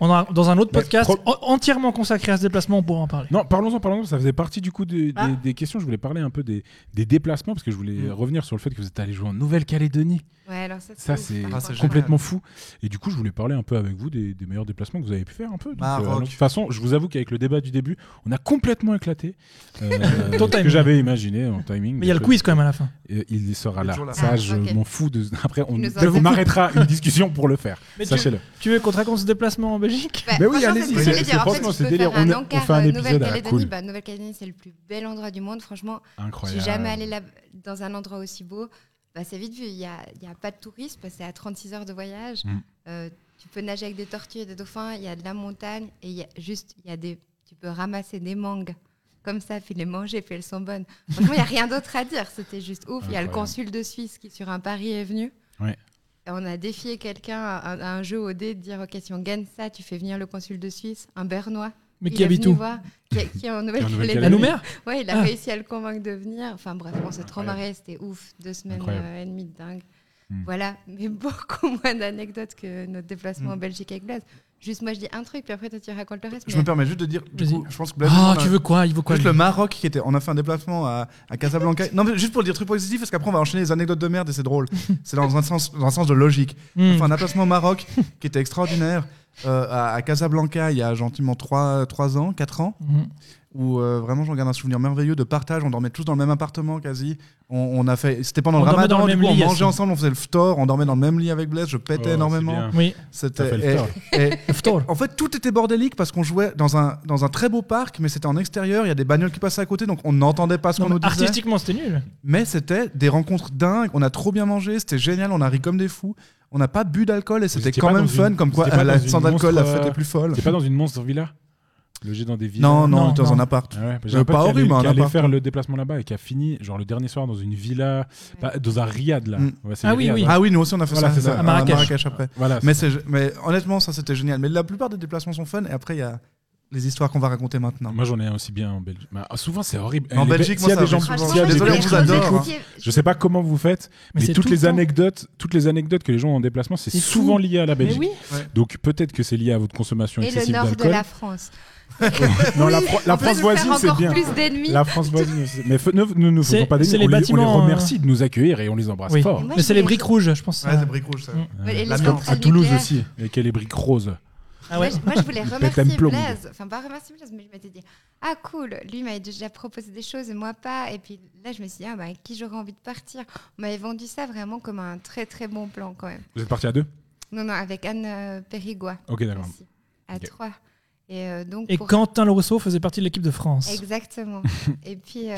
[SPEAKER 2] On a dans un autre
[SPEAKER 1] Mais
[SPEAKER 2] podcast
[SPEAKER 1] pro-
[SPEAKER 2] en- entièrement consacré à ce déplacement, on pourra en parler.
[SPEAKER 1] Non, parlons-en, parlons-en. Ça faisait partie du coup des,
[SPEAKER 2] Ah.
[SPEAKER 1] des- des questions. Je voulais parler un peu des, des déplacements parce que je voulais
[SPEAKER 4] Mm.
[SPEAKER 1] revenir sur le fait que vous êtes allé jouer en Nouvelle-Calédonie.
[SPEAKER 3] (laughs) Ouais, alors ça,
[SPEAKER 1] Ça,
[SPEAKER 3] ouf, hein,
[SPEAKER 1] c'est
[SPEAKER 4] Ah, c'est
[SPEAKER 3] par contre.
[SPEAKER 4] génial.
[SPEAKER 1] complètement fou. Et du coup, je voulais parler un peu avec vous des, des meilleurs déplacements que vous avez pu faire un peu. Donc,
[SPEAKER 4] Maroc.
[SPEAKER 1] alors, de toute façon, je vous avoue qu'avec le débat du début, on a complètement éclaté
[SPEAKER 2] (laughs)
[SPEAKER 1] euh,
[SPEAKER 2] Ton
[SPEAKER 1] ce que
[SPEAKER 2] timing.
[SPEAKER 1] j'avais imaginé en timing.
[SPEAKER 2] Mais il y a le
[SPEAKER 1] Donc,
[SPEAKER 2] quiz quand même à la fin.
[SPEAKER 1] euh, Il sera
[SPEAKER 4] Il est
[SPEAKER 1] là.
[SPEAKER 4] toujours là.
[SPEAKER 1] Ça,
[SPEAKER 3] Ah,
[SPEAKER 1] je
[SPEAKER 3] ok.
[SPEAKER 1] m'en fous. De... (laughs) Après, on,
[SPEAKER 3] Tu nous
[SPEAKER 1] on
[SPEAKER 3] en-
[SPEAKER 1] arrêtera une discussion pour le faire.
[SPEAKER 2] Mais tu-
[SPEAKER 1] Sachez-le.
[SPEAKER 2] Tu veux qu'on te raconte ce déplacement en Belgique
[SPEAKER 3] Bah,
[SPEAKER 1] Mais oui,
[SPEAKER 3] franchement,
[SPEAKER 1] allez-y,
[SPEAKER 3] c'est ce que
[SPEAKER 4] c'est-
[SPEAKER 3] j'allais
[SPEAKER 1] c'est-
[SPEAKER 3] dire. En fait,
[SPEAKER 1] franchement,
[SPEAKER 3] tu
[SPEAKER 1] c'est
[SPEAKER 3] peux
[SPEAKER 1] délire.
[SPEAKER 3] faire
[SPEAKER 1] On est-
[SPEAKER 3] un
[SPEAKER 1] on
[SPEAKER 3] encart,
[SPEAKER 1] fait un
[SPEAKER 3] euh,
[SPEAKER 1] épisode à la
[SPEAKER 3] Nouvelle-Calédonie.
[SPEAKER 1] cool.
[SPEAKER 3] Bah, Nouvelle-Calédonie, c'est le plus bel endroit du monde. Franchement, je
[SPEAKER 1] Incroyable.
[SPEAKER 3] suis jamais allée là- dans un endroit aussi beau. Bah, c'est vite vu. Il n'y a, il y a pas de touristes. parce que C'est à 36 heures de voyage.
[SPEAKER 1] Mm.
[SPEAKER 3] Euh, tu peux nager avec des tortues et des dauphins. Il y a de la montagne. Et il y a juste, il y a des, tu peux ramasser des mangues comme ça, puis les manger, puis elles sont bonnes. Franchement, il n'y a rien d'autre à dire. C'était juste ouf. Il y a le
[SPEAKER 1] Incroyable.
[SPEAKER 3] consul de Suisse qui, sur un pari, est venu.
[SPEAKER 1] Ouais.
[SPEAKER 3] Et on a défié quelqu'un à, à un jeu au dé de dire Ok, si on gagne ça, tu fais venir le consul de Suisse, un Bernois.
[SPEAKER 2] Mais
[SPEAKER 3] Il
[SPEAKER 2] qui
[SPEAKER 3] est
[SPEAKER 2] habite
[SPEAKER 3] venu
[SPEAKER 2] où
[SPEAKER 3] voir, qui, est- qui est en
[SPEAKER 1] Nouvelle-Calédonie.
[SPEAKER 2] La
[SPEAKER 3] Nouvelle-Calédonie.
[SPEAKER 2] Noumère
[SPEAKER 3] Ouais, il a
[SPEAKER 2] Ah.
[SPEAKER 3] réussi à le convaincre de venir. Enfin bref, on s'est trop
[SPEAKER 1] Incroyable.
[SPEAKER 3] marré, c'était ouf. Deux semaines
[SPEAKER 1] Incroyable.
[SPEAKER 3] euh, et demie de dingue.
[SPEAKER 1] Hmm.
[SPEAKER 3] Voilà, mais (laughs) beaucoup moins d'anecdotes que notre déplacement
[SPEAKER 4] Hmm.
[SPEAKER 3] en Belgique avec Blaise. Juste moi je dis un truc, puis après toi tu racontes le reste.
[SPEAKER 4] Je
[SPEAKER 3] mais-
[SPEAKER 4] me permets juste de dire, du
[SPEAKER 2] Vas-y.
[SPEAKER 4] coup, je pense que Blaise,
[SPEAKER 2] Ah,
[SPEAKER 4] on a-
[SPEAKER 2] tu veux quoi Il veut quoi
[SPEAKER 4] Juste
[SPEAKER 2] lui
[SPEAKER 4] le Maroc qui était. On a fait un déplacement à,
[SPEAKER 2] (laughs)
[SPEAKER 4] à Casablanca. non, mais juste pour dire truc positif, parce qu'après on va enchaîner les anecdotes de merde et c'est drôle. C'est dans un sens, dans un sens de logique. On a
[SPEAKER 2] Hmm.
[SPEAKER 4] fait un déplacement au Maroc qui était extraordinaire euh, à, à Casablanca il y a gentiment 3, ans, 4 ans,
[SPEAKER 2] Hmm.
[SPEAKER 4] où euh, vraiment j'en garde un souvenir merveilleux de partage. On dormait tous dans le même appartement quasi. On, on a fait. C'était pendant
[SPEAKER 2] On
[SPEAKER 4] le
[SPEAKER 2] dormait
[SPEAKER 4] Ramadan.
[SPEAKER 2] dans le
[SPEAKER 4] du
[SPEAKER 2] même
[SPEAKER 4] coup,
[SPEAKER 2] lit,
[SPEAKER 4] on mangeait
[SPEAKER 2] Yassine.
[SPEAKER 4] ensemble, on faisait le ftor, on dormait dans le même lit avec Blaise. Je
[SPEAKER 1] Oh,
[SPEAKER 4] pétais
[SPEAKER 1] c'est
[SPEAKER 4] énormément.
[SPEAKER 1] bien.
[SPEAKER 2] Oui,
[SPEAKER 1] T'as fait
[SPEAKER 4] C'était
[SPEAKER 1] le
[SPEAKER 4] et-
[SPEAKER 1] fort.
[SPEAKER 4] et-
[SPEAKER 2] le phtor.
[SPEAKER 4] en fait, tout était bordélique parce qu'on jouait dans un, dans un très beau parc, mais c'était en extérieur, il y a des bagnoles qui passaient à côté, donc on n'entendait pas ce qu'on
[SPEAKER 2] Non, mais
[SPEAKER 4] nous disait.
[SPEAKER 2] Artistiquement, c'était nul.
[SPEAKER 4] Mais c'était des rencontres dingues, on a trop bien mangé, c'était génial, on a ri comme des fous, on n'a pas bu d'alcool et c'était
[SPEAKER 1] étiez
[SPEAKER 4] quand
[SPEAKER 1] pas
[SPEAKER 4] même
[SPEAKER 1] dans
[SPEAKER 4] fun,
[SPEAKER 1] une-
[SPEAKER 4] comme quoi
[SPEAKER 1] vous étiez pas
[SPEAKER 4] à la-
[SPEAKER 1] dans une
[SPEAKER 4] sans alcool, la
[SPEAKER 1] monstre,
[SPEAKER 4] fête
[SPEAKER 1] euh,
[SPEAKER 4] est plus folle.
[SPEAKER 1] T'es pas dans une monstre villa Logé dans des villas
[SPEAKER 4] Non, non, on
[SPEAKER 2] Non,
[SPEAKER 4] était dans
[SPEAKER 2] non.
[SPEAKER 4] un appart.
[SPEAKER 1] Ah ouais, parce que
[SPEAKER 4] Mais
[SPEAKER 1] j'ai un pote
[SPEAKER 4] pas
[SPEAKER 1] qui
[SPEAKER 4] horrible, hein,
[SPEAKER 1] allait-
[SPEAKER 4] un
[SPEAKER 1] qui allait
[SPEAKER 4] appart.
[SPEAKER 1] faire le déplacement là-bas et qui a fini, genre le dernier soir, dans une villa, pas- dans un riad là.
[SPEAKER 4] Mm.
[SPEAKER 1] Ouais, c'est
[SPEAKER 2] Ah
[SPEAKER 1] les
[SPEAKER 2] oui,
[SPEAKER 1] riads,
[SPEAKER 2] oui.
[SPEAKER 1] hein.
[SPEAKER 4] Ah oui, nous aussi on a fait
[SPEAKER 1] Voilà,
[SPEAKER 4] ça,
[SPEAKER 1] c'est ça.
[SPEAKER 4] euh,
[SPEAKER 2] À Marrakech.
[SPEAKER 4] après.
[SPEAKER 1] Voilà,
[SPEAKER 4] Mais, c'est- mais honnêtement, ça c'était génial. Mais la plupart des déplacements sont fun, et après il y a les histoires qu'on va raconter maintenant.
[SPEAKER 1] Moi, j'en ai un aussi bien en Belgique. Bah, souvent, c'est horrible.
[SPEAKER 4] En
[SPEAKER 1] Les
[SPEAKER 4] Belgique,
[SPEAKER 1] Be- s'il y a
[SPEAKER 4] moi,
[SPEAKER 1] des
[SPEAKER 4] ça
[SPEAKER 1] gens, s'il
[SPEAKER 4] arrive
[SPEAKER 3] Franchement,
[SPEAKER 4] souvent.
[SPEAKER 1] y a des
[SPEAKER 4] Désolé, on
[SPEAKER 1] gens
[SPEAKER 4] vous
[SPEAKER 1] qui nous
[SPEAKER 4] adore,
[SPEAKER 1] écoutent,
[SPEAKER 4] hein.
[SPEAKER 1] je sais pas comment vous faites,
[SPEAKER 2] Mais
[SPEAKER 1] mais,
[SPEAKER 2] c'est
[SPEAKER 1] toutes
[SPEAKER 2] tout le
[SPEAKER 1] les
[SPEAKER 2] temps.
[SPEAKER 1] anecdotes, toutes les anecdotes que les gens ont déplacement, c'est
[SPEAKER 2] C'est
[SPEAKER 1] souvent
[SPEAKER 2] fou.
[SPEAKER 1] lié à la
[SPEAKER 2] Mais
[SPEAKER 1] Belgique.
[SPEAKER 2] oui.
[SPEAKER 1] Donc peut-être que c'est lié à votre consommation
[SPEAKER 3] Et le
[SPEAKER 1] excessive
[SPEAKER 3] nord de
[SPEAKER 1] d'alcool.
[SPEAKER 3] la France.
[SPEAKER 1] Non, la, Fro- la
[SPEAKER 3] On peut
[SPEAKER 1] France
[SPEAKER 3] se
[SPEAKER 1] voisine,
[SPEAKER 3] faire
[SPEAKER 1] c'est
[SPEAKER 3] encore
[SPEAKER 1] bien.
[SPEAKER 3] plus d'ennemis.
[SPEAKER 1] La France
[SPEAKER 2] (laughs)
[SPEAKER 1] voisine, c'est- mais fe- ne ne nous faisons
[SPEAKER 2] C'est-
[SPEAKER 1] pas des
[SPEAKER 2] c'est les
[SPEAKER 1] on, les- on les
[SPEAKER 2] bâtiments, euh,
[SPEAKER 1] remercie de nous accueillir et on les embrasse
[SPEAKER 2] Oui.
[SPEAKER 1] fort.
[SPEAKER 3] Moi,
[SPEAKER 2] Mais
[SPEAKER 3] je
[SPEAKER 2] c'est les
[SPEAKER 3] voulais-
[SPEAKER 2] briques rouges, je pense.
[SPEAKER 4] Ouais,
[SPEAKER 2] ça.
[SPEAKER 4] c'est brique rouge ça.
[SPEAKER 2] Mm.
[SPEAKER 1] Euh,
[SPEAKER 3] Ouais, et les
[SPEAKER 1] comme à
[SPEAKER 3] centrales
[SPEAKER 1] Toulouse
[SPEAKER 3] nucléaires.
[SPEAKER 1] aussi, avec les briques roses.
[SPEAKER 2] Ah ouais.
[SPEAKER 3] Moi, je, moi, je voulais
[SPEAKER 1] pète un
[SPEAKER 3] remercier
[SPEAKER 1] plomb.
[SPEAKER 3] Blaise. Enfin, pas remercier Blaise, mais je m'étais dit Ah, cool, lui m'avait déjà proposé des choses et moi pas. Et puis là, je me suis dit Ah, bah, avec qui j'aurais envie de partir On m'avait vendu ça vraiment comme un très très bon plan quand même.
[SPEAKER 1] Vous êtes partis à deux
[SPEAKER 3] Non, non, avec Anne euh, Périgua.
[SPEAKER 1] Ok, d'accord.
[SPEAKER 3] Merci. À
[SPEAKER 1] Ok.
[SPEAKER 3] trois. Et euh, donc.
[SPEAKER 2] Et
[SPEAKER 3] pour-
[SPEAKER 2] Quentin Le Rousseau faisait partie de l'équipe de France.
[SPEAKER 3] (laughs) Exactement. et puis. euh,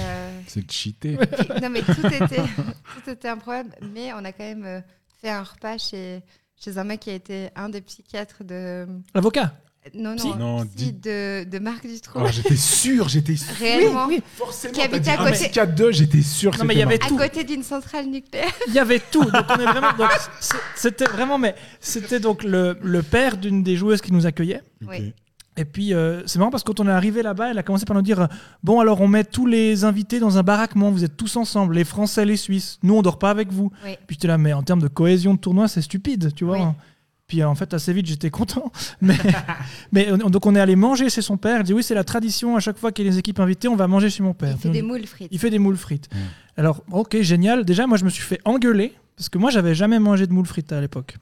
[SPEAKER 1] C'est cheaté.
[SPEAKER 3] et- non, mais tout était, (laughs) tout était un problème. Mais on a quand même euh, fait un repas chez, chez un mec qui a été un des psychiatres de. euh,
[SPEAKER 2] L'avocat.
[SPEAKER 3] Non,
[SPEAKER 1] Psy
[SPEAKER 3] non,
[SPEAKER 1] Non,
[SPEAKER 3] psy
[SPEAKER 1] dis-
[SPEAKER 3] de, de Marc Dutroux.
[SPEAKER 1] Oh, j'étais sûr, j'étais sûr.
[SPEAKER 3] Réellement.
[SPEAKER 1] Forcément,
[SPEAKER 3] Qui habitait
[SPEAKER 1] t'as dit
[SPEAKER 3] à
[SPEAKER 1] un
[SPEAKER 3] côté.
[SPEAKER 1] psy à deux, j'étais sûr. que
[SPEAKER 2] Non, mais il y
[SPEAKER 1] c'était
[SPEAKER 2] avait
[SPEAKER 1] Marc.
[SPEAKER 3] À
[SPEAKER 2] tout.
[SPEAKER 3] côté d'une centrale (laughs) nucléaire.
[SPEAKER 2] Il y avait tout. Donc on est vraiment. donc, c'est- C'était vraiment. Mais c'était donc le, le père d'une des joueuses qui nous accueillait.
[SPEAKER 3] Oui.
[SPEAKER 2] Et puis euh, c'est marrant parce que quand on est arrivé là-bas, elle a commencé par nous dire euh, bon alors on met tous les invités dans un baraquement. Vous êtes tous ensemble, les Français, les Suisses. Nous on dort pas avec vous.
[SPEAKER 3] Oui.
[SPEAKER 2] Puis j'étais là mais en termes de cohésion de tournoi c'est stupide, tu vois.
[SPEAKER 3] Oui.
[SPEAKER 2] Puis euh, en fait assez vite j'étais content. (laughs) Mais, mais on- donc on est allé manger chez son père. Il dit oui c'est la tradition à chaque fois qu'il y a les équipes invitées on va manger chez mon père.
[SPEAKER 3] Il fait
[SPEAKER 2] Donc,
[SPEAKER 3] des moules frites.
[SPEAKER 2] Il fait des moules frites.
[SPEAKER 1] Mm.
[SPEAKER 2] Alors, ok, génial. Déjà, moi, je me suis fait engueuler parce que moi, j'avais jamais mangé de moules frites à l'époque.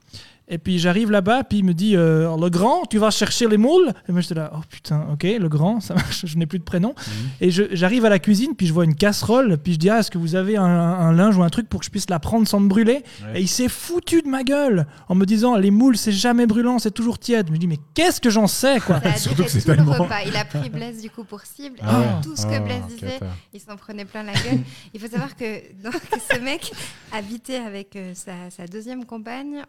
[SPEAKER 2] Et puis, j'arrive là-bas, puis il me dit euh, Le grand, tu vas chercher les moules Et moi, j'étais là Oh putain, ok, le grand, ça marche, (laughs) je n'ai plus de prénom.
[SPEAKER 1] Mm.
[SPEAKER 2] Et je- j'arrive à la cuisine, puis je vois une casserole, puis je dis Ah, est-ce que vous avez un, un linge ou un truc pour que je puisse la prendre sans me brûler
[SPEAKER 1] Ouais.
[SPEAKER 2] Et il s'est foutu de ma gueule en me disant Les moules, c'est jamais brûlant, c'est toujours tiède. Je me dis Mais qu'est-ce que j'en sais, quoi
[SPEAKER 3] Ça a
[SPEAKER 1] Surtout
[SPEAKER 3] duré
[SPEAKER 1] que c'est
[SPEAKER 3] tout le
[SPEAKER 1] tellement-
[SPEAKER 3] repas. Il a pris Blaise du coup pour cible.
[SPEAKER 1] Ah
[SPEAKER 3] et
[SPEAKER 1] ouais.
[SPEAKER 3] Tout ce que
[SPEAKER 1] Ah,
[SPEAKER 3] Blaise
[SPEAKER 1] ok,
[SPEAKER 3] disait,
[SPEAKER 1] attends.
[SPEAKER 3] il s'en prenait plein la gueule. Il faut savoir que (laughs) donc, ce mec habitait avec euh, sa, sa deuxième compagne,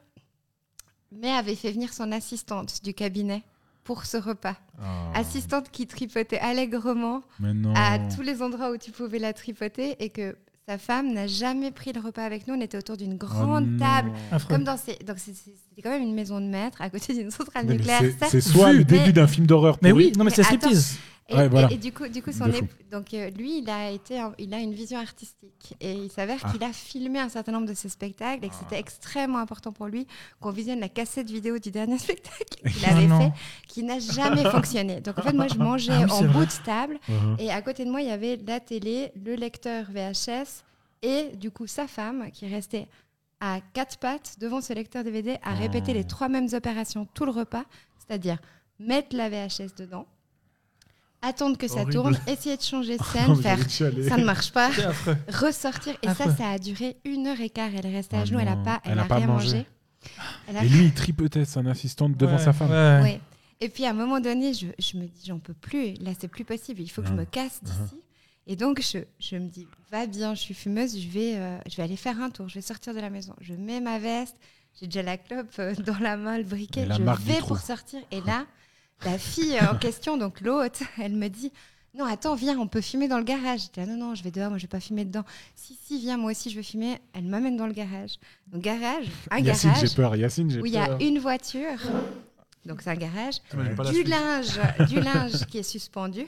[SPEAKER 3] mais avait fait venir son assistante du cabinet pour ce repas.
[SPEAKER 1] Ah,
[SPEAKER 3] Assistante qui tripotait allègrement
[SPEAKER 1] mais non.
[SPEAKER 3] à tous les endroits où tu pouvais la tripoter et que sa femme n'a jamais pris le repas avec nous. On était autour d'une
[SPEAKER 1] Oh
[SPEAKER 3] grande
[SPEAKER 1] non.
[SPEAKER 3] table.
[SPEAKER 2] Affreux.
[SPEAKER 3] Comme dans ces... Donc c'est- c'est- c'était quand même une maison de maître à côté d'une centrale
[SPEAKER 1] Mais
[SPEAKER 3] nucléaire.
[SPEAKER 1] c'est-
[SPEAKER 3] certes.
[SPEAKER 1] C'est soit
[SPEAKER 2] vu,
[SPEAKER 1] le
[SPEAKER 3] mais-
[SPEAKER 1] début d'un film d'horreur.
[SPEAKER 2] Mais
[SPEAKER 1] pourri.
[SPEAKER 2] oui, non, mais c'est
[SPEAKER 3] Mais
[SPEAKER 2] striptease.
[SPEAKER 3] Et,
[SPEAKER 1] Ouais,
[SPEAKER 3] et-
[SPEAKER 1] voilà.
[SPEAKER 3] et du coup, du coup, son
[SPEAKER 1] De fou.
[SPEAKER 3] ép- donc euh, lui, il a été, un- il a une vision artistique et il s'avère
[SPEAKER 1] Ah.
[SPEAKER 3] qu'il a filmé un certain nombre de ses spectacles et que c'était extrêmement important pour lui qu'on visionne la cassette vidéo du dernier (laughs) spectacle qu'il
[SPEAKER 2] Ah
[SPEAKER 3] avait
[SPEAKER 2] non.
[SPEAKER 3] fait, qui n'a jamais fonctionné. Donc en fait, moi, je mangeais
[SPEAKER 2] Ah oui,
[SPEAKER 3] en
[SPEAKER 2] c'est
[SPEAKER 3] bout
[SPEAKER 2] vrai.
[SPEAKER 3] de table
[SPEAKER 1] Uh-huh.
[SPEAKER 3] et à côté de moi, il y avait la télé, le lecteur VHS et du coup sa femme qui restait à quatre pattes devant ce lecteur DVD à répéter
[SPEAKER 1] Ah.
[SPEAKER 3] les trois mêmes opérations tout le repas, c'est-à-dire mettre la VHS dedans, attendre que ça
[SPEAKER 4] Horrible.
[SPEAKER 3] tourne, essayer de
[SPEAKER 1] (laughs)
[SPEAKER 3] changer de
[SPEAKER 1] Non,
[SPEAKER 3] scène,
[SPEAKER 1] mais
[SPEAKER 3] faire
[SPEAKER 1] j'allais y aller.
[SPEAKER 3] ça ne marche pas,
[SPEAKER 2] C'est affreux.
[SPEAKER 3] ressortir. Et ça,
[SPEAKER 2] Affreux.
[SPEAKER 3] ça a duré une heure et quart. Elle est restée
[SPEAKER 1] Oh
[SPEAKER 3] à genoux, elle n'a
[SPEAKER 1] non.
[SPEAKER 3] pas,
[SPEAKER 1] Elle
[SPEAKER 3] elle
[SPEAKER 1] a
[SPEAKER 3] a
[SPEAKER 1] pas
[SPEAKER 3] rien
[SPEAKER 1] mangé.
[SPEAKER 3] mangé. Elle a-
[SPEAKER 1] Et lui, il tripotait son assistante devant
[SPEAKER 2] Ouais,
[SPEAKER 1] sa femme.
[SPEAKER 2] ouais.
[SPEAKER 3] Ouais. Et puis à un moment donné, je, je me dis, j'en peux plus, là c'est plus possible, il faut que je
[SPEAKER 1] Mhm.
[SPEAKER 3] me casse d'ici. Et donc je, je me dis, va bien, je suis fumeuse, je vais, euh, je vais aller faire un tour, je vais sortir de la maison. Je mets ma veste, j'ai déjà la clope euh, (laughs) dans la main, le briquet,
[SPEAKER 1] Et la
[SPEAKER 3] je
[SPEAKER 1] marque du
[SPEAKER 3] vais
[SPEAKER 1] trou. Oh.
[SPEAKER 3] pour sortir. Et là, la fille
[SPEAKER 1] (laughs)
[SPEAKER 3] en question, donc l'hôte, elle me dit, non, attends, viens, on peut fumer dans le garage. Je dis, ah non, non, je vais dehors, moi je vais pas fumer dedans. Si, si, viens, moi aussi je vais fumer. Elle m'amène dans le garage. Donc garage, un
[SPEAKER 1] Yacine,
[SPEAKER 3] garage
[SPEAKER 1] j'ai peur. Yacine, j'ai
[SPEAKER 3] où il y a
[SPEAKER 1] peur.
[SPEAKER 3] une voiture. Donc c'est un garage
[SPEAKER 4] T'imagines pas la
[SPEAKER 3] du
[SPEAKER 4] suite.
[SPEAKER 3] linge, du linge qui est suspendu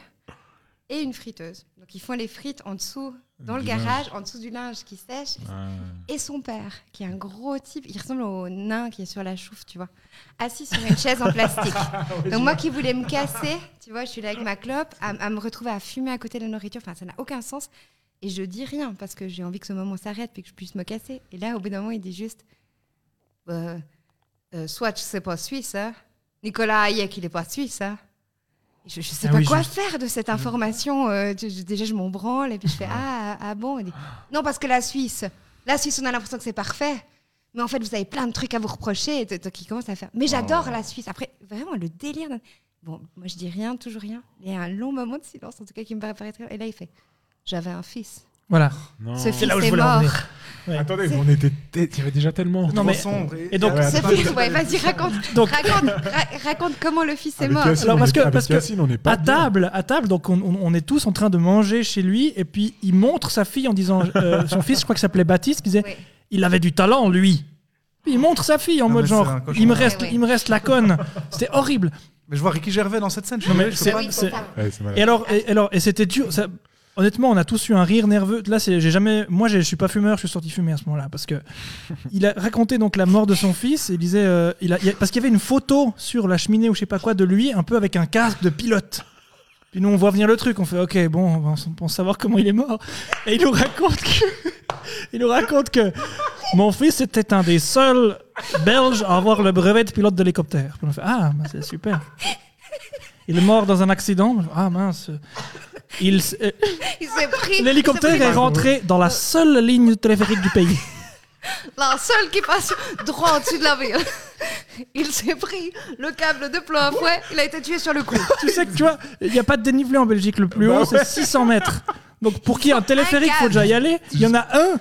[SPEAKER 3] et une friteuse. Donc ils font les frites en dessous, dans le
[SPEAKER 1] Du
[SPEAKER 3] garage, en dessous du linge qui sèche.
[SPEAKER 1] Ah.
[SPEAKER 3] Et son père, qui est un gros type, il ressemble au nain qui est sur la chouffe, tu vois, assis sur une chaise en plastique. Donc moi qui voulais me casser, tu vois, je suis là avec ma clope, à, à me retrouver à fumer à côté de la nourriture, enfin ça n'a aucun sens. Et je dis rien parce que j'ai envie que ce moment s'arrête puis que je puisse me casser. Et là, au bout d'un moment, il dit juste, Bah, euh, soit c'est pas suisse, hein. Nicolas Hayek, il est pas suisse, hein. Je, je sais
[SPEAKER 2] Ah
[SPEAKER 3] pas
[SPEAKER 2] oui,
[SPEAKER 3] quoi
[SPEAKER 2] juste.
[SPEAKER 3] faire de cette information. euh, tu- je- déjà, je m'en branle et puis je fais ah, ah bon. Il dit, non, parce que la Suisse, la Suisse, on a l'impression que c'est parfait. Mais en fait, vous avez plein de trucs à vous reprocher. Et t- t- qui commence à faire. Mais
[SPEAKER 2] Oh.
[SPEAKER 3] j'adore la Suisse. Après, vraiment, le délire. d'un- Bon, moi, je dis rien, toujours rien. Il y a un long moment de silence, en tout cas, qui me paraît paraît très. Et là, il fait J'avais un fils.
[SPEAKER 2] Voilà.
[SPEAKER 1] Non.
[SPEAKER 3] Ce fils
[SPEAKER 2] là où je
[SPEAKER 3] est
[SPEAKER 2] voulais en
[SPEAKER 3] mort.
[SPEAKER 2] venir. Ouais.
[SPEAKER 1] Attendez, mais on était. Il y avait déjà tellement.
[SPEAKER 2] Non,
[SPEAKER 4] Trop
[SPEAKER 2] mais-
[SPEAKER 4] sombre et,
[SPEAKER 2] et donc,
[SPEAKER 1] Ouais,
[SPEAKER 3] Ce
[SPEAKER 1] attends.
[SPEAKER 3] fils, ouais, vas-y, raconte,
[SPEAKER 2] Donc-
[SPEAKER 3] raconte, ra- raconte comment le fils est
[SPEAKER 1] Avec
[SPEAKER 3] mort.
[SPEAKER 1] Yacine,
[SPEAKER 2] Alors,
[SPEAKER 1] on
[SPEAKER 2] parce
[SPEAKER 1] est-
[SPEAKER 2] que-
[SPEAKER 1] avec
[SPEAKER 2] parce que-
[SPEAKER 1] Yacine, on n'est pas
[SPEAKER 2] à
[SPEAKER 1] bien.
[SPEAKER 2] table, à table, donc on, on- on est tous en train de manger chez lui, et puis il montre sa fille en disant euh, son fils, je crois que s'appelait Baptiste, qui disait
[SPEAKER 3] Ouais.
[SPEAKER 2] il avait du talent lui. Puis il montre sa fille en
[SPEAKER 4] Non,
[SPEAKER 2] mode
[SPEAKER 4] mais c'est
[SPEAKER 2] genre
[SPEAKER 4] un cauchemar.
[SPEAKER 2] il me reste,
[SPEAKER 3] Ouais, ouais.
[SPEAKER 2] il me reste la conne. C'était horrible.
[SPEAKER 4] mais je vois Ricky Gervais dans cette scène. je
[SPEAKER 2] Non,
[SPEAKER 4] suis
[SPEAKER 2] mais
[SPEAKER 4] désolé, je
[SPEAKER 2] c'est-
[SPEAKER 4] peux
[SPEAKER 3] Oui,
[SPEAKER 2] c'est-
[SPEAKER 3] c'est ça.
[SPEAKER 1] Ouais, c'est malade.
[SPEAKER 2] Et alors, et, alors, et c'était dur. ça- honnêtement, on a tous eu un rire nerveux. Là, c'est, j'ai jamais. Moi, j'ai- je suis pas fumeur. Je suis sorti fumer à ce moment-là parce que il a raconté donc la mort de son fils. et il disait, euh, il a, il y a- parce qu'il y avait une photo sur la cheminée ou je sais pas quoi de lui, un peu avec un casque de pilote. Puis nous, on voit venir le truc. On fait, ok, bon, on va s- on va savoir comment il est mort. Et il nous raconte que, il nous raconte que mon fils était un des seuls Belges à avoir le brevet de pilote d'hélicoptère. Puis on fait, ah, bah, c'est super. Il est mort dans un accident. Ah mince. Il s- euh,
[SPEAKER 3] (laughs) Il s'est pris.
[SPEAKER 2] L'hélicoptère est rentré dans la seule ligne téléphérique du
[SPEAKER 3] (laughs)
[SPEAKER 2] pays.
[SPEAKER 3] La seule qui passe droit au-dessus de la ville. (laughs) Il s'est pris le câble de plein fouet, il a été tué sur le coup.
[SPEAKER 2] Tu sais que tu vois, il n'y a pas de dénivelé en Belgique. Le plus
[SPEAKER 1] Bah
[SPEAKER 2] haut, c'est 600 mètres. Donc pour
[SPEAKER 3] Oh
[SPEAKER 2] qu'il y ait un téléphérique, il faut déjà y aller. Il y en a un.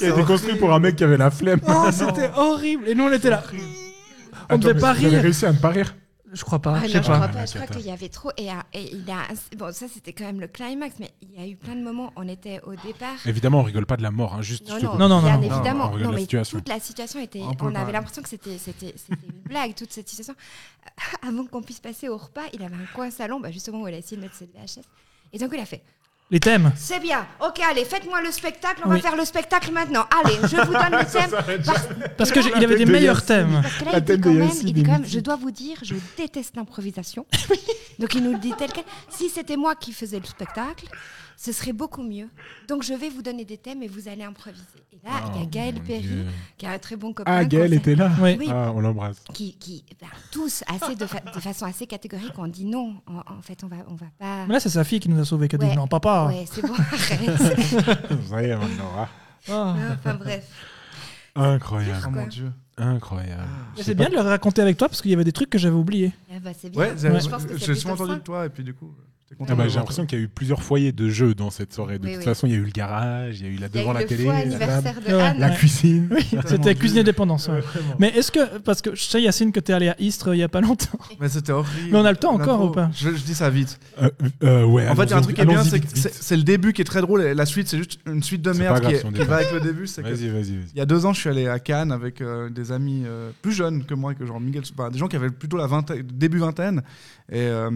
[SPEAKER 1] Il a été construit pour un mec qui avait la flemme.
[SPEAKER 2] Oh, c'était horrible. Et nous, on était là. On
[SPEAKER 1] Attends,
[SPEAKER 2] devait
[SPEAKER 1] mais
[SPEAKER 2] pas
[SPEAKER 1] vous avez
[SPEAKER 2] rire.
[SPEAKER 1] réussi à ne pas rire.
[SPEAKER 2] Je crois pas.
[SPEAKER 3] Ah non,
[SPEAKER 2] je
[SPEAKER 3] je
[SPEAKER 2] sais
[SPEAKER 3] crois
[SPEAKER 2] pas.
[SPEAKER 3] pas. Je
[SPEAKER 1] Ah,
[SPEAKER 3] crois
[SPEAKER 1] d'accord.
[SPEAKER 3] qu'il y avait trop. Et, à- et il a. Bon, ça c'était quand même le climax, mais il y a eu plein de moments. On était au départ.
[SPEAKER 1] Évidemment, on rigole pas de la mort. hein, Juste, je te coupe.
[SPEAKER 2] Non, non, non,
[SPEAKER 3] bien
[SPEAKER 1] Non,
[SPEAKER 2] non.
[SPEAKER 1] on
[SPEAKER 3] évidemment.
[SPEAKER 1] regarde
[SPEAKER 3] Non,
[SPEAKER 1] la
[SPEAKER 3] mais
[SPEAKER 1] situation.
[SPEAKER 3] toute la situation était.
[SPEAKER 4] On peut
[SPEAKER 3] On
[SPEAKER 4] pas.
[SPEAKER 3] avait l'impression que c'était c'était- c'était une blague, toute cette situation. (laughs) Avant qu'on puisse passer au repas, il avait un coin salon, bah, justement où elle a essayé de mettre cette VHS. Et donc il a fait
[SPEAKER 2] Les thèmes.
[SPEAKER 3] C'est bien. Ok, allez, faites-moi le spectacle. On
[SPEAKER 2] Oui.
[SPEAKER 3] va faire le spectacle maintenant. Allez, je vous donne le thème. Parce,
[SPEAKER 2] Parce qu'il
[SPEAKER 1] La
[SPEAKER 2] avait des
[SPEAKER 1] tête de
[SPEAKER 2] meilleurs
[SPEAKER 1] Yassine.
[SPEAKER 2] thèmes.
[SPEAKER 3] parce que là,
[SPEAKER 1] La
[SPEAKER 3] il
[SPEAKER 1] tête
[SPEAKER 3] dit,
[SPEAKER 1] de
[SPEAKER 3] quand même,
[SPEAKER 1] Yassine
[SPEAKER 3] il dit quand
[SPEAKER 1] est
[SPEAKER 3] même, je dois vous dire, je
[SPEAKER 1] (laughs)
[SPEAKER 3] déteste l'improvisation. Donc il nous le dit tel quel. Si c'était moi qui faisais le spectacle, ce serait beaucoup mieux. Donc je vais vous donner des thèmes et vous allez improviser. Et là, il y a Gaël
[SPEAKER 1] Oh, mon
[SPEAKER 3] Perry,
[SPEAKER 1] Dieu.
[SPEAKER 3] qui a un très bon copain.
[SPEAKER 1] Ah, Gaël
[SPEAKER 3] qu'on-
[SPEAKER 1] était là.
[SPEAKER 2] Oui.
[SPEAKER 3] Oui.
[SPEAKER 1] Ah, on l'embrasse.
[SPEAKER 3] Qui, qui ben, tous, assez de, fa- de façon assez catégorique, on dit non. En, en fait, on va, on va pas.
[SPEAKER 2] Mais là, c'est sa fille qui nous a sauvés. Qui a dit
[SPEAKER 3] Ouais.
[SPEAKER 2] non, papa.
[SPEAKER 3] Ouais, c'est bon, (laughs) arrête.
[SPEAKER 1] Ça y est, maintenant. ah.
[SPEAKER 2] Ah.
[SPEAKER 3] enfin bref.
[SPEAKER 1] Incroyable.
[SPEAKER 4] Oh mon
[SPEAKER 3] Quoi.
[SPEAKER 4] dieu.
[SPEAKER 1] Incroyable.
[SPEAKER 4] Ah.
[SPEAKER 2] Mais C'est bien de le raconter avec toi parce qu'il y avait des trucs que j'avais oubliés.
[SPEAKER 3] Ah bah, c'est bien.
[SPEAKER 4] Ouais,
[SPEAKER 3] Je pense que
[SPEAKER 4] j'ai-
[SPEAKER 3] c'est
[SPEAKER 4] j'ai souvent
[SPEAKER 3] plutôt
[SPEAKER 4] entendu
[SPEAKER 3] ça.
[SPEAKER 4] de toi et puis du coup. j'étais content
[SPEAKER 1] Ah bah,
[SPEAKER 4] de
[SPEAKER 1] j'ai
[SPEAKER 4] voir
[SPEAKER 1] l'impression qu'il y a eu plusieurs foyers de jeux dans cette soirée. De
[SPEAKER 3] Oui,
[SPEAKER 1] toute
[SPEAKER 3] oui.
[SPEAKER 1] façon, il y a eu le garage, il y a eu la
[SPEAKER 3] Il y a
[SPEAKER 1] devant
[SPEAKER 3] eu
[SPEAKER 1] la
[SPEAKER 3] le
[SPEAKER 1] télé,
[SPEAKER 3] fois
[SPEAKER 1] la table,
[SPEAKER 3] anniversaire de
[SPEAKER 2] Ouais.
[SPEAKER 3] Anne.
[SPEAKER 1] la cuisine.
[SPEAKER 2] Oui,
[SPEAKER 4] Tellement
[SPEAKER 2] c'était
[SPEAKER 4] dur.
[SPEAKER 2] cuisine et dépendance. ouais.
[SPEAKER 1] Ouais, vraiment.
[SPEAKER 2] Mais est-ce que, parce que je sais Yacine que t'es allé à Istres euh, il y a pas longtemps. (laughs)
[SPEAKER 4] Mais c'était horrible.
[SPEAKER 2] Mais on a le temps
[SPEAKER 4] La
[SPEAKER 2] encore
[SPEAKER 4] pauvre.
[SPEAKER 2] ou pas
[SPEAKER 4] je, je dis ça vite.
[SPEAKER 1] Euh, euh, ouais,
[SPEAKER 4] en fait, il y a un
[SPEAKER 1] allons-y,
[SPEAKER 4] truc qui est bien,
[SPEAKER 1] allons-y
[SPEAKER 4] c'est que
[SPEAKER 1] vite,
[SPEAKER 4] c'est
[SPEAKER 1] vite.
[SPEAKER 4] c'est le début qui est très drôle et la suite, c'est juste une suite de
[SPEAKER 1] C'est
[SPEAKER 4] merde
[SPEAKER 1] pas grave
[SPEAKER 4] qui, est-
[SPEAKER 1] si on
[SPEAKER 4] qui
[SPEAKER 1] débat.
[SPEAKER 4] va avec le début. C'est que
[SPEAKER 1] Vas-y, vas-y, vas-y.
[SPEAKER 4] il y a deux ans, je suis allé à Cannes avec euh, des amis euh, plus jeunes que moi, que genre Miguel, enfin, des gens qui avaient plutôt la vingtaine, début vingtaine. Et, euh,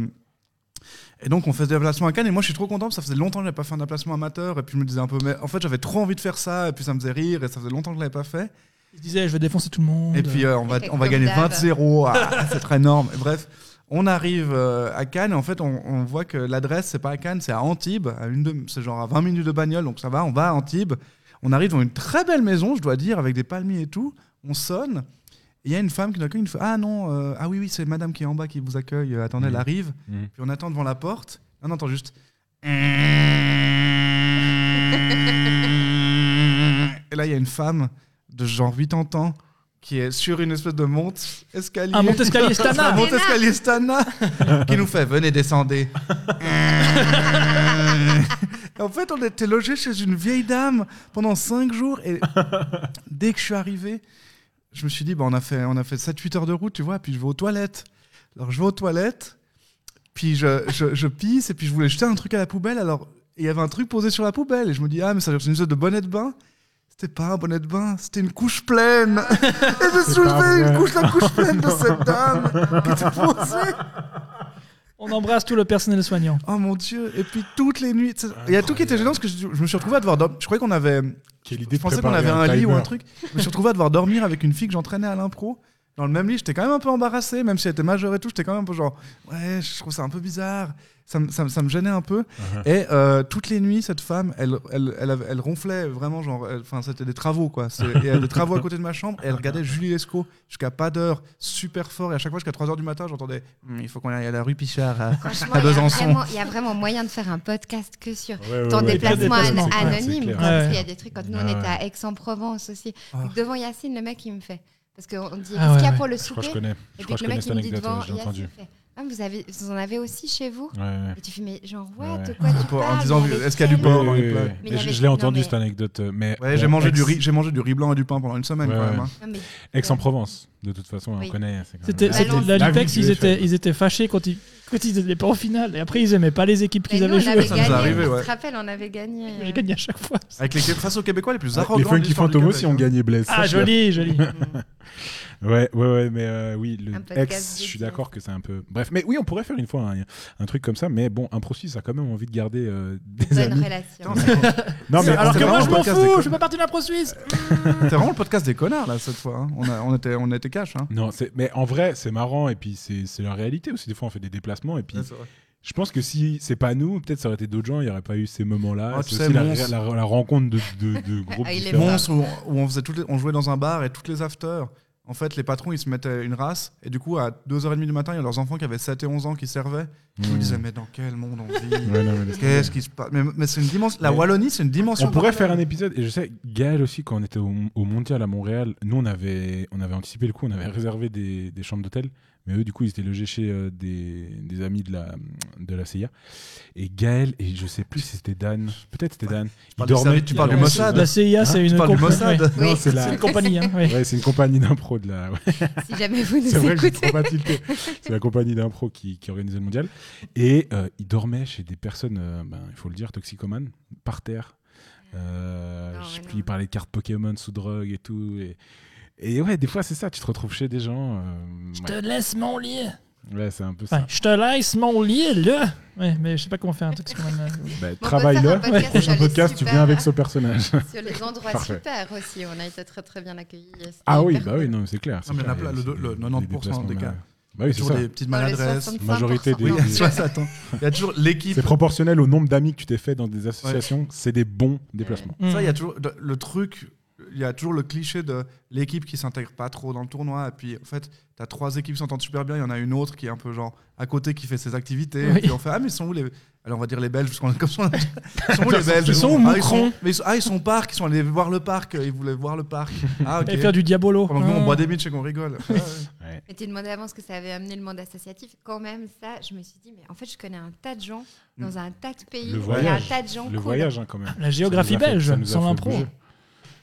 [SPEAKER 4] et donc, on faisait des placements à Cannes. Et moi, je suis trop content, parce que ça faisait longtemps que je n'avais pas fait un placement amateur. Et puis, je me disais un peu, mais en fait, j'avais trop envie de faire ça. Et puis, ça me faisait rire. Et ça faisait longtemps que je l'avais pas fait.
[SPEAKER 2] Il se disait, je vais défoncer tout le monde.
[SPEAKER 4] Et puis euh, on va, on va
[SPEAKER 3] Comme
[SPEAKER 4] gagner
[SPEAKER 3] d'hab.
[SPEAKER 4] 20-0,
[SPEAKER 3] (laughs)
[SPEAKER 4] Ah, c'est très énorme. Et Bref, on arrive euh, à Cannes et en fait on, on voit que l'adresse c'est pas à Cannes, c'est à Antibes, à une de- c'est genre à 20 minutes de bagnole, donc ça va, on va à Antibes. On arrive dans une très belle maison, je dois dire, avec des palmiers et tout. On sonne. Il y a une femme qui nous accueille. Une fois, ah non, euh, ah oui, oui, c'est madame qui est en bas qui vous accueille. Euh, attendez,
[SPEAKER 1] Mhm.
[SPEAKER 4] elle arrive.
[SPEAKER 1] Mhm.
[SPEAKER 4] Puis on attend devant la porte. On entend juste. Et là, il y a une femme de genre 80 ans qui est sur une espèce de monte escalier.
[SPEAKER 2] Un monte-escalier Stana.
[SPEAKER 4] (laughs) Un monte-escalier Stana qui nous fait venez descendez. Et en fait, on était logé chez une vieille dame pendant 5 jours et dès que je suis arrivé, je me suis dit bah, on a fait on a fait 7 8 heures de route, tu vois, puis je vais aux toilettes. Alors je vais aux toilettes, puis je, je, je pisse et puis je voulais jeter un truc à la poubelle alors il y avait un truc posé sur la poubelle et je me dis ah mais ça doit être une sorte de bonnet de bain. C'était pas un bonnet de bain, c'était une couche pleine. Et j'ai soulevé
[SPEAKER 1] vrai.
[SPEAKER 4] une couche, la couche pleine de cette dame qui était posée.
[SPEAKER 2] On embrasse tout le personnel soignant.
[SPEAKER 4] Oh mon dieu. Et puis toutes les nuits. ça- Il y a tout qui était gênant parce que je, je me suis retrouvé à devoir dormir. Je croyais qu'on avait.
[SPEAKER 1] Quelle idée
[SPEAKER 4] Je
[SPEAKER 1] de
[SPEAKER 4] pensais qu'on
[SPEAKER 1] préparer
[SPEAKER 4] avait un, lit ou un
[SPEAKER 1] timer.
[SPEAKER 4] truc. Je me suis retrouvé à devoir dormir avec une fille que j'entraînais à l'impro. Dans le même lit, j'étais quand même un peu embarrassé, même si elle était majeure et tout. J'étais quand même un peu genre, ouais, je trouve ça un peu bizarre. Ça, me- ça, me- ça me gênait un peu.
[SPEAKER 1] Uh-huh.
[SPEAKER 4] Et euh, toutes les nuits, cette femme, elle, elle, elle, avait- elle ronflait vraiment, genre, elle- enfin, c'était des travaux, quoi. C'est- et elle avait des travaux à côté de ma chambre, et
[SPEAKER 1] (laughs)
[SPEAKER 4] elle regardait Julie Lescaut jusqu'à pas d'heure, super fort, et à chaque fois, jusqu'à 3 heures du matin, j'entendais, Hum, il faut qu'on aille à la rue Pichard. hein.
[SPEAKER 1] (laughs)
[SPEAKER 4] à-
[SPEAKER 3] Franchement,
[SPEAKER 4] À
[SPEAKER 3] il y a
[SPEAKER 4] Besançon.
[SPEAKER 3] vraiment- il y, a vraiment moyen de faire un podcast que sur
[SPEAKER 1] Ouais, ouais,
[SPEAKER 3] ton
[SPEAKER 1] ouais.
[SPEAKER 3] déplacement
[SPEAKER 2] Il y a des
[SPEAKER 3] an-
[SPEAKER 1] C'est clair,
[SPEAKER 2] personnes,
[SPEAKER 1] c'est
[SPEAKER 3] anonyme.
[SPEAKER 1] clair.
[SPEAKER 3] quoi, parce
[SPEAKER 2] Ouais.
[SPEAKER 3] qu'il y a des trucs, quand nous, on
[SPEAKER 1] Ouais,
[SPEAKER 3] était
[SPEAKER 1] ouais.
[SPEAKER 3] à Aix-en-provence aussi.
[SPEAKER 4] Ah.
[SPEAKER 3] Devant Yacine, le mec, il me fait. Parce qu'on dit,
[SPEAKER 2] Ah
[SPEAKER 3] qu'est-ce qu'il y a
[SPEAKER 2] ouais,
[SPEAKER 3] pour le
[SPEAKER 1] Je crois que
[SPEAKER 3] souper
[SPEAKER 1] je connais. Je crois
[SPEAKER 3] Et puis
[SPEAKER 1] que
[SPEAKER 3] le
[SPEAKER 1] je connais
[SPEAKER 3] mec,
[SPEAKER 1] cette
[SPEAKER 3] il me dit
[SPEAKER 1] anecdote,
[SPEAKER 3] devant
[SPEAKER 1] ouais, je l'ai
[SPEAKER 3] Yacine,
[SPEAKER 1] entendu.
[SPEAKER 3] il fait, ah, vous, avez, vous en avez aussi chez vous
[SPEAKER 1] Ouais, ouais.
[SPEAKER 3] Et tu fais, mais genre, what
[SPEAKER 1] Ouais.
[SPEAKER 3] De quoi tu
[SPEAKER 4] Pour- en
[SPEAKER 3] parles
[SPEAKER 4] disant,
[SPEAKER 3] Mais elle est
[SPEAKER 4] est-ce qu'il y a du
[SPEAKER 1] Oui,
[SPEAKER 4] porc
[SPEAKER 3] tellement-
[SPEAKER 4] dans
[SPEAKER 1] oui,
[SPEAKER 4] les
[SPEAKER 1] oui,
[SPEAKER 4] plats.
[SPEAKER 1] oui.
[SPEAKER 3] Mais
[SPEAKER 1] Mais
[SPEAKER 3] il y
[SPEAKER 1] je,
[SPEAKER 3] avait-
[SPEAKER 1] je l'ai
[SPEAKER 3] non,
[SPEAKER 1] entendu
[SPEAKER 3] mais-
[SPEAKER 1] cette anecdote. euh, Mais
[SPEAKER 4] Ouais, j'ai
[SPEAKER 1] bon,
[SPEAKER 4] mangé, du
[SPEAKER 1] Aix-
[SPEAKER 4] riz- j'ai mangé du riz blanc et du pain pendant une semaine,
[SPEAKER 1] Ouais,
[SPEAKER 4] quand
[SPEAKER 1] ouais.
[SPEAKER 4] même. hein.
[SPEAKER 3] Non, mais-
[SPEAKER 1] Aix-en-Provence, de toute façon, on
[SPEAKER 3] Oui. Bah,
[SPEAKER 1] connaît. hein, c'est quand
[SPEAKER 4] Bah,
[SPEAKER 2] C'était
[SPEAKER 1] même-
[SPEAKER 3] La
[SPEAKER 2] c'était-
[SPEAKER 3] lance-
[SPEAKER 2] la
[SPEAKER 1] la
[SPEAKER 2] Lupex,
[SPEAKER 1] vie
[SPEAKER 2] ils
[SPEAKER 1] du
[SPEAKER 2] étaient,
[SPEAKER 1] FL.
[SPEAKER 2] ils étaient fâchés quand ils, quand ils étaient pas en finale. Et après, ils aimaient pas les équipes
[SPEAKER 3] Mais
[SPEAKER 2] qu'ils
[SPEAKER 3] nous,
[SPEAKER 2] avaient
[SPEAKER 3] on
[SPEAKER 2] jouées.
[SPEAKER 3] avait
[SPEAKER 4] Ça nous est
[SPEAKER 3] gagné,
[SPEAKER 4] arrivé,
[SPEAKER 3] on
[SPEAKER 4] ouais.
[SPEAKER 3] se rappelle, on avait gagné.
[SPEAKER 2] Ils (laughs)
[SPEAKER 3] euh,
[SPEAKER 2] avaient gagné à chaque fois.
[SPEAKER 4] Avec les face aux Québécois les plus arrogants.
[SPEAKER 1] Les
[SPEAKER 4] de
[SPEAKER 1] Funky
[SPEAKER 4] l'histoire du
[SPEAKER 1] Fantômes
[SPEAKER 4] Québec,
[SPEAKER 1] aussi
[SPEAKER 4] hein.
[SPEAKER 1] ont gagné Blaise. ça,
[SPEAKER 2] Ah,
[SPEAKER 1] je-
[SPEAKER 2] joli, joli.
[SPEAKER 1] Ouais, ouais, ouais, mais euh, oui, le
[SPEAKER 3] Un podcast
[SPEAKER 1] ex, je suis
[SPEAKER 3] dédié.
[SPEAKER 1] d'accord que c'est un peu. Bref, mais oui, on pourrait faire une fois un, un truc comme ça, mais bon, un procis ça a quand même envie de garder euh, (laughs) des
[SPEAKER 3] Bonne
[SPEAKER 1] amis.
[SPEAKER 3] relation.
[SPEAKER 4] Putain, c'est-
[SPEAKER 1] Non, mais
[SPEAKER 2] Alors
[SPEAKER 1] c'est
[SPEAKER 2] que
[SPEAKER 1] vraiment-
[SPEAKER 2] moi, je m'en
[SPEAKER 4] podcast des
[SPEAKER 2] fous, je
[SPEAKER 4] cons.
[SPEAKER 2] suis pas partie de la Pro Suisse.
[SPEAKER 4] (laughs) C'est vraiment le podcast des connards, là, cette fois. hein. On, a, on, était, on était cash. Hein.
[SPEAKER 1] Non, c'est- mais en vrai, c'est marrant et puis c'est c'est la réalité aussi. Des fois, on fait des déplacements et puis je pense que si c'est pas nous, peut-être ça aurait été d'autres gens, il n'y aurait pas eu ces moments-là.
[SPEAKER 4] Ah,
[SPEAKER 1] c'est
[SPEAKER 4] tu
[SPEAKER 1] aussi
[SPEAKER 4] sais,
[SPEAKER 1] la,
[SPEAKER 4] Mons.
[SPEAKER 1] la- la rencontre de, de,
[SPEAKER 3] (laughs)
[SPEAKER 1] de groupes
[SPEAKER 3] Ah, il est
[SPEAKER 1] différents.
[SPEAKER 4] Mons, où, où on, faisait toutes les- on jouait dans un bar et toutes les afters. En fait, les patrons, ils se mettaient une race. Et du coup, à 2h30 du matin, il y a leurs enfants qui avaient 7 et 11 ans qui servaient. Ils nous
[SPEAKER 1] Mm.
[SPEAKER 4] disaient, mais dans quel monde on vit (laughs)
[SPEAKER 1] Ouais, non, mais laisse
[SPEAKER 4] Qu'est-ce qui se passe Mais, mais c'est une dimension. La
[SPEAKER 1] Mais-
[SPEAKER 4] Wallonie, c'est une dimension.
[SPEAKER 1] On pourrait
[SPEAKER 4] parallèle.
[SPEAKER 1] faire un épisode, et je sais, Gaël aussi, quand on était au, au Mondial à Montréal, nous on avait, on avait anticipé le coup, on avait réservé des, des chambres d'hôtel, mais eux du coup ils étaient logés chez euh, des, des amis de la, de la CIA. Et Gaël, et je sais plus si c'était Dan, peut-être c'était Dan, il
[SPEAKER 4] parles du
[SPEAKER 1] dormait.
[SPEAKER 4] service- tu parles du
[SPEAKER 1] il dormait-
[SPEAKER 4] Mossad.
[SPEAKER 2] La CIA, c'est une
[SPEAKER 4] hein, Tu parles du
[SPEAKER 2] compagnie.
[SPEAKER 4] Mossad (laughs)
[SPEAKER 1] Non, c'est
[SPEAKER 2] ouais. C'est
[SPEAKER 1] la.
[SPEAKER 2] une compagnie, hein, ouais.
[SPEAKER 1] Ouais, c'est une compagnie d'impro de la. ouais,
[SPEAKER 3] Si jamais vous nous
[SPEAKER 1] c'est vrai que j'ai
[SPEAKER 3] écoutez.
[SPEAKER 1] trop pas tilté. C'est la compagnie d'impro qui, qui organisait le mondial. Et euh, il dormait chez des personnes, euh, ben, il faut le dire, toxicomanes, par terre. Euh,
[SPEAKER 3] Non,
[SPEAKER 1] je sais
[SPEAKER 3] mais
[SPEAKER 1] plus,
[SPEAKER 3] non.
[SPEAKER 1] il parlait de cartes Pokémon sous drogue et tout. Et, et ouais, des fois, c'est ça, tu te retrouves chez des gens. euh,
[SPEAKER 2] Je te laisse mon lit.
[SPEAKER 1] ouais, ouais, c'est un peu
[SPEAKER 2] Enfin,
[SPEAKER 1] ça.
[SPEAKER 2] je te laisse mon lit, là. Ouais, mais je sais pas comment faire un truc. c'est quand même, euh,
[SPEAKER 1] Bah,
[SPEAKER 3] on peut faire
[SPEAKER 1] Travaille-le.
[SPEAKER 3] un podcast sur
[SPEAKER 1] Prochain
[SPEAKER 3] les
[SPEAKER 1] podcast, tu
[SPEAKER 3] super-
[SPEAKER 1] viens avec ce
[SPEAKER 3] (laughs)
[SPEAKER 1] personnage.
[SPEAKER 3] Sur les endroits
[SPEAKER 1] Parfait.
[SPEAKER 3] super aussi, on a été très très bien accueillis. euh, C'était
[SPEAKER 1] ah oui,
[SPEAKER 3] hyper
[SPEAKER 1] bah
[SPEAKER 3] cool.
[SPEAKER 1] oui, non, mais c'est clair. c'est
[SPEAKER 4] mais il y en
[SPEAKER 1] clair,
[SPEAKER 4] a plein,
[SPEAKER 1] c'est
[SPEAKER 4] le-
[SPEAKER 1] des-
[SPEAKER 4] le
[SPEAKER 1] des
[SPEAKER 4] 90% des
[SPEAKER 1] déplacements,
[SPEAKER 4] cas.
[SPEAKER 1] ouais. Bah oui, c'est
[SPEAKER 4] Toujours
[SPEAKER 1] ça.
[SPEAKER 4] des petites
[SPEAKER 3] Dans les
[SPEAKER 4] maladresses. (laughs)
[SPEAKER 3] 65%.
[SPEAKER 1] Majorité des-
[SPEAKER 4] Oui,
[SPEAKER 1] Oui.
[SPEAKER 4] 60 ans. Il y a toujours l'équipe.
[SPEAKER 1] C'est proportionnel au nombre d'amis que tu t'es fait dans des associations. C'est des bons déplacements.
[SPEAKER 2] hmm.
[SPEAKER 4] Ça, il y a toujours de- le truc, il y a toujours le cliché de l'équipe qui s'intègre pas trop dans le tournoi. Et puis, en fait, tu as trois équipes qui s'entendent super bien. Il y en a une autre qui est un peu genre à côté qui fait ses activités.
[SPEAKER 2] Oui.
[SPEAKER 4] Et puis on fait Ah, mais ils sont où les. Alors on va dire les Belges, parce qu'on comme ça, on a- Ils sont où les Belges
[SPEAKER 2] (laughs) Ils sont où,
[SPEAKER 4] ah, ils
[SPEAKER 2] Moucron
[SPEAKER 4] sont, mais ils sont- ah, ils sont au parc, ils sont allés voir le parc. Ils voulaient voir
[SPEAKER 2] (laughs)
[SPEAKER 4] le parc. Ah, ok.
[SPEAKER 2] Et faire du Diabolo.
[SPEAKER 4] Pendant que nous,
[SPEAKER 2] Ah.
[SPEAKER 4] on boit des milkshakes et
[SPEAKER 2] (laughs)
[SPEAKER 4] qu'on rigole. Ouais, ouais.
[SPEAKER 3] (laughs) Mais tu demandais avant ce que ça avait amené le monde associatif. Quand même, ça, je me suis dit, mais en fait, je connais un tas de gens dans un tas de pays.
[SPEAKER 1] Mm. Le
[SPEAKER 3] Il y a un
[SPEAKER 1] voyage.
[SPEAKER 3] tas de gens
[SPEAKER 1] Le
[SPEAKER 3] cool.
[SPEAKER 1] voyage, hein, quand même.
[SPEAKER 2] La géographie
[SPEAKER 1] Ça nous a fait-
[SPEAKER 2] belge,
[SPEAKER 1] ça nous a
[SPEAKER 2] sans
[SPEAKER 1] fait
[SPEAKER 2] l'impro.
[SPEAKER 1] bouger.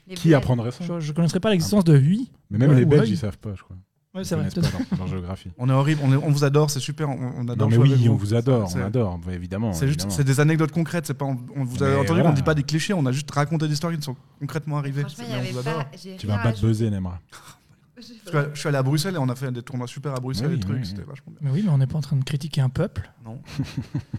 [SPEAKER 3] Les
[SPEAKER 1] Qui
[SPEAKER 3] Belges.
[SPEAKER 1] apprendrait ça
[SPEAKER 2] Je, je connaîtrais pas l'existence de Huy.
[SPEAKER 1] Mais même
[SPEAKER 2] Ouais,
[SPEAKER 1] les
[SPEAKER 2] ou
[SPEAKER 1] Belges,
[SPEAKER 2] Hague.
[SPEAKER 1] ils savent pas, je crois.
[SPEAKER 2] Ouais,
[SPEAKER 1] Ils
[SPEAKER 2] c'est vrai.
[SPEAKER 1] connaissent pas leur- leur géographie.
[SPEAKER 4] On est horrible, on, est- on vous adore, c'est super. On, (laughs) on adore.
[SPEAKER 1] Non, mais
[SPEAKER 4] jouer avec
[SPEAKER 1] oui, on
[SPEAKER 4] vous.
[SPEAKER 1] vous adore, on
[SPEAKER 4] C'est-
[SPEAKER 1] adore, bah, évidemment.
[SPEAKER 4] C'est juste,
[SPEAKER 1] évidemment.
[SPEAKER 4] c'est des anecdotes concrètes. C'est pas, on, on vous avez
[SPEAKER 1] Mais
[SPEAKER 4] entendu,
[SPEAKER 1] voilà.
[SPEAKER 4] on dit pas des clichés, on a juste raconté des histoires qui nous sont concrètement arrivées.
[SPEAKER 3] Franchement, il
[SPEAKER 4] Mais on
[SPEAKER 3] n'y
[SPEAKER 4] vous
[SPEAKER 3] avait
[SPEAKER 4] adore.
[SPEAKER 3] pas. j'ai
[SPEAKER 1] Tu
[SPEAKER 3] rien
[SPEAKER 1] vas pas te
[SPEAKER 3] (laughs) rajouté.
[SPEAKER 1] buzzer,
[SPEAKER 4] (laughs)
[SPEAKER 1] Nemra.
[SPEAKER 4] Je suis allé- Je suis allé à Bruxelles et on a fait des tournois super à Bruxelles,
[SPEAKER 1] Oui,
[SPEAKER 4] des trucs,
[SPEAKER 1] oui,
[SPEAKER 4] c'était
[SPEAKER 1] oui.
[SPEAKER 4] vachement bien.
[SPEAKER 2] Mais oui, mais on n'est pas en train de critiquer un peuple.
[SPEAKER 4] Non.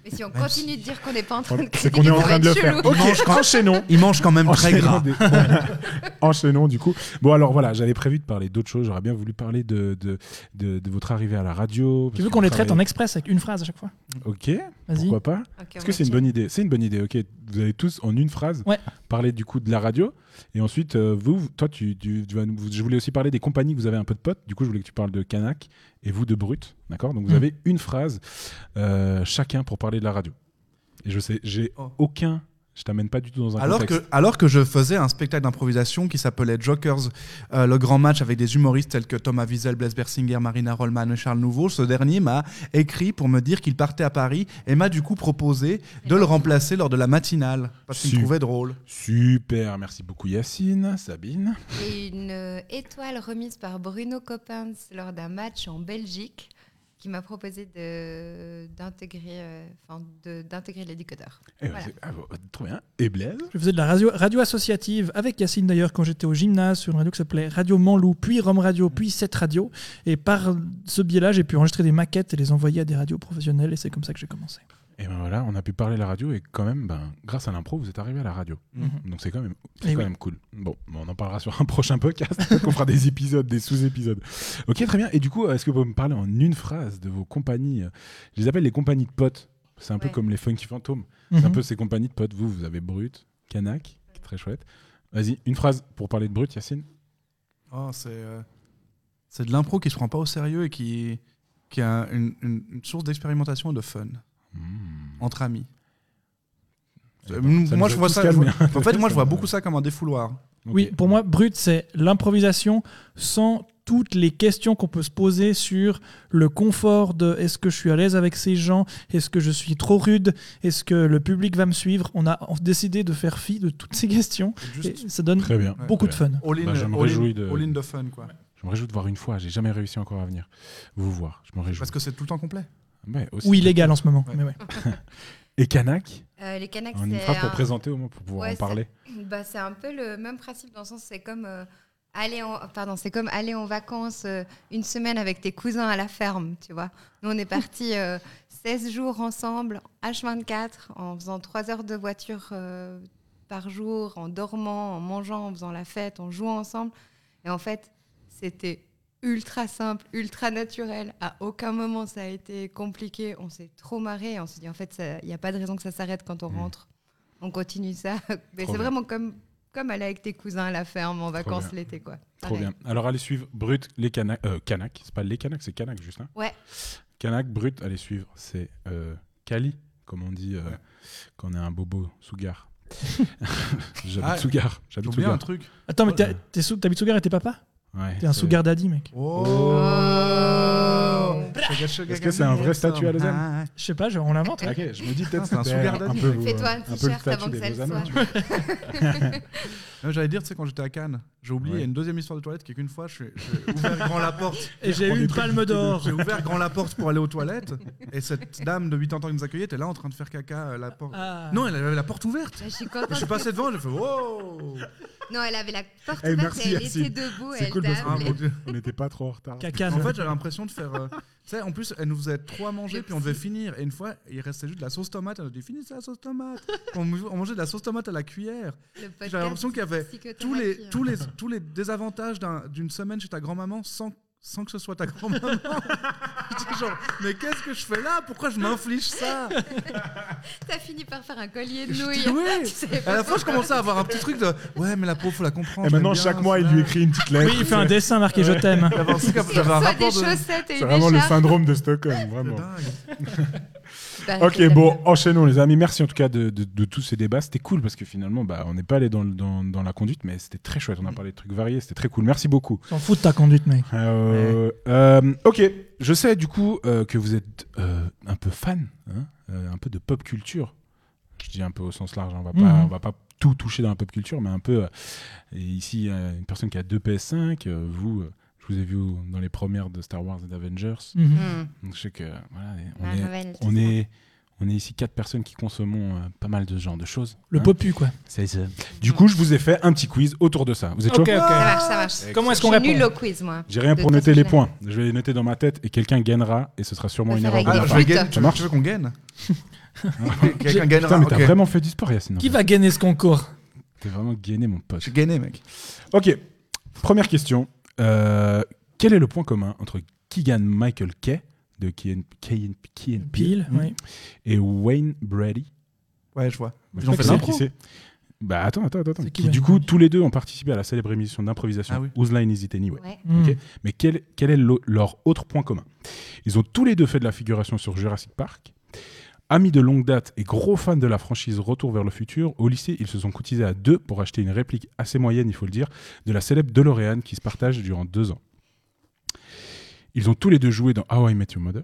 [SPEAKER 3] Mais si on
[SPEAKER 4] Même
[SPEAKER 3] continue de dire qu'on n'est pas en train de
[SPEAKER 1] C'est
[SPEAKER 3] critiquer,
[SPEAKER 1] qu'on est en
[SPEAKER 3] ça va
[SPEAKER 1] train de le
[SPEAKER 3] être
[SPEAKER 1] faire.
[SPEAKER 3] chelou.
[SPEAKER 1] Ok, enchaînons.
[SPEAKER 4] Il mange quand même très
[SPEAKER 1] Enchaînons
[SPEAKER 4] gras. (laughs)
[SPEAKER 1] des- (laughs) Enchaînons du coup. Bon alors voilà, j'avais prévu de parler d'autres choses. J'aurais bien voulu parler de, de, de, de votre arrivée à la radio.
[SPEAKER 2] Tu veux qu'on les traite en express avec une phrase à chaque fois
[SPEAKER 1] Ok,
[SPEAKER 2] Vas-y.
[SPEAKER 1] pourquoi pas
[SPEAKER 3] Ok,
[SPEAKER 1] Oh, Est-ce
[SPEAKER 3] on
[SPEAKER 1] que
[SPEAKER 3] va
[SPEAKER 1] c'est une
[SPEAKER 3] dire.
[SPEAKER 1] bonne idée C'est une bonne idée, ok. Vous allez tous, en une phrase,
[SPEAKER 2] Ouais.
[SPEAKER 1] parler du coup de la radio. Et ensuite, euh, vous, vous- toi, tu, tu- tu vas nous- je voulais aussi parler des compagnies que vous avez un peu de potes. Du coup, je voulais que tu parles de Canac et vous de Brut. D'accord Donc, vous
[SPEAKER 2] Mm.
[SPEAKER 1] avez une phrase euh, chacun pour parler de la radio. Et je sais, j'ai
[SPEAKER 4] Oh.
[SPEAKER 1] aucun. Je t'amène pas du tout dans un
[SPEAKER 4] Alors que,
[SPEAKER 1] contexte.
[SPEAKER 4] alors que je faisais un spectacle d'improvisation qui s'appelait Jokers, euh, le grand match avec des humoristes tels que Thomas Wiesel, Blaise Bersinger, Marina Rollman et Charles Nouveau, ce dernier m'a écrit pour me dire qu'il partait à Paris et m'a du coup proposé de le remplacer lors de la matinale parce qu'il me
[SPEAKER 1] Su-
[SPEAKER 4] trouvait drôle.
[SPEAKER 1] Super, merci beaucoup Yacine, Sabine.
[SPEAKER 3] Et une euh, étoile remise par Bruno Coppens lors d'un match en Belgique qui m'a proposé de- d'intégrer euh, enfin, de- d'intégrer les décodeurs.
[SPEAKER 1] Et
[SPEAKER 3] Voilà.
[SPEAKER 1] c'est- ah, bon, trop bien. Et Blaise
[SPEAKER 2] Je faisais de la radio, radio associative avec Yacine d'ailleurs quand j'étais au gymnase sur une radio qui s'appelait Radio Manlou, puis Rome Radio, puis 7 Radio. Et par ce biais-là, j'ai pu enregistrer des maquettes et les envoyer à des radios professionnelles et c'est comme ça que j'ai commencé.
[SPEAKER 1] Et ben voilà, on a pu parler à la radio et quand même, ben, grâce à l'impro, vous êtes arrivé à la radio.
[SPEAKER 4] Mhm.
[SPEAKER 1] Donc c'est quand même,
[SPEAKER 2] Eh
[SPEAKER 1] c'est quand
[SPEAKER 2] oui.
[SPEAKER 1] même cool. Bon, mais on en parlera sur un (laughs) prochain podcast. on fera des épisodes, des sous-épisodes. Ok, très bien. Et du coup, est-ce que vous pouvez me parler en une phrase de vos compagnies euh, Je les appelle les compagnies de potes. C'est un peu
[SPEAKER 3] Ouais.
[SPEAKER 1] comme les Funky Fantômes. C'est
[SPEAKER 2] Mhm.
[SPEAKER 1] un peu ces compagnies de potes. Vous, vous avez Brut, Canac, qui est très chouette. Vas-y, une phrase pour parler de Brut, Yacine.
[SPEAKER 4] Oh, c'est euh, c'est de l'impro qui se prend pas au sérieux et qui, qui a une, une- une source d'expérimentation et de fun
[SPEAKER 1] Mmh.
[SPEAKER 4] entre amis.
[SPEAKER 1] Eh
[SPEAKER 4] Euh,
[SPEAKER 1] ben,
[SPEAKER 4] Hmm.
[SPEAKER 1] nous
[SPEAKER 4] moi, je
[SPEAKER 1] a
[SPEAKER 4] vois
[SPEAKER 1] tous
[SPEAKER 4] ça-
[SPEAKER 1] calmés, hein.
[SPEAKER 4] En fait, moi, je vois beaucoup ça comme un défouloir.
[SPEAKER 1] (laughs) Ok.
[SPEAKER 2] Oui, pour moi, brut, c'est l'improvisation sans toutes les questions qu'on peut se poser sur le confort de est-ce que je suis à l'aise avec ces gens, est-ce que je suis trop rude, est-ce que le public va me suivre. On a décidé de faire fi de toutes ces questions et
[SPEAKER 4] Juste
[SPEAKER 2] ça donne
[SPEAKER 1] Très bien.
[SPEAKER 4] Ouais.
[SPEAKER 2] beaucoup
[SPEAKER 1] très
[SPEAKER 2] de fun.
[SPEAKER 4] all-in
[SPEAKER 1] Bah, je me
[SPEAKER 4] all-in-
[SPEAKER 1] réjouis de-
[SPEAKER 4] all-in de fun, quoi.
[SPEAKER 1] Je me réjouis de voir une fois. J'ai jamais réussi encore à venir vous voir. Je me réjouis.
[SPEAKER 4] Parce que c'est tout le temps complet.
[SPEAKER 1] Ouais, aussi.
[SPEAKER 2] Ou illégal en ce moment.
[SPEAKER 4] Ouais.
[SPEAKER 2] Mais ouais.
[SPEAKER 1] Et Canac,
[SPEAKER 3] Euh, les Canacs,
[SPEAKER 1] on une
[SPEAKER 3] c'est
[SPEAKER 1] phrase pour
[SPEAKER 3] un-
[SPEAKER 1] présenter au moins pour pouvoir
[SPEAKER 3] Ouais,
[SPEAKER 1] en
[SPEAKER 3] c'est-
[SPEAKER 1] parler.
[SPEAKER 3] Bah, c'est un peu le même principe dans le sens c'est comme euh, aller en pardon c'est comme aller en vacances euh, une semaine avec tes cousins à la ferme tu vois nous on est partis euh, 16 jours ensemble H24 en faisant 3 heures de voiture euh, par jour en dormant en mangeant en faisant la fête en jouant ensemble et en fait c'était ultra simple ultra naturel à aucun moment ça a été compliqué on s'est trop marré on se dit en fait ça- il n'y a pas de raison que ça s'arrête quand on
[SPEAKER 1] Mhm.
[SPEAKER 3] rentre on continue ça (laughs) mais
[SPEAKER 1] Trop bien.
[SPEAKER 3] c'est vraiment comme, comme aller avec tes cousins à la ferme en vacances
[SPEAKER 1] bien.
[SPEAKER 3] l'été, quoi.
[SPEAKER 1] Trop
[SPEAKER 3] Pareil.
[SPEAKER 1] bien. Alors allez suivre Brut, les Canac, euh, Canac. C'est pas les Canac, c'est Canac juste. hein.
[SPEAKER 3] Ouais.
[SPEAKER 1] Canac, Brut, allez suivre. C'est euh, Cali, comme on dit euh,
[SPEAKER 4] Ouais.
[SPEAKER 1] quand on est un bobo Sougar. J'habite
[SPEAKER 4] Ah,
[SPEAKER 1] Sougar.
[SPEAKER 4] J'ai
[SPEAKER 1] J'habite
[SPEAKER 4] oublié un
[SPEAKER 1] Sougar.
[SPEAKER 4] truc.
[SPEAKER 2] Attends, mais t'as- t'es sous- t'habites sous garde et t'es papa
[SPEAKER 1] Ouais, Euh,
[SPEAKER 2] T'es un
[SPEAKER 1] c'est-
[SPEAKER 2] sous garde daddy, mec.
[SPEAKER 3] Oh.
[SPEAKER 4] Est-ce
[SPEAKER 1] que c'est un vrai statut à Lausanne
[SPEAKER 4] Ah,
[SPEAKER 2] Je sais pas, je- on l'invente.
[SPEAKER 1] Ok, je me dis peut-être
[SPEAKER 4] C'est un
[SPEAKER 1] c'était
[SPEAKER 4] Sugar
[SPEAKER 1] un
[SPEAKER 4] Daddy.
[SPEAKER 1] peu, euh,
[SPEAKER 3] Fais-toi un
[SPEAKER 1] peu le
[SPEAKER 3] t-shirt
[SPEAKER 1] statut
[SPEAKER 3] avant que
[SPEAKER 1] des
[SPEAKER 3] ça le
[SPEAKER 1] Lausannois.
[SPEAKER 3] soit.
[SPEAKER 4] J'allais dire, tu sais, quand j'étais à Cannes, j'ai oublié, il y a une deuxième histoire de toilette qui est qu'une fois, je suis- j'ai ouvert grand la porte.
[SPEAKER 2] Et (laughs) j'ai
[SPEAKER 4] On
[SPEAKER 2] eu
[SPEAKER 4] est
[SPEAKER 2] une palme d'or.
[SPEAKER 4] J'ai ouvert grand la porte pour aller aux toilettes, et cette dame de 80 ans qui nous accueillait était là en train de faire caca à la porte.
[SPEAKER 2] (laughs) Ah.
[SPEAKER 4] Non, elle avait la porte ouverte.
[SPEAKER 3] Je suis
[SPEAKER 4] Je
[SPEAKER 3] contente.
[SPEAKER 4] suis passé devant, j'ai fait wow.
[SPEAKER 3] Non, elle avait la porte
[SPEAKER 1] Eh,
[SPEAKER 3] ouverte
[SPEAKER 1] merci,
[SPEAKER 3] et elle
[SPEAKER 1] Yacine.
[SPEAKER 3] était debout.
[SPEAKER 1] C'est
[SPEAKER 3] Elle
[SPEAKER 1] cool parce
[SPEAKER 3] t'a
[SPEAKER 1] que-
[SPEAKER 4] Ah,
[SPEAKER 3] appelé.
[SPEAKER 4] mon Dieu.
[SPEAKER 1] On n'était pas trop en retard.
[SPEAKER 2] Caca.
[SPEAKER 4] En fait, j'avais l'impression de faire. euh, tu sais, en plus, elle nous faisait trois manger,
[SPEAKER 3] Le
[SPEAKER 4] puis on devait finir. Et une fois, il restait juste de la sauce tomate. Elle nous dit Finissez la sauce tomate. on, mou- on mangeait de la sauce tomate à la cuillère.
[SPEAKER 3] Le podcast
[SPEAKER 4] J'avais l'impression qu'il y avait
[SPEAKER 3] psychothérapie,
[SPEAKER 4] tous les,
[SPEAKER 3] hein.
[SPEAKER 4] tous les, tous les désavantages d'un- d'une semaine chez ta grand-maman sans, sans que ce soit ta grand-maman. (laughs) J'étais genre, mais qu'est-ce que je fais là Pourquoi je m'inflige ça
[SPEAKER 3] T'as fini par faire un collier de
[SPEAKER 4] Je
[SPEAKER 3] nouilles.
[SPEAKER 4] dis, oui.
[SPEAKER 3] (laughs) Tu savais
[SPEAKER 4] À
[SPEAKER 3] pas
[SPEAKER 4] la fois, je commençais à avoir un petit truc de Ouais, mais la peau, faut la comprendre.
[SPEAKER 1] Et
[SPEAKER 4] je
[SPEAKER 1] maintenant,
[SPEAKER 4] l'aime bien,
[SPEAKER 1] chaque mois, il lui
[SPEAKER 4] cela.
[SPEAKER 1] écrit une petite lettre.
[SPEAKER 2] Oui, il fait un dessin marqué Je
[SPEAKER 4] (laughs)
[SPEAKER 2] t'aime.
[SPEAKER 4] J'avais un truc-
[SPEAKER 3] pourquoi.
[SPEAKER 4] j'avais un
[SPEAKER 3] Il reçoit
[SPEAKER 4] rapport
[SPEAKER 3] des
[SPEAKER 4] de.
[SPEAKER 3] chaussettes et
[SPEAKER 1] C'est
[SPEAKER 3] une
[SPEAKER 1] vraiment le
[SPEAKER 3] écharpe.
[SPEAKER 1] syndrome de Stockholm, vraiment.
[SPEAKER 4] Dingue. Ah,
[SPEAKER 3] Bah,
[SPEAKER 1] Ok,
[SPEAKER 3] c'est
[SPEAKER 1] bon,
[SPEAKER 3] comme
[SPEAKER 1] enchaînons les amis. Merci en tout cas de, de- de tous ces débats. C'était cool parce que finalement, bah, on n'est pas allé dans, le- dans- dans la conduite, mais c'était très chouette. On a parlé de trucs variés, c'était très cool. Merci beaucoup.
[SPEAKER 2] T'en fous de ta conduite, mec.
[SPEAKER 1] Euh, euh, ok, je sais du coup euh, que vous êtes euh, un peu fan, hein, euh, un peu de pop culture. Je dis un peu au sens large, hein, on va pas,
[SPEAKER 2] Mhm.
[SPEAKER 1] on va pas tout toucher dans la pop culture, mais un peu. euh, et ici, euh, une personne qui a deux PS5, euh, vous, euh, je vous ai vu au- dans les premières de Star Wars et d'Avengers.
[SPEAKER 3] ça.
[SPEAKER 2] Mhm.
[SPEAKER 3] Hmm,
[SPEAKER 1] Donc je sais que voilà, on
[SPEAKER 3] la
[SPEAKER 1] est
[SPEAKER 3] nouvelle,
[SPEAKER 1] on
[SPEAKER 3] tout ça.
[SPEAKER 1] est, on est ici quatre personnes qui consommons euh, pas mal de ce genre de choses.
[SPEAKER 2] Le
[SPEAKER 1] hein.
[SPEAKER 2] popu, quoi.
[SPEAKER 1] C'est ça. Du coup, je vous ai fait un petit quiz autour de ça. Vous êtes chaud
[SPEAKER 3] Ça marche, ça marche.
[SPEAKER 2] Comment est-ce
[SPEAKER 3] Je
[SPEAKER 2] qu'on
[SPEAKER 3] suis
[SPEAKER 2] répond
[SPEAKER 3] nulle au quiz, moi.
[SPEAKER 1] J'ai rien
[SPEAKER 3] De
[SPEAKER 1] pour
[SPEAKER 3] toute
[SPEAKER 1] noter
[SPEAKER 3] façon,
[SPEAKER 1] les
[SPEAKER 3] je
[SPEAKER 1] points. Je vais les noter dans ma tête et quelqu'un gagnera et ce sera sûrement
[SPEAKER 3] Ça
[SPEAKER 1] une
[SPEAKER 3] fait
[SPEAKER 1] erreur de
[SPEAKER 3] régler.
[SPEAKER 1] ma
[SPEAKER 4] Ah, je
[SPEAKER 1] part.
[SPEAKER 4] vais
[SPEAKER 3] Putain.
[SPEAKER 4] gagner. Tu veux- tu veux qu'on gagne (laughs) Quelqu'un
[SPEAKER 1] Putain,
[SPEAKER 4] gagnera.
[SPEAKER 1] mais t'as
[SPEAKER 4] ok.
[SPEAKER 1] vraiment fait du sport, Yacine. en
[SPEAKER 2] Qui
[SPEAKER 1] fait.
[SPEAKER 2] va gagner ce concours
[SPEAKER 1] T'es vraiment gainé, mon pote.
[SPEAKER 4] J'ai gagné, mec.
[SPEAKER 1] Ok, première question. Euh, quel est le point commun entre Keegan Michael Kay, de Key and- Key and- Key and Peele
[SPEAKER 2] Pile, oui.
[SPEAKER 1] et Wayne Brady.
[SPEAKER 4] Ouais, je vois.
[SPEAKER 1] Ils
[SPEAKER 4] Ils
[SPEAKER 1] ont
[SPEAKER 4] ont fait
[SPEAKER 1] fait ça,
[SPEAKER 4] l'impro
[SPEAKER 1] qui c'est Bah attends, attends, attends.
[SPEAKER 2] C'est
[SPEAKER 1] Qui,
[SPEAKER 2] qui,
[SPEAKER 1] du
[SPEAKER 2] Wayne
[SPEAKER 1] coup,
[SPEAKER 2] Brady
[SPEAKER 1] tous les deux ont participé à la célèbre émission d'improvisation
[SPEAKER 4] Ah oui.
[SPEAKER 1] Whose Line Is It Anyway
[SPEAKER 3] Ouais.
[SPEAKER 2] Hmm.
[SPEAKER 1] Ok. Mais quel, quel est le- leur autre point commun Ils ont tous les deux fait de la figuration sur Jurassic Park. Amis de longue date et gros fans de la franchise Retour vers le futur, au lycée, ils se sont cotisés à deux pour acheter une réplique assez moyenne, il faut le dire, de la célèbre DeLorean qui se partage durant deux ans. Ils ont tous les deux joué dans How I Met Your Mother.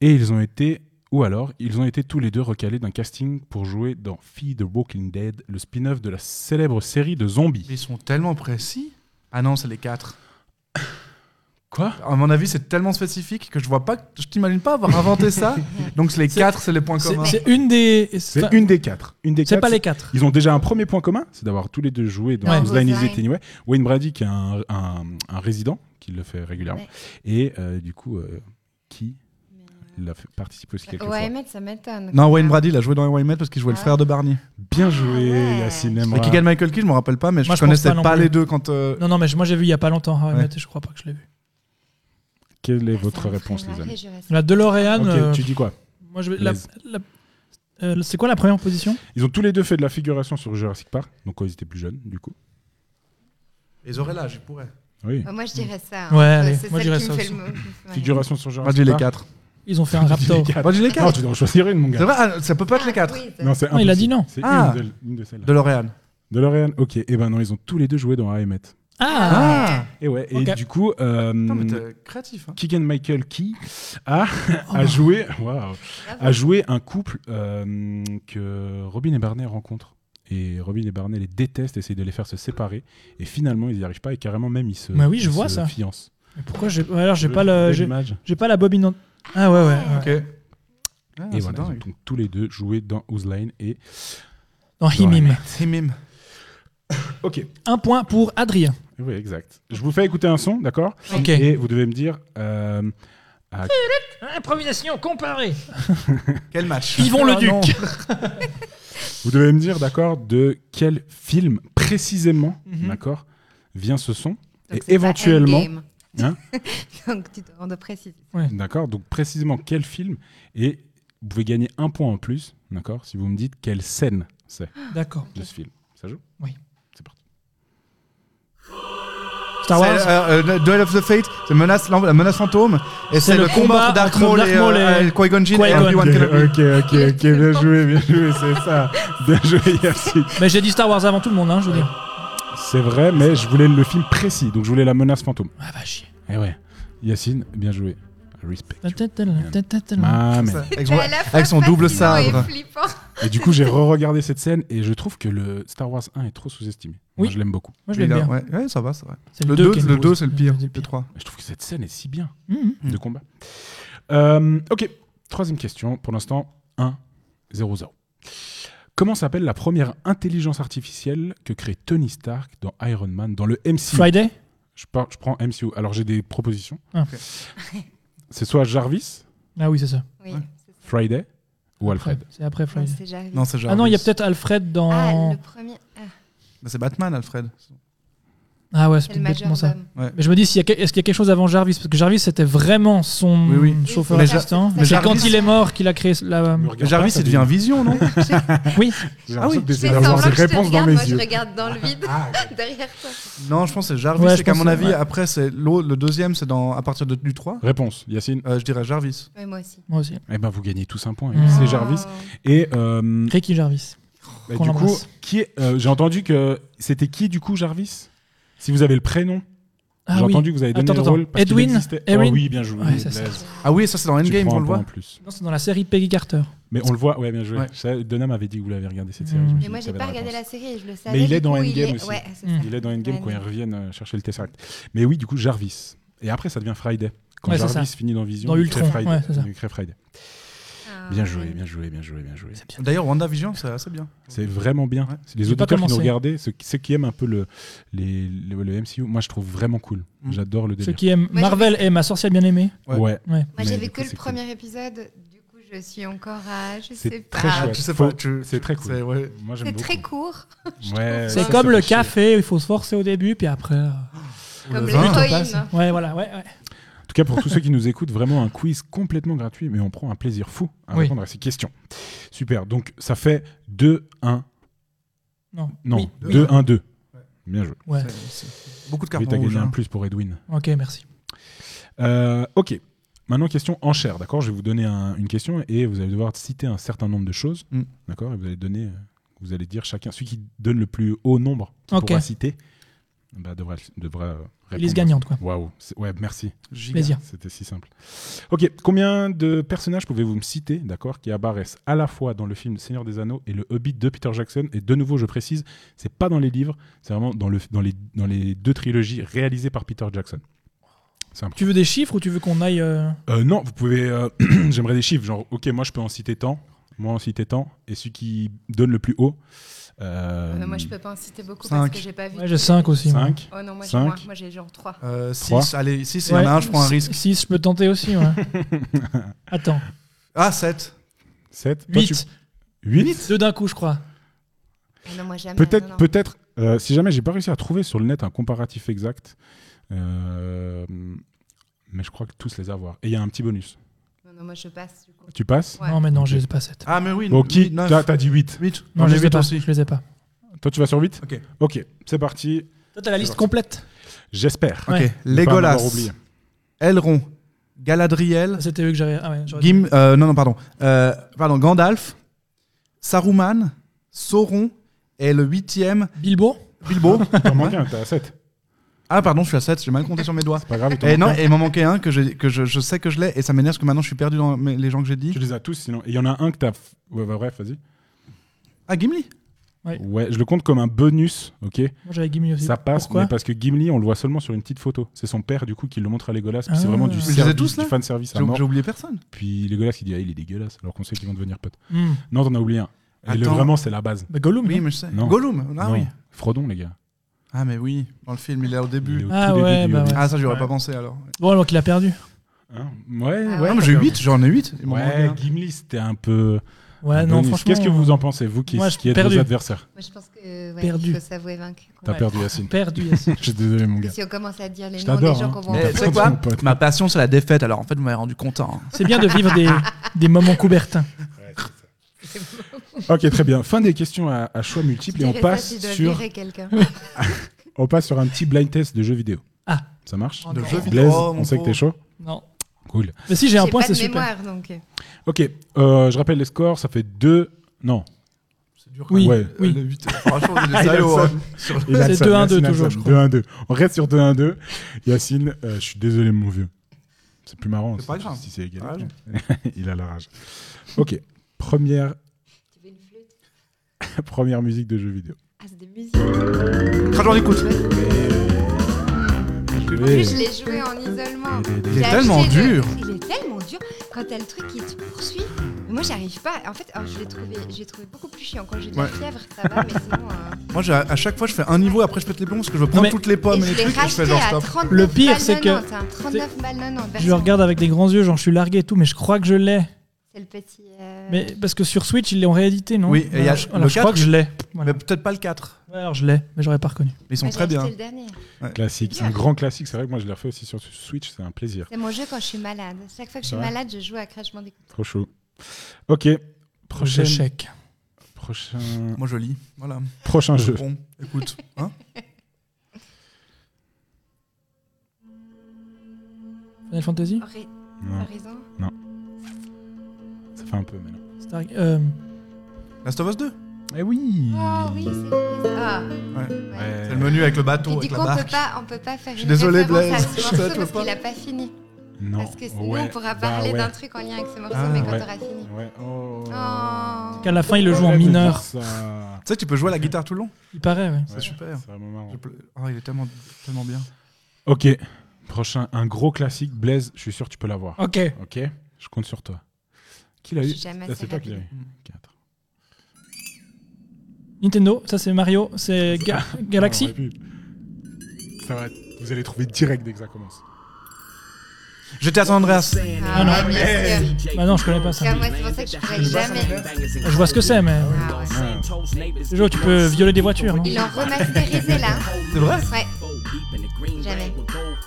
[SPEAKER 1] Et ils ont été, ou alors, ils ont été tous les deux recalés d'un casting pour jouer dans Feed the Walking Dead, le spin-off de la célèbre série de zombies.
[SPEAKER 4] Ils sont tellement précis. Ah non, c'est les quatre.
[SPEAKER 1] Quoi
[SPEAKER 4] À mon avis, c'est tellement spécifique que je vois pas, je t'imagine pas avoir inventé (laughs) ça. Donc c'est les
[SPEAKER 2] C'est-
[SPEAKER 4] quatre, c'est les points
[SPEAKER 2] C'est
[SPEAKER 4] communs.
[SPEAKER 2] c'est une des. enfin,
[SPEAKER 1] C'est une des quatre. Une des
[SPEAKER 2] C'est
[SPEAKER 1] quatre,
[SPEAKER 2] pas les quatre.
[SPEAKER 1] Ils ont déjà un premier point commun, c'est d'avoir tous les deux joué dans
[SPEAKER 2] Ouais.
[SPEAKER 1] Whose Line Is
[SPEAKER 3] Whose
[SPEAKER 1] It
[SPEAKER 3] Line.
[SPEAKER 1] Anyway. Wayne Brady, qui est un, un- un résident, qui le fait régulièrement.
[SPEAKER 3] Ouais.
[SPEAKER 1] Et euh, du coup, euh, qui
[SPEAKER 3] Mais,
[SPEAKER 1] l'a fait participer aussi
[SPEAKER 3] euh,
[SPEAKER 1] quelques fois.
[SPEAKER 3] OAMED, ça m'étonne.
[SPEAKER 4] Non, Wayne Brady, il a joué dans Wayne Met parce qu'il jouait le
[SPEAKER 3] Ah.
[SPEAKER 4] frère de Barney.
[SPEAKER 1] Bien joué,
[SPEAKER 3] Ah ouais.
[SPEAKER 1] Yacine
[SPEAKER 4] Mais
[SPEAKER 1] Emra.
[SPEAKER 4] Keegan Michael Key, je me rappelle pas, mais je
[SPEAKER 2] Moi, je pense
[SPEAKER 4] connaissais
[SPEAKER 2] pas non
[SPEAKER 4] pas,
[SPEAKER 2] plus.
[SPEAKER 4] les deux quand. euh,
[SPEAKER 2] Non, non, mais je- moi j'ai vu il y a pas longtemps. Ah,
[SPEAKER 4] Ouais.
[SPEAKER 2] mais je crois pas que je l'ai vu.
[SPEAKER 1] Quelle est
[SPEAKER 3] Ah, ça
[SPEAKER 1] votre
[SPEAKER 3] me ferait
[SPEAKER 1] réponse, les
[SPEAKER 3] marrer,
[SPEAKER 1] amis
[SPEAKER 3] Jurassic
[SPEAKER 2] La DeLorean.
[SPEAKER 1] Ok,
[SPEAKER 2] euh,
[SPEAKER 1] tu dis quoi
[SPEAKER 2] moi, je vais- la-
[SPEAKER 1] laisse.
[SPEAKER 2] la- euh, C'est quoi la première position
[SPEAKER 1] Ils ont tous les deux fait de la figuration sur Jurassic Park, donc quand ils étaient plus jeunes, du coup.
[SPEAKER 4] Ils auraient l'âge, ils pourraient.
[SPEAKER 1] Oui.
[SPEAKER 3] Park. Moi, je dirais ça.
[SPEAKER 2] Ouais,
[SPEAKER 3] hein.
[SPEAKER 2] allez,
[SPEAKER 3] C'est
[SPEAKER 2] moi, je
[SPEAKER 3] celle
[SPEAKER 2] dirais
[SPEAKER 3] qui
[SPEAKER 2] ça
[SPEAKER 3] me fait
[SPEAKER 2] aussi.
[SPEAKER 3] le mo- qui me fait rire.
[SPEAKER 1] Figuration sur
[SPEAKER 4] Moi, je
[SPEAKER 1] Jurassic
[SPEAKER 4] dis les
[SPEAKER 1] Park.
[SPEAKER 4] quatre.
[SPEAKER 2] Ils ont fait un
[SPEAKER 1] Tu dis les
[SPEAKER 2] Raptor.
[SPEAKER 1] quatre.
[SPEAKER 4] Moi, je dis les
[SPEAKER 1] Non,
[SPEAKER 4] quatre.
[SPEAKER 1] tu dois en choisir une, mon
[SPEAKER 4] C'est
[SPEAKER 1] gars.
[SPEAKER 4] vrai, ah, ça peut pas être les
[SPEAKER 3] Ah,
[SPEAKER 4] quatre.
[SPEAKER 3] oui, ça-
[SPEAKER 1] Non, c'est
[SPEAKER 2] Non, il a dit
[SPEAKER 1] impossible.
[SPEAKER 2] non.
[SPEAKER 1] C'est
[SPEAKER 4] Ah.
[SPEAKER 1] une de, une de celles-là.
[SPEAKER 4] De L'Oréal.
[SPEAKER 1] DeLorean, ok. Et ben non, ils ont tous les deux joué dans I Met.
[SPEAKER 2] Ah,
[SPEAKER 4] Ah.
[SPEAKER 1] Et ouais, et
[SPEAKER 2] Ok.
[SPEAKER 1] du coup. euh,
[SPEAKER 4] Putain, mais t'es créatif. hein.
[SPEAKER 1] Keegan Michael Key a,
[SPEAKER 4] Oh
[SPEAKER 1] a joué waouh, a joué un couple euh, que Robin et Barney rencontrent. Et Robin et Barney les détestent, essayent de les faire se séparer. Et finalement, ils n'y arrivent pas et carrément même ils se,
[SPEAKER 2] Bah oui, je
[SPEAKER 1] ils
[SPEAKER 2] vois
[SPEAKER 1] se
[SPEAKER 2] ça.
[SPEAKER 1] fiancent.
[SPEAKER 2] mais pourquoi j'ai. ouais, Alors j'ai
[SPEAKER 1] Je-
[SPEAKER 2] pas le.
[SPEAKER 1] belle
[SPEAKER 2] j'ai-
[SPEAKER 1] image.
[SPEAKER 2] J'ai pas la bobine. en- Ah ouais, ouais. ouais.
[SPEAKER 4] Ok. Ah,
[SPEAKER 1] Et
[SPEAKER 4] c'est
[SPEAKER 1] voilà,
[SPEAKER 4] dingue.
[SPEAKER 1] ils ont donc tous les deux joué dans Whose Line et...
[SPEAKER 2] Dans Himim.
[SPEAKER 4] C'est mime.
[SPEAKER 1] Ok.
[SPEAKER 2] Un point pour Adrien.
[SPEAKER 1] Oui, exact. Je vous fais écouter un son, d'accord
[SPEAKER 2] Ok.
[SPEAKER 1] Et vous devez me dire... euh, à-
[SPEAKER 2] Improvisation comparée.
[SPEAKER 4] Quel match
[SPEAKER 2] Yvon le
[SPEAKER 4] Ah, non.
[SPEAKER 2] Duc.
[SPEAKER 1] vous devez me dire, d'accord, de quel film précisément,
[SPEAKER 2] Mhm.
[SPEAKER 1] d'accord, vient ce son
[SPEAKER 3] Donc,
[SPEAKER 1] Et
[SPEAKER 3] c'est pas
[SPEAKER 1] éventuellement-
[SPEAKER 3] Endgame.
[SPEAKER 1] Hein
[SPEAKER 3] (laughs) Donc, tu te rends de préciser.
[SPEAKER 1] D'accord Donc précisément quel film et vous pouvez gagner un point en plus, d'accord Si vous me dites quelle scène c'est
[SPEAKER 2] D'accord.
[SPEAKER 1] de ce film. Ça joue
[SPEAKER 2] Oui.
[SPEAKER 1] C'est parti.
[SPEAKER 2] Star Wars.
[SPEAKER 4] C'est, euh, euh, Duel of the Fate, c'est menace, la la menace fantôme,
[SPEAKER 2] C'est
[SPEAKER 4] et c'est
[SPEAKER 2] le
[SPEAKER 4] le, combat
[SPEAKER 2] combat
[SPEAKER 4] entre Dark
[SPEAKER 2] entre
[SPEAKER 4] Maul
[SPEAKER 2] Dark
[SPEAKER 4] et,
[SPEAKER 2] Maul
[SPEAKER 4] euh,
[SPEAKER 2] et-
[SPEAKER 4] Qui-Gon Jinn et
[SPEAKER 2] Qui-Gon.
[SPEAKER 4] Obi-Wan Kenobi.
[SPEAKER 3] (laughs)
[SPEAKER 1] ok, bien joué, bien joué, c'est ça. Bien joué, Yassine.
[SPEAKER 2] Mais j'ai dit Star Wars avant tout le monde, hein, je veux dire.
[SPEAKER 1] C'est vrai, mais je voulais le film précis, donc je voulais la menace fantôme.
[SPEAKER 2] Ah bah chier.
[SPEAKER 1] Eh ouais. Yacine, bien joué. Respect.
[SPEAKER 3] Bah,
[SPEAKER 4] C'est
[SPEAKER 1] Amen.
[SPEAKER 4] ça, avec son-
[SPEAKER 3] À la fois
[SPEAKER 4] Avec son double
[SPEAKER 3] fascinant et
[SPEAKER 4] sabre.
[SPEAKER 3] flippant.
[SPEAKER 1] Et du coup, j'ai re-regardé cette scène et je trouve que le Star Wars 1 est trop sous-estimé. Moi,
[SPEAKER 2] Oui.
[SPEAKER 1] je l'aime beaucoup.
[SPEAKER 2] Moi je
[SPEAKER 4] Il
[SPEAKER 2] l'aime
[SPEAKER 4] a-
[SPEAKER 2] bien.
[SPEAKER 4] Ouais, ouais, ça va, c'est vrai.
[SPEAKER 2] C'est
[SPEAKER 4] Le
[SPEAKER 2] deux
[SPEAKER 4] 2,
[SPEAKER 2] qui est
[SPEAKER 4] le
[SPEAKER 2] pourri.
[SPEAKER 4] 2 c'est le pire. Mm-hmm.
[SPEAKER 2] C'est le
[SPEAKER 4] Le
[SPEAKER 2] pire.
[SPEAKER 4] 3.
[SPEAKER 1] Je trouve que cette scène est si bien.
[SPEAKER 2] Mhm.
[SPEAKER 4] Mm.
[SPEAKER 1] de combat. Euh, ok, troisième question. Pour l'instant, 1, 0, 0. Comment s'appelle la première intelligence artificielle que crée Tony Stark dans Iron Man, dans le MCU
[SPEAKER 2] Friday
[SPEAKER 1] je, par- je prends MCU. Alors j'ai des propositions.
[SPEAKER 2] Ah.
[SPEAKER 4] Ok.
[SPEAKER 1] (laughs) C'est soit Jarvis,
[SPEAKER 2] Ah oui, c'est ça.
[SPEAKER 3] Oui,
[SPEAKER 4] Ouais.
[SPEAKER 3] c'est ça.
[SPEAKER 1] Friday ou Alfred.
[SPEAKER 3] Euh,
[SPEAKER 2] Après, C'est après
[SPEAKER 3] Non,
[SPEAKER 2] Friday.
[SPEAKER 3] c'est Jarvis.
[SPEAKER 4] Non, c'est
[SPEAKER 2] Ah non, il y a
[SPEAKER 4] Jarvis.
[SPEAKER 2] peut-être Alfred
[SPEAKER 3] Ah,
[SPEAKER 2] dans.
[SPEAKER 3] le premier. Ah,
[SPEAKER 4] Mais C'est Batman, Alfred.
[SPEAKER 2] Ah ouais, c'est
[SPEAKER 3] c'est le
[SPEAKER 2] peut-être bêtement ça.
[SPEAKER 3] majordome.
[SPEAKER 2] Mais je me dis, s'il y a que- est-ce qu'il y a quelque chose avant Jarvis Parce que Jarvis, c'était vraiment son
[SPEAKER 4] Oui, oui.
[SPEAKER 2] chauffeur
[SPEAKER 4] Mais Ja-
[SPEAKER 2] assistant.
[SPEAKER 4] mais
[SPEAKER 2] C'est
[SPEAKER 4] Jarvis-
[SPEAKER 2] quand il est mort qu'il a créé la. euh,
[SPEAKER 1] Me
[SPEAKER 4] Mais
[SPEAKER 1] regarde
[SPEAKER 4] Jarvis,
[SPEAKER 1] pas,
[SPEAKER 4] il
[SPEAKER 1] t'as
[SPEAKER 4] devient Vision, non
[SPEAKER 1] des-
[SPEAKER 2] Oui.
[SPEAKER 1] J'ai l'impression
[SPEAKER 4] Ah oui.
[SPEAKER 1] d'essayer
[SPEAKER 3] Fais
[SPEAKER 1] d'avoir
[SPEAKER 3] semblant
[SPEAKER 1] des
[SPEAKER 3] que je te
[SPEAKER 1] réponses dans
[SPEAKER 3] regarde,
[SPEAKER 1] mes
[SPEAKER 3] moi, je
[SPEAKER 1] yeux. Ah,
[SPEAKER 3] regarde dans le vide, (laughs) derrière toi.
[SPEAKER 4] Non, je pense que c'est Jarvis.
[SPEAKER 2] Ouais, je
[SPEAKER 4] c'est qu'à
[SPEAKER 2] pense
[SPEAKER 4] mon
[SPEAKER 2] que-
[SPEAKER 4] avis,
[SPEAKER 2] ouais.
[SPEAKER 4] après, c'est l'au- le deuxième, c'est dans à partir de, du 3.
[SPEAKER 1] Réponse, Yacine.
[SPEAKER 4] Euh, je dirais Jarvis.
[SPEAKER 3] Ouais, moi aussi.
[SPEAKER 2] Moi aussi.
[SPEAKER 1] Eh ben, vous gagnez tous un point.
[SPEAKER 2] Mm.
[SPEAKER 1] C'est
[SPEAKER 3] Oh.
[SPEAKER 1] Jarvis. Et euh,
[SPEAKER 2] Ricky Jarvis.
[SPEAKER 1] bah,
[SPEAKER 2] qu'on
[SPEAKER 1] du coup,
[SPEAKER 2] l'embrasse.
[SPEAKER 1] qui est- euh, j'ai entendu que c'était qui du coup Jarvis Si vous avez le prénom.
[SPEAKER 2] Ah
[SPEAKER 1] J'ai
[SPEAKER 2] oui.
[SPEAKER 1] entendu que vous avez donné
[SPEAKER 2] Attends,
[SPEAKER 1] le
[SPEAKER 2] attends.
[SPEAKER 1] rôle parce qu'il
[SPEAKER 2] Edwin
[SPEAKER 1] existait. Oh
[SPEAKER 2] Erin
[SPEAKER 1] oui, bien joué.
[SPEAKER 2] Ouais, ça, ça.
[SPEAKER 1] Blaise.
[SPEAKER 4] Ah oui, ça, c'est dans
[SPEAKER 1] Tu
[SPEAKER 4] Endgame,
[SPEAKER 1] prends
[SPEAKER 4] on
[SPEAKER 1] un
[SPEAKER 4] le
[SPEAKER 1] point en
[SPEAKER 4] voit.
[SPEAKER 1] plus.
[SPEAKER 2] Non, c'est dans la série Peggy Carter.
[SPEAKER 1] Mais on le voit, ouais, bien joué.
[SPEAKER 4] Ouais.
[SPEAKER 1] Ça, Donna m'avait dit que vous l'avez regardé cette
[SPEAKER 2] Mm.
[SPEAKER 1] série. je me suis
[SPEAKER 3] Mais moi,
[SPEAKER 1] dit
[SPEAKER 3] j'ai
[SPEAKER 1] que
[SPEAKER 3] pas
[SPEAKER 1] t'avais
[SPEAKER 3] regardé la
[SPEAKER 1] réponse.
[SPEAKER 3] série, je le savais.
[SPEAKER 1] Mais il est
[SPEAKER 3] du
[SPEAKER 1] dans
[SPEAKER 3] coup,
[SPEAKER 1] Endgame
[SPEAKER 3] est-
[SPEAKER 1] aussi.
[SPEAKER 3] Ouais, c'est
[SPEAKER 2] Mm.
[SPEAKER 3] ça.
[SPEAKER 1] Il est dans Endgame
[SPEAKER 3] Ouais,
[SPEAKER 1] quand ils
[SPEAKER 3] non.
[SPEAKER 1] reviennent euh, chercher le Tesseract. Mais oui, du coup, Jarvis. Et après, ça devient Friday. Quand
[SPEAKER 2] Ouais, c'est
[SPEAKER 1] Jarvis finit dans Vision,
[SPEAKER 2] Dans
[SPEAKER 1] il crée
[SPEAKER 2] Ultron,
[SPEAKER 1] Friday.
[SPEAKER 2] ouais, c'est ça.
[SPEAKER 1] il crée Friday.
[SPEAKER 3] Ah,
[SPEAKER 1] Bien
[SPEAKER 3] ouais.
[SPEAKER 1] joué, bien joué, bien joué, bien joué.
[SPEAKER 4] D'ailleurs, WandaVision, c'est assez bien.
[SPEAKER 1] C'est vraiment bien.
[SPEAKER 4] Ouais.
[SPEAKER 1] C'est Les
[SPEAKER 2] J'ai pas
[SPEAKER 1] auditeurs qui nous
[SPEAKER 2] commencé.
[SPEAKER 1] regardaient, ceux, qui- ceux qui aiment un peu le, les, le, le MCU, moi je trouve vraiment cool.
[SPEAKER 4] Mm.
[SPEAKER 1] J'adore le
[SPEAKER 2] Ceux
[SPEAKER 1] délire.
[SPEAKER 2] qui aiment
[SPEAKER 3] Moi,
[SPEAKER 2] Marvel et ma sorcière bien-aimée.
[SPEAKER 4] Ouais.
[SPEAKER 1] Ouais.
[SPEAKER 2] Ouais.
[SPEAKER 1] Mais
[SPEAKER 3] Moi, j'avais
[SPEAKER 1] du
[SPEAKER 3] que
[SPEAKER 1] coup,
[SPEAKER 3] le
[SPEAKER 1] c'est cool.
[SPEAKER 3] premier épisode. Du coup, je suis encore à. Je
[SPEAKER 1] C'est
[SPEAKER 3] sais
[SPEAKER 1] très
[SPEAKER 3] pas.
[SPEAKER 1] chouette.
[SPEAKER 4] tu sais
[SPEAKER 1] Faut-
[SPEAKER 4] pas, tu-
[SPEAKER 1] c'est très cool.
[SPEAKER 4] c'est- ouais.
[SPEAKER 1] Moi j'aime
[SPEAKER 3] C'est
[SPEAKER 1] beaucoup.
[SPEAKER 3] très court.
[SPEAKER 1] Ouais,
[SPEAKER 2] C'est
[SPEAKER 1] ça,
[SPEAKER 2] comme
[SPEAKER 1] ça
[SPEAKER 2] le
[SPEAKER 1] fait chier.
[SPEAKER 2] café, il faut se forcer au début, puis après. euh,
[SPEAKER 3] Comme
[SPEAKER 4] le
[SPEAKER 3] le
[SPEAKER 4] vin.
[SPEAKER 2] on
[SPEAKER 3] Coïn.
[SPEAKER 2] passe. Ouais, voilà, ouais, ouais.
[SPEAKER 1] De tout cas, pour tous ceux qui nous écoutent, vraiment un quiz complètement gratuit, mais on prend un plaisir fou à
[SPEAKER 2] Oui.
[SPEAKER 1] répondre à ces questions. Super. Donc, ça fait 2-1.
[SPEAKER 2] Non.
[SPEAKER 1] Non,
[SPEAKER 2] Oui. Oui.
[SPEAKER 1] 2-1-2. Bien joué.
[SPEAKER 2] Ouais.
[SPEAKER 4] C'est- c'est Beaucoup de
[SPEAKER 1] Oui,
[SPEAKER 4] cartons
[SPEAKER 1] t'as
[SPEAKER 4] rouges.
[SPEAKER 1] gagné un
[SPEAKER 4] hein.
[SPEAKER 1] plus pour Edwin.
[SPEAKER 2] Ok, merci.
[SPEAKER 1] Euh, ok. Maintenant, question enchère, d'accord Je vais vous donner un- une question et vous allez devoir citer un certain nombre de choses,
[SPEAKER 4] Mm.
[SPEAKER 1] d'accord Et vous allez donner, euh, vous allez dire chacun, celui qui donne le plus haut nombre qui
[SPEAKER 2] Ok.
[SPEAKER 1] pourra citer, bah, devra, devra euh, répondre.
[SPEAKER 2] Elise gagnante, quoi.
[SPEAKER 1] Waouh, c'est- ouais, merci,
[SPEAKER 4] Giga.
[SPEAKER 2] Plaisir.
[SPEAKER 1] c'était si simple. Ok, combien de personnages pouvez-vous me citer, d'accord, qui apparaissent à la fois dans le film Seigneur des Anneaux et le Hobbit de Peter Jackson Et de nouveau, je précise, c'est pas dans les livres, c'est vraiment dans, le, dans, les, dans les deux trilogies réalisées par Peter Jackson. C'est important.
[SPEAKER 2] Tu veux des chiffres ou tu veux qu'on aille. euh,
[SPEAKER 1] Euh, non, vous pouvez. euh, (clears throat) J'aimerais des chiffres. Genre, ok, moi je peux en citer tant, moi en citer tant, et celui qui donne le plus haut. euh,
[SPEAKER 3] Ah Non, moi, je peux pas inciter beaucoup parce
[SPEAKER 4] cinq.
[SPEAKER 3] que j'ai pas vu.
[SPEAKER 2] Ouais, j'ai 5 aussi. moi.
[SPEAKER 1] cinq.
[SPEAKER 3] Oh non, moi, j'ai
[SPEAKER 1] Cinq.
[SPEAKER 3] moins. Moi, j'ai genre 3.
[SPEAKER 4] Euh,
[SPEAKER 1] Trois.
[SPEAKER 4] six, allez, 6, il y en
[SPEAKER 2] Ouais,
[SPEAKER 4] a un, je prends un
[SPEAKER 2] si-
[SPEAKER 4] risque.
[SPEAKER 2] Si, je peux tenter aussi, ouais. Attends.
[SPEAKER 4] Ah, 7.
[SPEAKER 1] 7.
[SPEAKER 2] 8.
[SPEAKER 1] 8.
[SPEAKER 2] Deux d'un coup, je crois.
[SPEAKER 3] Ah non, moi, jamais. non,
[SPEAKER 1] Peut-être,
[SPEAKER 3] non.
[SPEAKER 1] peut-être, euh, si jamais j'ai pas réussi à trouver sur le net un comparatif exact, euh, mais je crois que tous les avoir. Et il y a un petit bonus.
[SPEAKER 3] Non, non, moi, je passe, du coup.
[SPEAKER 1] Tu passes
[SPEAKER 3] Ouais.
[SPEAKER 2] Non, mais non,
[SPEAKER 1] Ok.
[SPEAKER 2] je les ai pas 7.
[SPEAKER 4] Ah, mais oui,
[SPEAKER 1] Bon, qui
[SPEAKER 4] 9.
[SPEAKER 1] T'as t'as dit 8.
[SPEAKER 4] 8.
[SPEAKER 2] Non, je les ai pas.
[SPEAKER 4] aussi.
[SPEAKER 2] Je les ai pas.
[SPEAKER 1] Toi, tu vas sur 8
[SPEAKER 4] Ok.
[SPEAKER 1] Ok, c'est parti.
[SPEAKER 2] Toi, t'as la liste complète.
[SPEAKER 1] J'espère.
[SPEAKER 2] Ouais.
[SPEAKER 4] Ok.
[SPEAKER 1] Ne pas en avoir
[SPEAKER 4] Legolas,
[SPEAKER 1] oublié.
[SPEAKER 4] Elrond, Galadriel,
[SPEAKER 2] C'était eux que j'avais. Ah ouais, j'aurais-
[SPEAKER 4] Gim, euh, non, non, pardon. Euh, pardon, Gandalf, Saruman, Sauron et le huitième,
[SPEAKER 2] Bilbo
[SPEAKER 4] Bilbo.
[SPEAKER 1] Il
[SPEAKER 2] (laughs)
[SPEAKER 1] t'en manque un, t'as 7.
[SPEAKER 4] ah, pardon, je suis à 7, j'ai mal compté sur mes doigts.
[SPEAKER 1] C'est pas grave, il t'en
[SPEAKER 4] Et
[SPEAKER 1] manque
[SPEAKER 4] non,
[SPEAKER 1] un.
[SPEAKER 4] et il m'en manquait un que, j'ai- que je, je sais que je l'ai, et ça m'énerve parce que maintenant je suis perdu dans mes- les gens que j'ai dit.
[SPEAKER 1] Tu les as tous, sinon. Et il y en a un que t'as. f- Ouais, ouais, bref, vas-y.
[SPEAKER 4] Ah, Gimli
[SPEAKER 1] Ouais, je le compte comme un bonus, ok
[SPEAKER 2] Moi, j'avais Gimli aussi.
[SPEAKER 1] Ça passe,
[SPEAKER 2] Pourquoi
[SPEAKER 1] mais parce que Gimli, on le voit seulement sur une petite photo. C'est son père, du coup, qui le montre à Legolas. puis
[SPEAKER 2] Ah.
[SPEAKER 1] C'est vraiment du,
[SPEAKER 2] Vous
[SPEAKER 4] les avez
[SPEAKER 1] service,
[SPEAKER 4] tous, là
[SPEAKER 1] du fan service à
[SPEAKER 4] J'ai
[SPEAKER 1] mort.
[SPEAKER 4] j'ai oublié personne.
[SPEAKER 1] Puis Legolas, il dit, ah, il est dégueulasse, alors qu'on sait qu'ils vont devenir potes.
[SPEAKER 2] Hmm.
[SPEAKER 1] Non, t'en as oublié un. Et le,
[SPEAKER 4] Attends.
[SPEAKER 1] vraiment, c'est la base.
[SPEAKER 2] Bah, Gollum.
[SPEAKER 4] Oui,
[SPEAKER 2] non
[SPEAKER 4] mais je sais.
[SPEAKER 1] Non.
[SPEAKER 4] Gollum, ah
[SPEAKER 1] Non,
[SPEAKER 4] oui.
[SPEAKER 1] Frodon, les gars.
[SPEAKER 4] Ah, mais oui, dans le film, il est au
[SPEAKER 1] Il est
[SPEAKER 4] début.
[SPEAKER 1] au
[SPEAKER 2] Ah
[SPEAKER 1] tout début
[SPEAKER 2] ouais,
[SPEAKER 1] du
[SPEAKER 2] bah
[SPEAKER 1] Hobbit.
[SPEAKER 2] ouais.
[SPEAKER 4] Ah, ça, j'aurais
[SPEAKER 2] Ouais.
[SPEAKER 4] pas pensé alors.
[SPEAKER 2] Bon, alors qu'il a perdu.
[SPEAKER 1] Hein ouais,
[SPEAKER 3] Ah
[SPEAKER 1] ouais.
[SPEAKER 4] non, mais j'ai 8, j'en ai 8. il m'en manque
[SPEAKER 1] Ouais,
[SPEAKER 4] un.
[SPEAKER 1] Gimli, c'était un peu.
[SPEAKER 2] Ouais,
[SPEAKER 1] un
[SPEAKER 2] non,
[SPEAKER 1] bonus. Ah,
[SPEAKER 2] franchement. euh,
[SPEAKER 1] Qu'est-ce que vous en pensez, vous qui,
[SPEAKER 2] moi, je
[SPEAKER 1] qui êtes
[SPEAKER 2] perdu.
[SPEAKER 1] vos adversaires
[SPEAKER 3] Moi, je pense que. ouais,
[SPEAKER 2] Perdu.
[SPEAKER 3] Il faut s'avouer vaincu. quoi.
[SPEAKER 1] T'as
[SPEAKER 2] Ouais.
[SPEAKER 1] perdu,
[SPEAKER 2] (laughs)
[SPEAKER 1] Yacine.
[SPEAKER 2] Perdu, Yacine.
[SPEAKER 1] Je suis désolé, mon
[SPEAKER 3] Et
[SPEAKER 1] gars.
[SPEAKER 3] Si on commence à dire les
[SPEAKER 1] Je
[SPEAKER 3] noms des
[SPEAKER 1] t'adore.
[SPEAKER 3] gens
[SPEAKER 1] hein.
[SPEAKER 3] qu'on va
[SPEAKER 1] Mais
[SPEAKER 4] Eh,
[SPEAKER 1] t'as
[SPEAKER 4] tu
[SPEAKER 3] entendre.
[SPEAKER 4] sais
[SPEAKER 1] perdu,
[SPEAKER 4] quoi
[SPEAKER 1] mon pote.
[SPEAKER 4] Ma passion, c'est la défaite, alors en fait, vous m'avez rendu content. hein.
[SPEAKER 2] C'est bien de vivre (laughs) des, des moments coubertins.
[SPEAKER 1] Ok, très bien. Fin des questions à, à choix multiples et on
[SPEAKER 3] Teresa,
[SPEAKER 1] passe
[SPEAKER 3] tu dois
[SPEAKER 1] sur
[SPEAKER 3] virer quelqu'un.
[SPEAKER 1] On passe sur un petit blind test de jeux vidéo.
[SPEAKER 2] Ah.
[SPEAKER 1] Ça marche
[SPEAKER 2] Oh, De non. jeux
[SPEAKER 4] vidéo,
[SPEAKER 1] Blaise,
[SPEAKER 4] oh,
[SPEAKER 1] on
[SPEAKER 4] mon
[SPEAKER 1] sait que t'es
[SPEAKER 4] pauvre.
[SPEAKER 1] chaud
[SPEAKER 2] Non.
[SPEAKER 1] Cool.
[SPEAKER 2] Mais si j'ai un point,
[SPEAKER 3] pas
[SPEAKER 2] c'est
[SPEAKER 3] de
[SPEAKER 2] super.
[SPEAKER 3] mémoire, donc. euh,
[SPEAKER 1] Ok, euh, je rappelle les scores, ça fait 2... Non.
[SPEAKER 4] C'est dur,
[SPEAKER 2] Oui,
[SPEAKER 1] Ouais.
[SPEAKER 2] oui.
[SPEAKER 4] Le 8, franchement, on est des
[SPEAKER 1] Ah, il a
[SPEAKER 4] salauds,
[SPEAKER 1] le
[SPEAKER 4] hein.
[SPEAKER 1] seum.
[SPEAKER 4] Sur-
[SPEAKER 1] Il a le
[SPEAKER 2] C'est
[SPEAKER 1] seum,
[SPEAKER 2] 2-1-2
[SPEAKER 1] Yacine a le
[SPEAKER 2] toujours,
[SPEAKER 1] seum.
[SPEAKER 2] je crois.
[SPEAKER 1] 2-1-2. On reste sur 2-1-2. Yacine, euh, je suis désolé, mon vieux. C'est plus marrant.
[SPEAKER 4] C'est pas grave.
[SPEAKER 1] Si c'est égal.
[SPEAKER 4] Ah,
[SPEAKER 1] (laughs) Il a la rage. Ok, première, (laughs)
[SPEAKER 3] Tu veux une flûte
[SPEAKER 1] première musique de jeu vidéo.
[SPEAKER 3] Ah, c'est des musiques.
[SPEAKER 4] Crash Bandicoot.
[SPEAKER 3] En plus, je l'ai joué en isolement.
[SPEAKER 1] Il
[SPEAKER 4] est
[SPEAKER 3] J'ai
[SPEAKER 4] tellement
[SPEAKER 3] acheté le-
[SPEAKER 4] dur.
[SPEAKER 3] Il est tellement dur quand t'as le truc qui te poursuit. Mais moi, j'arrive pas. En fait, alors, je l'ai trouvé, j'ai trouvé beaucoup plus chiant. Quand j'ai de la
[SPEAKER 4] Ouais.
[SPEAKER 3] fièvre, ça va, mais sinon. euh,
[SPEAKER 4] Moi, j'ai- à chaque fois, je fais un niveau et après, je pète les plombs parce que je veux prendre
[SPEAKER 2] mais-
[SPEAKER 4] toutes les pommes et les
[SPEAKER 3] et je l'ai
[SPEAKER 4] trucs et je
[SPEAKER 3] racheté
[SPEAKER 4] fais genre
[SPEAKER 3] à
[SPEAKER 4] stop.
[SPEAKER 3] 39
[SPEAKER 2] Le pire,
[SPEAKER 3] balles
[SPEAKER 2] c'est que-
[SPEAKER 3] 90, hein, 39 balles 90.
[SPEAKER 2] Je le
[SPEAKER 3] version-
[SPEAKER 2] regarde avec des grands yeux, genre je suis largué et tout, mais je crois que je l'ai.
[SPEAKER 3] C'est le petit. euh,
[SPEAKER 2] Mais parce que sur Switch, ils l'ont réédité, non
[SPEAKER 4] Oui, et il y a
[SPEAKER 2] alors, je-
[SPEAKER 4] le
[SPEAKER 2] alors, je crois
[SPEAKER 4] quatre,
[SPEAKER 2] que je l'ai. Voilà.
[SPEAKER 4] Mais peut-être pas le 4.
[SPEAKER 2] Ouais, alors je l'ai, mais j'aurais pas reconnu.
[SPEAKER 4] Mais ils sont
[SPEAKER 3] moi, j'ai
[SPEAKER 4] très
[SPEAKER 3] acheté
[SPEAKER 4] bien.
[SPEAKER 3] le dernier.
[SPEAKER 1] Classique, c'est un grand classique. C'est vrai que moi, je l'ai refait aussi sur Switch. C'est un plaisir.
[SPEAKER 3] C'est mon jeu quand je suis malade. Chaque fois que je suis
[SPEAKER 1] Ouais.
[SPEAKER 3] malade, je joue à Crash Bandicoot.
[SPEAKER 1] Trop chaud. Ok, prochain,
[SPEAKER 2] Échec.
[SPEAKER 1] prochain,
[SPEAKER 4] Moi, je lis. Voilà.
[SPEAKER 1] prochain jeu.
[SPEAKER 4] Bon, écoute. hein.
[SPEAKER 2] Final Fantasy
[SPEAKER 3] Ori-
[SPEAKER 1] Non,
[SPEAKER 3] Horizon
[SPEAKER 1] ça fait un peu maintenant.
[SPEAKER 2] Star... euh,
[SPEAKER 4] Last of Us 2.
[SPEAKER 1] Eh oui
[SPEAKER 3] Oh oui, c'est vrai. Ah, ouais.
[SPEAKER 4] C'est le menu avec le
[SPEAKER 3] Et
[SPEAKER 4] bateau,
[SPEAKER 3] du
[SPEAKER 4] avec
[SPEAKER 3] coup,
[SPEAKER 4] la
[SPEAKER 3] on peut
[SPEAKER 4] barque.
[SPEAKER 3] pas, on peut pas faire
[SPEAKER 4] suis
[SPEAKER 3] une
[SPEAKER 4] désolé,
[SPEAKER 3] référence à
[SPEAKER 4] Blaise.
[SPEAKER 3] ce
[SPEAKER 4] Je
[SPEAKER 3] morceau
[SPEAKER 4] peux
[SPEAKER 3] parce
[SPEAKER 4] pas.
[SPEAKER 3] qu'il a pas fini.
[SPEAKER 1] Non.
[SPEAKER 3] Parce que sinon,
[SPEAKER 1] Ouais.
[SPEAKER 3] on pourra
[SPEAKER 1] Bah
[SPEAKER 3] parler
[SPEAKER 1] ouais.
[SPEAKER 3] d'un truc en lien avec ce morceau,
[SPEAKER 4] Ah,
[SPEAKER 3] mais quand
[SPEAKER 1] ouais.
[SPEAKER 3] t'auras fini.
[SPEAKER 1] Ouais. Oh.
[SPEAKER 3] Oh.
[SPEAKER 2] Qu'à la fin, il le joue en
[SPEAKER 1] Arrête de
[SPEAKER 2] mineur.
[SPEAKER 1] dire (laughs) ça.
[SPEAKER 4] Tu sais, tu peux jouer à la guitare tout le long.
[SPEAKER 2] Il paraît, ouais.
[SPEAKER 4] C'est
[SPEAKER 1] Ouais,
[SPEAKER 4] super.
[SPEAKER 1] c'est vraiment marrant.
[SPEAKER 4] Je peux- Oh, il est tellement, tellement bien.
[SPEAKER 1] Ok, prochain, un gros classique. Blaise, je suis sûr que tu peux l'avoir.
[SPEAKER 2] Ok.
[SPEAKER 1] Ok, je compte sur toi. Qui l'a
[SPEAKER 3] Je
[SPEAKER 1] eu
[SPEAKER 3] suis jamais
[SPEAKER 1] Ah,
[SPEAKER 3] assez
[SPEAKER 1] C'est toi qui l'as eu.
[SPEAKER 4] rapide.
[SPEAKER 1] Quatre.
[SPEAKER 2] Nintendo, ça c'est Mario,
[SPEAKER 4] (laughs)
[SPEAKER 2] c'est Ga-
[SPEAKER 1] Ah,
[SPEAKER 2] Galaxy.
[SPEAKER 1] on aurait pu. Ça va, être- vous allez trouver direct dès que ça commence.
[SPEAKER 4] J'étais à San Andreas.
[SPEAKER 3] Ah,
[SPEAKER 2] non.
[SPEAKER 3] ouais, bien sûr.
[SPEAKER 2] Bah non, je connais pas
[SPEAKER 3] Parce
[SPEAKER 2] ça.
[SPEAKER 3] que moi, c'est pour ça que je pourrais jamais.
[SPEAKER 2] Je vois ce que c'est, mais.
[SPEAKER 3] Ah ouais.
[SPEAKER 1] Ah.
[SPEAKER 2] C'est le jeu où tu peux violer des voitures, hein. non
[SPEAKER 3] Ils l'ont remasterisé là.
[SPEAKER 4] C'est vrai
[SPEAKER 3] Ouais. Jamais.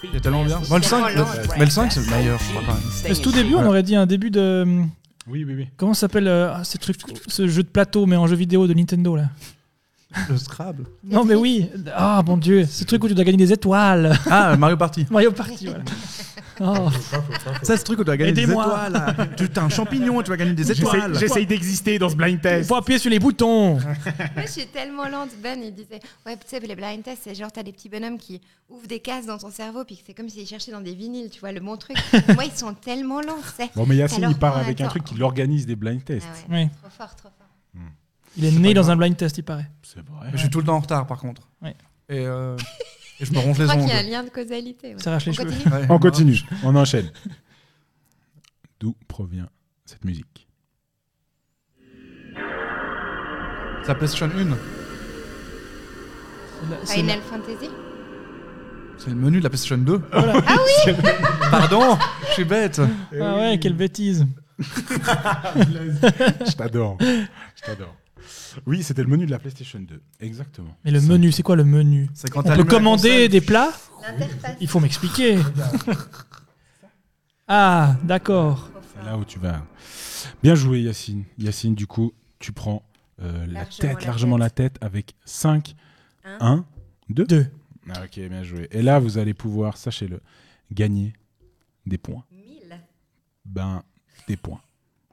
[SPEAKER 4] Il y a tellement bien.
[SPEAKER 3] C'est
[SPEAKER 4] Bon, le 5,
[SPEAKER 3] tellement
[SPEAKER 4] le-
[SPEAKER 3] lent,
[SPEAKER 4] mais le 5, c'est le meilleur, je crois, quand même.
[SPEAKER 2] Mais ce tout début, on aurait dit un début de.
[SPEAKER 1] Oui, oui, oui.
[SPEAKER 2] Comment ça s'appelle euh, ah, ce, truc, ce jeu de plateau, mais en jeu vidéo de Nintendo là
[SPEAKER 4] Le Scrabble.
[SPEAKER 2] Non, mais oui Ah, mon dieu Ce truc où tu dois gagner des étoiles (laughs)
[SPEAKER 4] Ah, Mario Party.
[SPEAKER 2] Mario Party, voilà. Oh,
[SPEAKER 4] Ça, c'est le truc où tu vas gagner des
[SPEAKER 2] Aidez-moi.
[SPEAKER 4] étoiles. là. Tu t'as un champignon et tu vas gagner des étoiles.
[SPEAKER 1] J'essaye d'exister dans ce blind test.
[SPEAKER 2] faut appuyer sur les boutons
[SPEAKER 3] Moi, je suis tellement lente. Ben, il disait Ouais, tu sais, les blind tests, c'est genre, t'as des petits bonhommes qui ouvrent des cases dans ton cerveau, puis que c'est comme s'ils cherchaient dans des vinyles, tu vois, le bon truc. Moi, ils sont tellement lents, c'est.
[SPEAKER 1] Bon, mais Yacine,
[SPEAKER 3] Alors,
[SPEAKER 1] il part
[SPEAKER 3] attends.
[SPEAKER 1] avec un truc qui l'organise des blind
[SPEAKER 3] Ah
[SPEAKER 1] tests.
[SPEAKER 3] ouais,
[SPEAKER 2] Oui.
[SPEAKER 3] Trop fort, trop fort.
[SPEAKER 2] Il est né
[SPEAKER 4] pas
[SPEAKER 2] dans
[SPEAKER 4] grave.
[SPEAKER 2] un blind test, il paraît.
[SPEAKER 1] C'est vrai.
[SPEAKER 4] Mais Je suis tout le temps en retard, par contre.
[SPEAKER 2] Ouais.
[SPEAKER 4] Et, euh, et je
[SPEAKER 3] (laughs)
[SPEAKER 4] me ronge
[SPEAKER 3] Je
[SPEAKER 4] les
[SPEAKER 3] crois
[SPEAKER 4] ongles.
[SPEAKER 3] qu'il y a un lien de causalité. ouais.
[SPEAKER 2] Ça arrache les
[SPEAKER 3] On
[SPEAKER 2] cheveux.
[SPEAKER 3] continue
[SPEAKER 4] Ouais,
[SPEAKER 1] On continue, on enchaîne. (laughs) D'où provient cette musique
[SPEAKER 4] Ça PlayStation 1.
[SPEAKER 2] C'est la- c'est la-
[SPEAKER 3] Final Fantasy
[SPEAKER 4] C'est le menu de la PlayStation 2.
[SPEAKER 2] Voilà.
[SPEAKER 3] Ah
[SPEAKER 4] (laughs) Pardon, je suis bête.
[SPEAKER 2] Ah ouais, quelle bêtise
[SPEAKER 1] Je t'adore. Je t'adore. Oui, c'était le menu de la PlayStation 2. Exactement.
[SPEAKER 2] Mais le menu, c'est quoi le menu
[SPEAKER 4] C'est quand
[SPEAKER 2] On peut commander des plats
[SPEAKER 3] L'interface.
[SPEAKER 2] Il faut
[SPEAKER 4] (laughs)
[SPEAKER 2] m'expliquer Ah, d'accord.
[SPEAKER 1] C'est là où tu vas. Bien joué, Yacine. Yacine, du coup, tu prends euh, la
[SPEAKER 3] Largement
[SPEAKER 1] tête,
[SPEAKER 3] la
[SPEAKER 1] largement
[SPEAKER 3] tête.
[SPEAKER 1] la tête, avec 5,
[SPEAKER 3] Un.
[SPEAKER 1] 1, 2.
[SPEAKER 2] Deux.
[SPEAKER 1] Ah, ok, bien joué. Et là, vous allez pouvoir, sachez-le, gagner des points.
[SPEAKER 3] 1000.
[SPEAKER 2] Ah,
[SPEAKER 1] Ben, des points.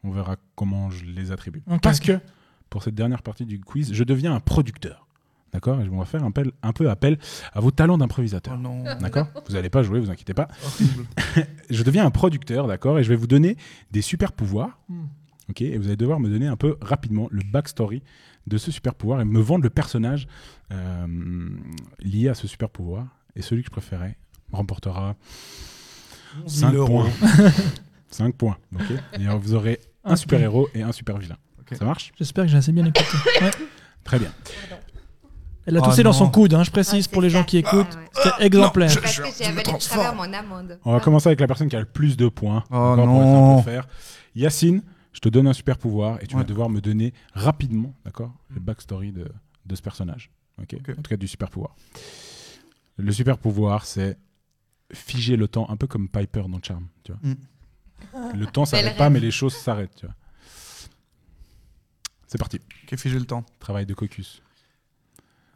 [SPEAKER 1] On verra comment je les attribue.
[SPEAKER 2] Ok,
[SPEAKER 1] Parce
[SPEAKER 2] ok.
[SPEAKER 1] que, pour cette dernière partie du quiz, je deviens un producteur. D'accord Et je vais faire un, appel- un peu appel à vos talents
[SPEAKER 4] Oh
[SPEAKER 1] d'improvisateur.
[SPEAKER 4] non,
[SPEAKER 1] D'accord Vous n'allez pas jouer, vous inquiétez pas.
[SPEAKER 4] horrible.
[SPEAKER 1] je deviens un producteur, d'accord, et je vais vous donner des super pouvoirs.
[SPEAKER 2] Hmm.
[SPEAKER 1] Ok, et vous allez devoir me donner un peu rapidement le backstory de ce super pouvoir et me vendre le personnage euh, lié à ce super pouvoir. Et celui que je préférais remportera 5 points. 5 points. ok et alors vous aurez un
[SPEAKER 2] Ok.
[SPEAKER 1] super héros et un super vilain.
[SPEAKER 4] Ok.
[SPEAKER 1] Ça marche
[SPEAKER 2] J'espère que j'ai assez bien écouté. Ouais.
[SPEAKER 1] Très bien.
[SPEAKER 2] Elle a
[SPEAKER 4] Oh
[SPEAKER 2] toussé dans son
[SPEAKER 4] non.
[SPEAKER 2] coude, hein, je précise,
[SPEAKER 3] Ah,
[SPEAKER 2] pour les
[SPEAKER 3] c'est
[SPEAKER 2] gens
[SPEAKER 3] ça.
[SPEAKER 2] qui écoutent.
[SPEAKER 3] Ah, ouais.
[SPEAKER 2] C'était exemplaire.
[SPEAKER 4] non,
[SPEAKER 3] Parce que
[SPEAKER 4] Je- je
[SPEAKER 3] j'ai
[SPEAKER 4] me
[SPEAKER 3] avalé le
[SPEAKER 4] transforme.
[SPEAKER 3] travers mon amende.
[SPEAKER 1] On va commencer avec la personne qui a le plus de points.
[SPEAKER 4] Ah. Oh
[SPEAKER 1] D'accord, pour
[SPEAKER 4] non.
[SPEAKER 1] essayer de le faire. Yacine, je te donne un super pouvoir et tu vas
[SPEAKER 4] Ouais.
[SPEAKER 1] devoir me donner rapidement, d'accord, le
[SPEAKER 4] Mm.
[SPEAKER 1] backstory de, de ce personnage. Ok.
[SPEAKER 4] Ok.
[SPEAKER 1] En tout cas, du super pouvoir. Le super pouvoir, c'est figer le temps, un peu comme Piper dans Charm. Tu vois.
[SPEAKER 4] Mm.
[SPEAKER 1] Le
[SPEAKER 4] (laughs)
[SPEAKER 1] temps s'arrête
[SPEAKER 3] rêve.
[SPEAKER 1] pas, mais les choses s'arrêtent. Tu vois. C'est parti.
[SPEAKER 4] Ok, figé le temps.
[SPEAKER 1] Travail de caucus.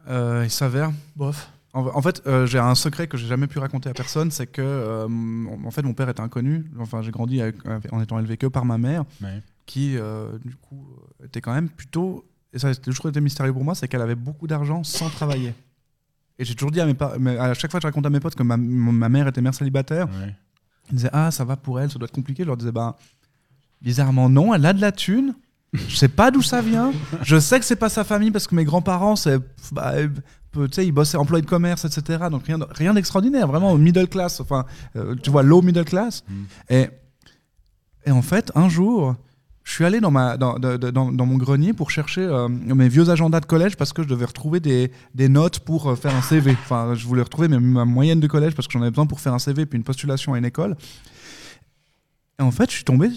[SPEAKER 4] Euh, il s'avère.
[SPEAKER 2] Bof.
[SPEAKER 4] En, en fait, euh, j'ai un secret que j'ai jamais pu raconter à personne, c'est que euh, mon- en fait mon père était inconnu. Enfin, j'ai grandi avec- avec- en étant élevé que par ma mère,
[SPEAKER 1] Ouais.
[SPEAKER 4] qui euh, du coup euh, était quand même plutôt. Et ça, c'était- je trouve, que c'était mystérieux pour moi, c'est qu'elle avait beaucoup d'argent sans travailler. Et j'ai toujours dit à mes parents, à chaque fois que je raconte à mes potes que ma, mon- ma mère était mère célibataire,
[SPEAKER 1] Ouais.
[SPEAKER 4] ils disaient ah ça va pour elle, ça doit être compliqué. Je leur disais bah bizarrement non, elle a de la thune. Je sais pas d'où ça vient. Je sais que c'est pas sa famille parce que mes grands-parents, c'est, bah, euh, peu- tu sais, ils bossaient employés de commerce, etc. Donc rien, de- rien d'extraordinaire, vraiment middle class. Enfin, euh, tu vois, low middle class.
[SPEAKER 1] Mm.
[SPEAKER 4] Et, et en fait, un jour, je suis allé dans, ma, dans, de- de- dans- dans mon grenier pour chercher euh, mes vieux agendas de collège parce que je devais retrouver des, des notes pour euh, faire un CV. Enfin, je voulais retrouver mes- ma moyenne de collège parce que j'en avais besoin pour faire un CV puis une postulation à une école. Et en fait, je suis tombé.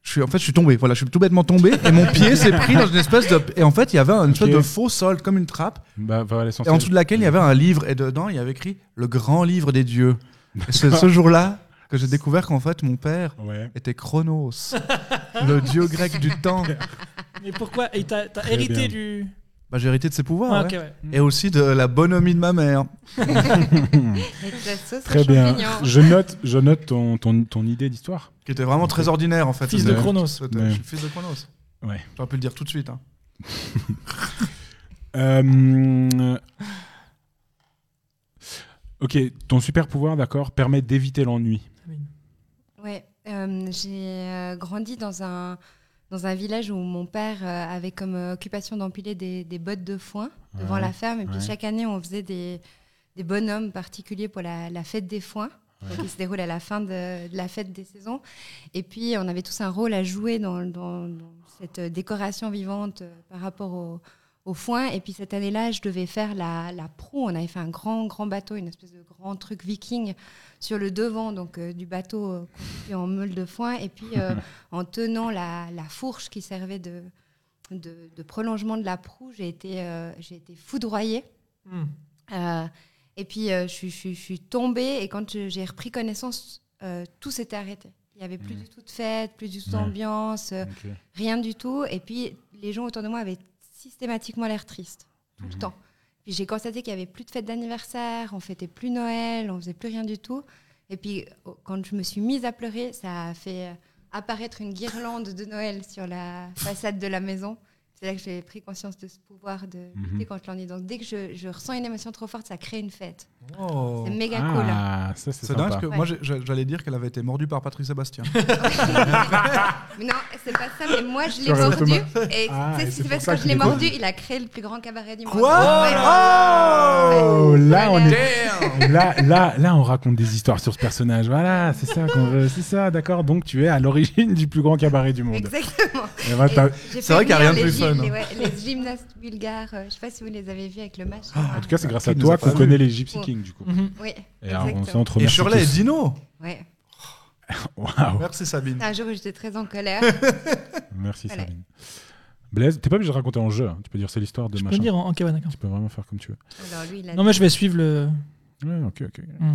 [SPEAKER 4] Je suis, en fait, je suis tombé. Voilà, je suis tout bêtement tombé et mon pied s'est pris dans une espèce de. Et en fait, il y avait une espèce
[SPEAKER 1] Ok.
[SPEAKER 4] de faux sol comme une trappe
[SPEAKER 1] Bah, voilà,
[SPEAKER 4] et
[SPEAKER 1] l'essentiel.
[SPEAKER 4] en dessous de laquelle il y avait un livre et dedans il y avait écrit le grand livre des dieux. Et C'est ce jour-là que j'ai découvert qu'en fait mon père
[SPEAKER 1] Ouais.
[SPEAKER 4] était Chronos, le dieu grec du temps.
[SPEAKER 2] Mais pourquoi Et t'as t'as
[SPEAKER 1] Très bien.
[SPEAKER 2] hérité du.
[SPEAKER 4] Bah, j'ai hérité de ses pouvoirs
[SPEAKER 2] Ah,
[SPEAKER 4] ouais.
[SPEAKER 2] ok, ouais.
[SPEAKER 4] et aussi de la bonhomie de ma mère.
[SPEAKER 3] Et de la sauce
[SPEAKER 1] Très
[SPEAKER 3] aux
[SPEAKER 1] bien.
[SPEAKER 3] champignons.
[SPEAKER 1] Je note, je note ton, ton, ton idée d'histoire.
[SPEAKER 4] qui était vraiment très ordinaire en fait.
[SPEAKER 2] Fils
[SPEAKER 1] de
[SPEAKER 4] C'était-
[SPEAKER 2] Chronos.
[SPEAKER 4] c'était-
[SPEAKER 1] Ouais.
[SPEAKER 4] je suis Fils de Chronos.
[SPEAKER 1] Ouais.
[SPEAKER 4] J'aurais pu le dire tout de suite. hein.
[SPEAKER 1] Euh, Ok, ton super pouvoir, d'accord, permet d'éviter l'ennui.
[SPEAKER 4] Mm.
[SPEAKER 3] Ouais, euh, j'ai euh, grandi dans un, dans un village où mon père euh, avait comme euh, occupation d'empiler des, des bottes de foin devant
[SPEAKER 1] Ouais,
[SPEAKER 3] la ferme. Et puis
[SPEAKER 1] ouais.
[SPEAKER 3] chaque année, on faisait des, des bonhommes particuliers pour la, la fête des foins.
[SPEAKER 1] Ouais.
[SPEAKER 3] donc, qui se déroule à la fin de, de la fête des saisons. Et puis, on avait tous un rôle à jouer dans, dans- dans cette euh, décoration vivante euh, par rapport au, au foin. Et puis, cette année-là, je devais faire la, la proue. On avait fait un grand, grand bateau, une espèce de grand truc viking sur le devant donc, euh, du bateau euh, constitué en meule de foin. Et puis,
[SPEAKER 1] (laughs)
[SPEAKER 3] euh, en tenant la, la fourche qui servait de, de, de prolongement de la proue, j'ai été, euh, j'ai été foudroyée.
[SPEAKER 2] Hmm.
[SPEAKER 3] Euh, Et puis, euh, je, suis- je suis- je suis tombée. Et quand je- j'ai repris connaissance, euh, tout s'était arrêté. Il n'y avait plus
[SPEAKER 1] Mhm.
[SPEAKER 3] du tout de fête, plus du tout
[SPEAKER 1] Ouais.
[SPEAKER 3] d'ambiance, euh,
[SPEAKER 1] Ok.
[SPEAKER 3] rien du tout. Et puis, les gens autour de moi avaient systématiquement l'air tristes, tout le
[SPEAKER 1] Mhm.
[SPEAKER 3] temps. Puis j'ai constaté qu'il n'y avait plus de fête d'anniversaire, on fêtait plus Noël, on faisait plus rien du tout. Et puis, au- quand je me suis mise à pleurer, ça a fait euh, apparaître une guirlande de Noël sur la façade de la maison. C'est là que j'ai pris conscience de ce pouvoir de
[SPEAKER 1] Mhm.
[SPEAKER 3] lutter contre l'ennui. Donc, dès que je, je ressens une émotion trop forte, ça crée une fête.
[SPEAKER 4] Oh.
[SPEAKER 3] C'est méga
[SPEAKER 1] Ah, ça c'est
[SPEAKER 4] C'est dingue parce
[SPEAKER 1] sympa.
[SPEAKER 4] que moi j'ai- j'ai- j'allais dire qu'elle avait été mordue par Patrick Sébastien.
[SPEAKER 3] cool. Mais non, c'est pas ça, mais moi, je l'ai
[SPEAKER 1] J'aurais
[SPEAKER 3] mordu.
[SPEAKER 1] automa-
[SPEAKER 3] Et
[SPEAKER 1] Ah,
[SPEAKER 3] tu sais,
[SPEAKER 1] et c'est
[SPEAKER 3] ce qui se
[SPEAKER 1] pour
[SPEAKER 3] passe,
[SPEAKER 1] ça
[SPEAKER 3] quand je
[SPEAKER 1] qu'il
[SPEAKER 3] l'ai
[SPEAKER 1] est
[SPEAKER 3] mordu,
[SPEAKER 1] connu.
[SPEAKER 3] il a créé le plus grand cabaret du monde.
[SPEAKER 4] Quoi
[SPEAKER 3] Ouais.
[SPEAKER 1] Oh, là, on est...
[SPEAKER 4] Damn
[SPEAKER 1] là, là, là, on raconte des histoires sur ce personnage. Voilà, c'est ça qu'on veut. C'est ça, d'accord. Donc, tu es à l'origine du plus grand cabaret du monde.
[SPEAKER 3] Exactement.
[SPEAKER 1] Et voilà,
[SPEAKER 3] Et
[SPEAKER 1] Ah, t'as-
[SPEAKER 3] j'ai
[SPEAKER 4] C'est
[SPEAKER 3] fait
[SPEAKER 4] vrai qu'il y a rien
[SPEAKER 3] venir
[SPEAKER 4] de
[SPEAKER 3] les
[SPEAKER 4] plus
[SPEAKER 3] gym-
[SPEAKER 4] fun,
[SPEAKER 1] hein.
[SPEAKER 3] Les, ouais, les gymnastes bulgares, euh, je sais pas si vous les avez vus avec le match.
[SPEAKER 1] Ah, En tout cas, c'est grâce
[SPEAKER 4] Qui
[SPEAKER 1] à
[SPEAKER 4] nous
[SPEAKER 1] toi
[SPEAKER 4] a
[SPEAKER 1] qu'on
[SPEAKER 4] pas
[SPEAKER 1] connaît
[SPEAKER 4] vus.
[SPEAKER 1] les Gypsy
[SPEAKER 3] Ouais.
[SPEAKER 1] Kings, du coup.
[SPEAKER 2] Mhm.
[SPEAKER 3] Oui,
[SPEAKER 1] Et alors, on
[SPEAKER 3] exactement.
[SPEAKER 1] s'en
[SPEAKER 4] Et
[SPEAKER 1] remercie
[SPEAKER 4] Shirley et
[SPEAKER 1] tous.
[SPEAKER 4] Dino
[SPEAKER 3] ouais.
[SPEAKER 1] Waouh,
[SPEAKER 4] Merci Sabine.
[SPEAKER 3] Un jour où j'étais très
[SPEAKER 1] (laughs)
[SPEAKER 3] en colère.
[SPEAKER 1] merci
[SPEAKER 3] Voilà.
[SPEAKER 1] Sabine. Blaise, t'es pas obligé de raconter en jeu. hein. Tu peux dire c'est l'histoire de
[SPEAKER 2] Je peux
[SPEAKER 1] machin.
[SPEAKER 2] le dire en, en cabane, d'accord.
[SPEAKER 1] Tu peux vraiment faire comme tu veux.
[SPEAKER 3] Alors lui, il a
[SPEAKER 2] Non, mais je vais suivre
[SPEAKER 4] (laughs)
[SPEAKER 2] le.
[SPEAKER 1] Ouais, ok, ok.
[SPEAKER 2] Mm.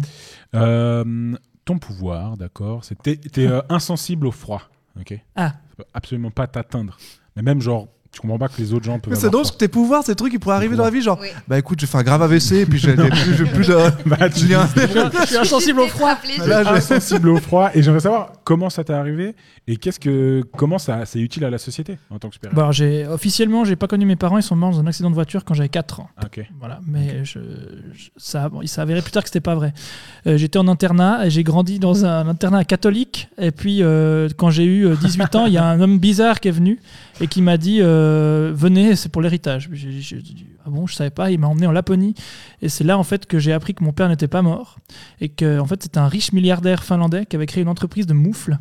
[SPEAKER 1] Euh, ton pouvoir, d'accord. c'est- T'es t'es,
[SPEAKER 2] (laughs)
[SPEAKER 1] euh, insensible au froid, ok.
[SPEAKER 2] Ah.
[SPEAKER 1] Ça peut absolument pas t'atteindre. Mais même genre, tu comprends pas que les autres gens peuvent.
[SPEAKER 4] Mais c'est
[SPEAKER 1] avoir
[SPEAKER 4] drôle parce que tes pouvoirs, ces trucs qui pourraient arriver dans la vie, genre
[SPEAKER 3] Oui.
[SPEAKER 4] bah écoute, j'ai fait un grave AVC et puis j'ai des- plus, j'ai plus
[SPEAKER 1] (laughs)
[SPEAKER 4] de.
[SPEAKER 1] froid. Bah, tu
[SPEAKER 4] J'ai un-
[SPEAKER 2] je suis insensible
[SPEAKER 3] (laughs)
[SPEAKER 2] au froid.
[SPEAKER 3] Rappelez-
[SPEAKER 4] Voilà.
[SPEAKER 1] es insensible au froid. Et j'aimerais savoir comment ça t'est arrivé et qu'est-ce que comment ça c'est utile à la société en tant que super.
[SPEAKER 2] Bon, alors, j'ai officiellement, j'ai pas connu mes parents. Ils sont morts dans un accident de voiture quand j'avais 4 ans.
[SPEAKER 1] Ok.
[SPEAKER 2] Voilà, mais je, je- ça, bon, il s'est avéré plus tard que c'était pas vrai. Euh, J'étais en internat et j'ai grandi dans un, internat catholique. Et puis, euh, quand j'ai eu euh, 18 ans, il y a un homme bizarre qui est venu et qui m'a dit euh, Venez, c'est pour l'héritage. J'ai dit- j'ai dit Ah bon, je savais pas. Il m'a emmené en Laponie. Et c'est là, en fait, que j'ai appris que mon père n'était pas mort et que, en fait, c'était un riche milliardaire finlandais qui avait créé une entreprise de moufles.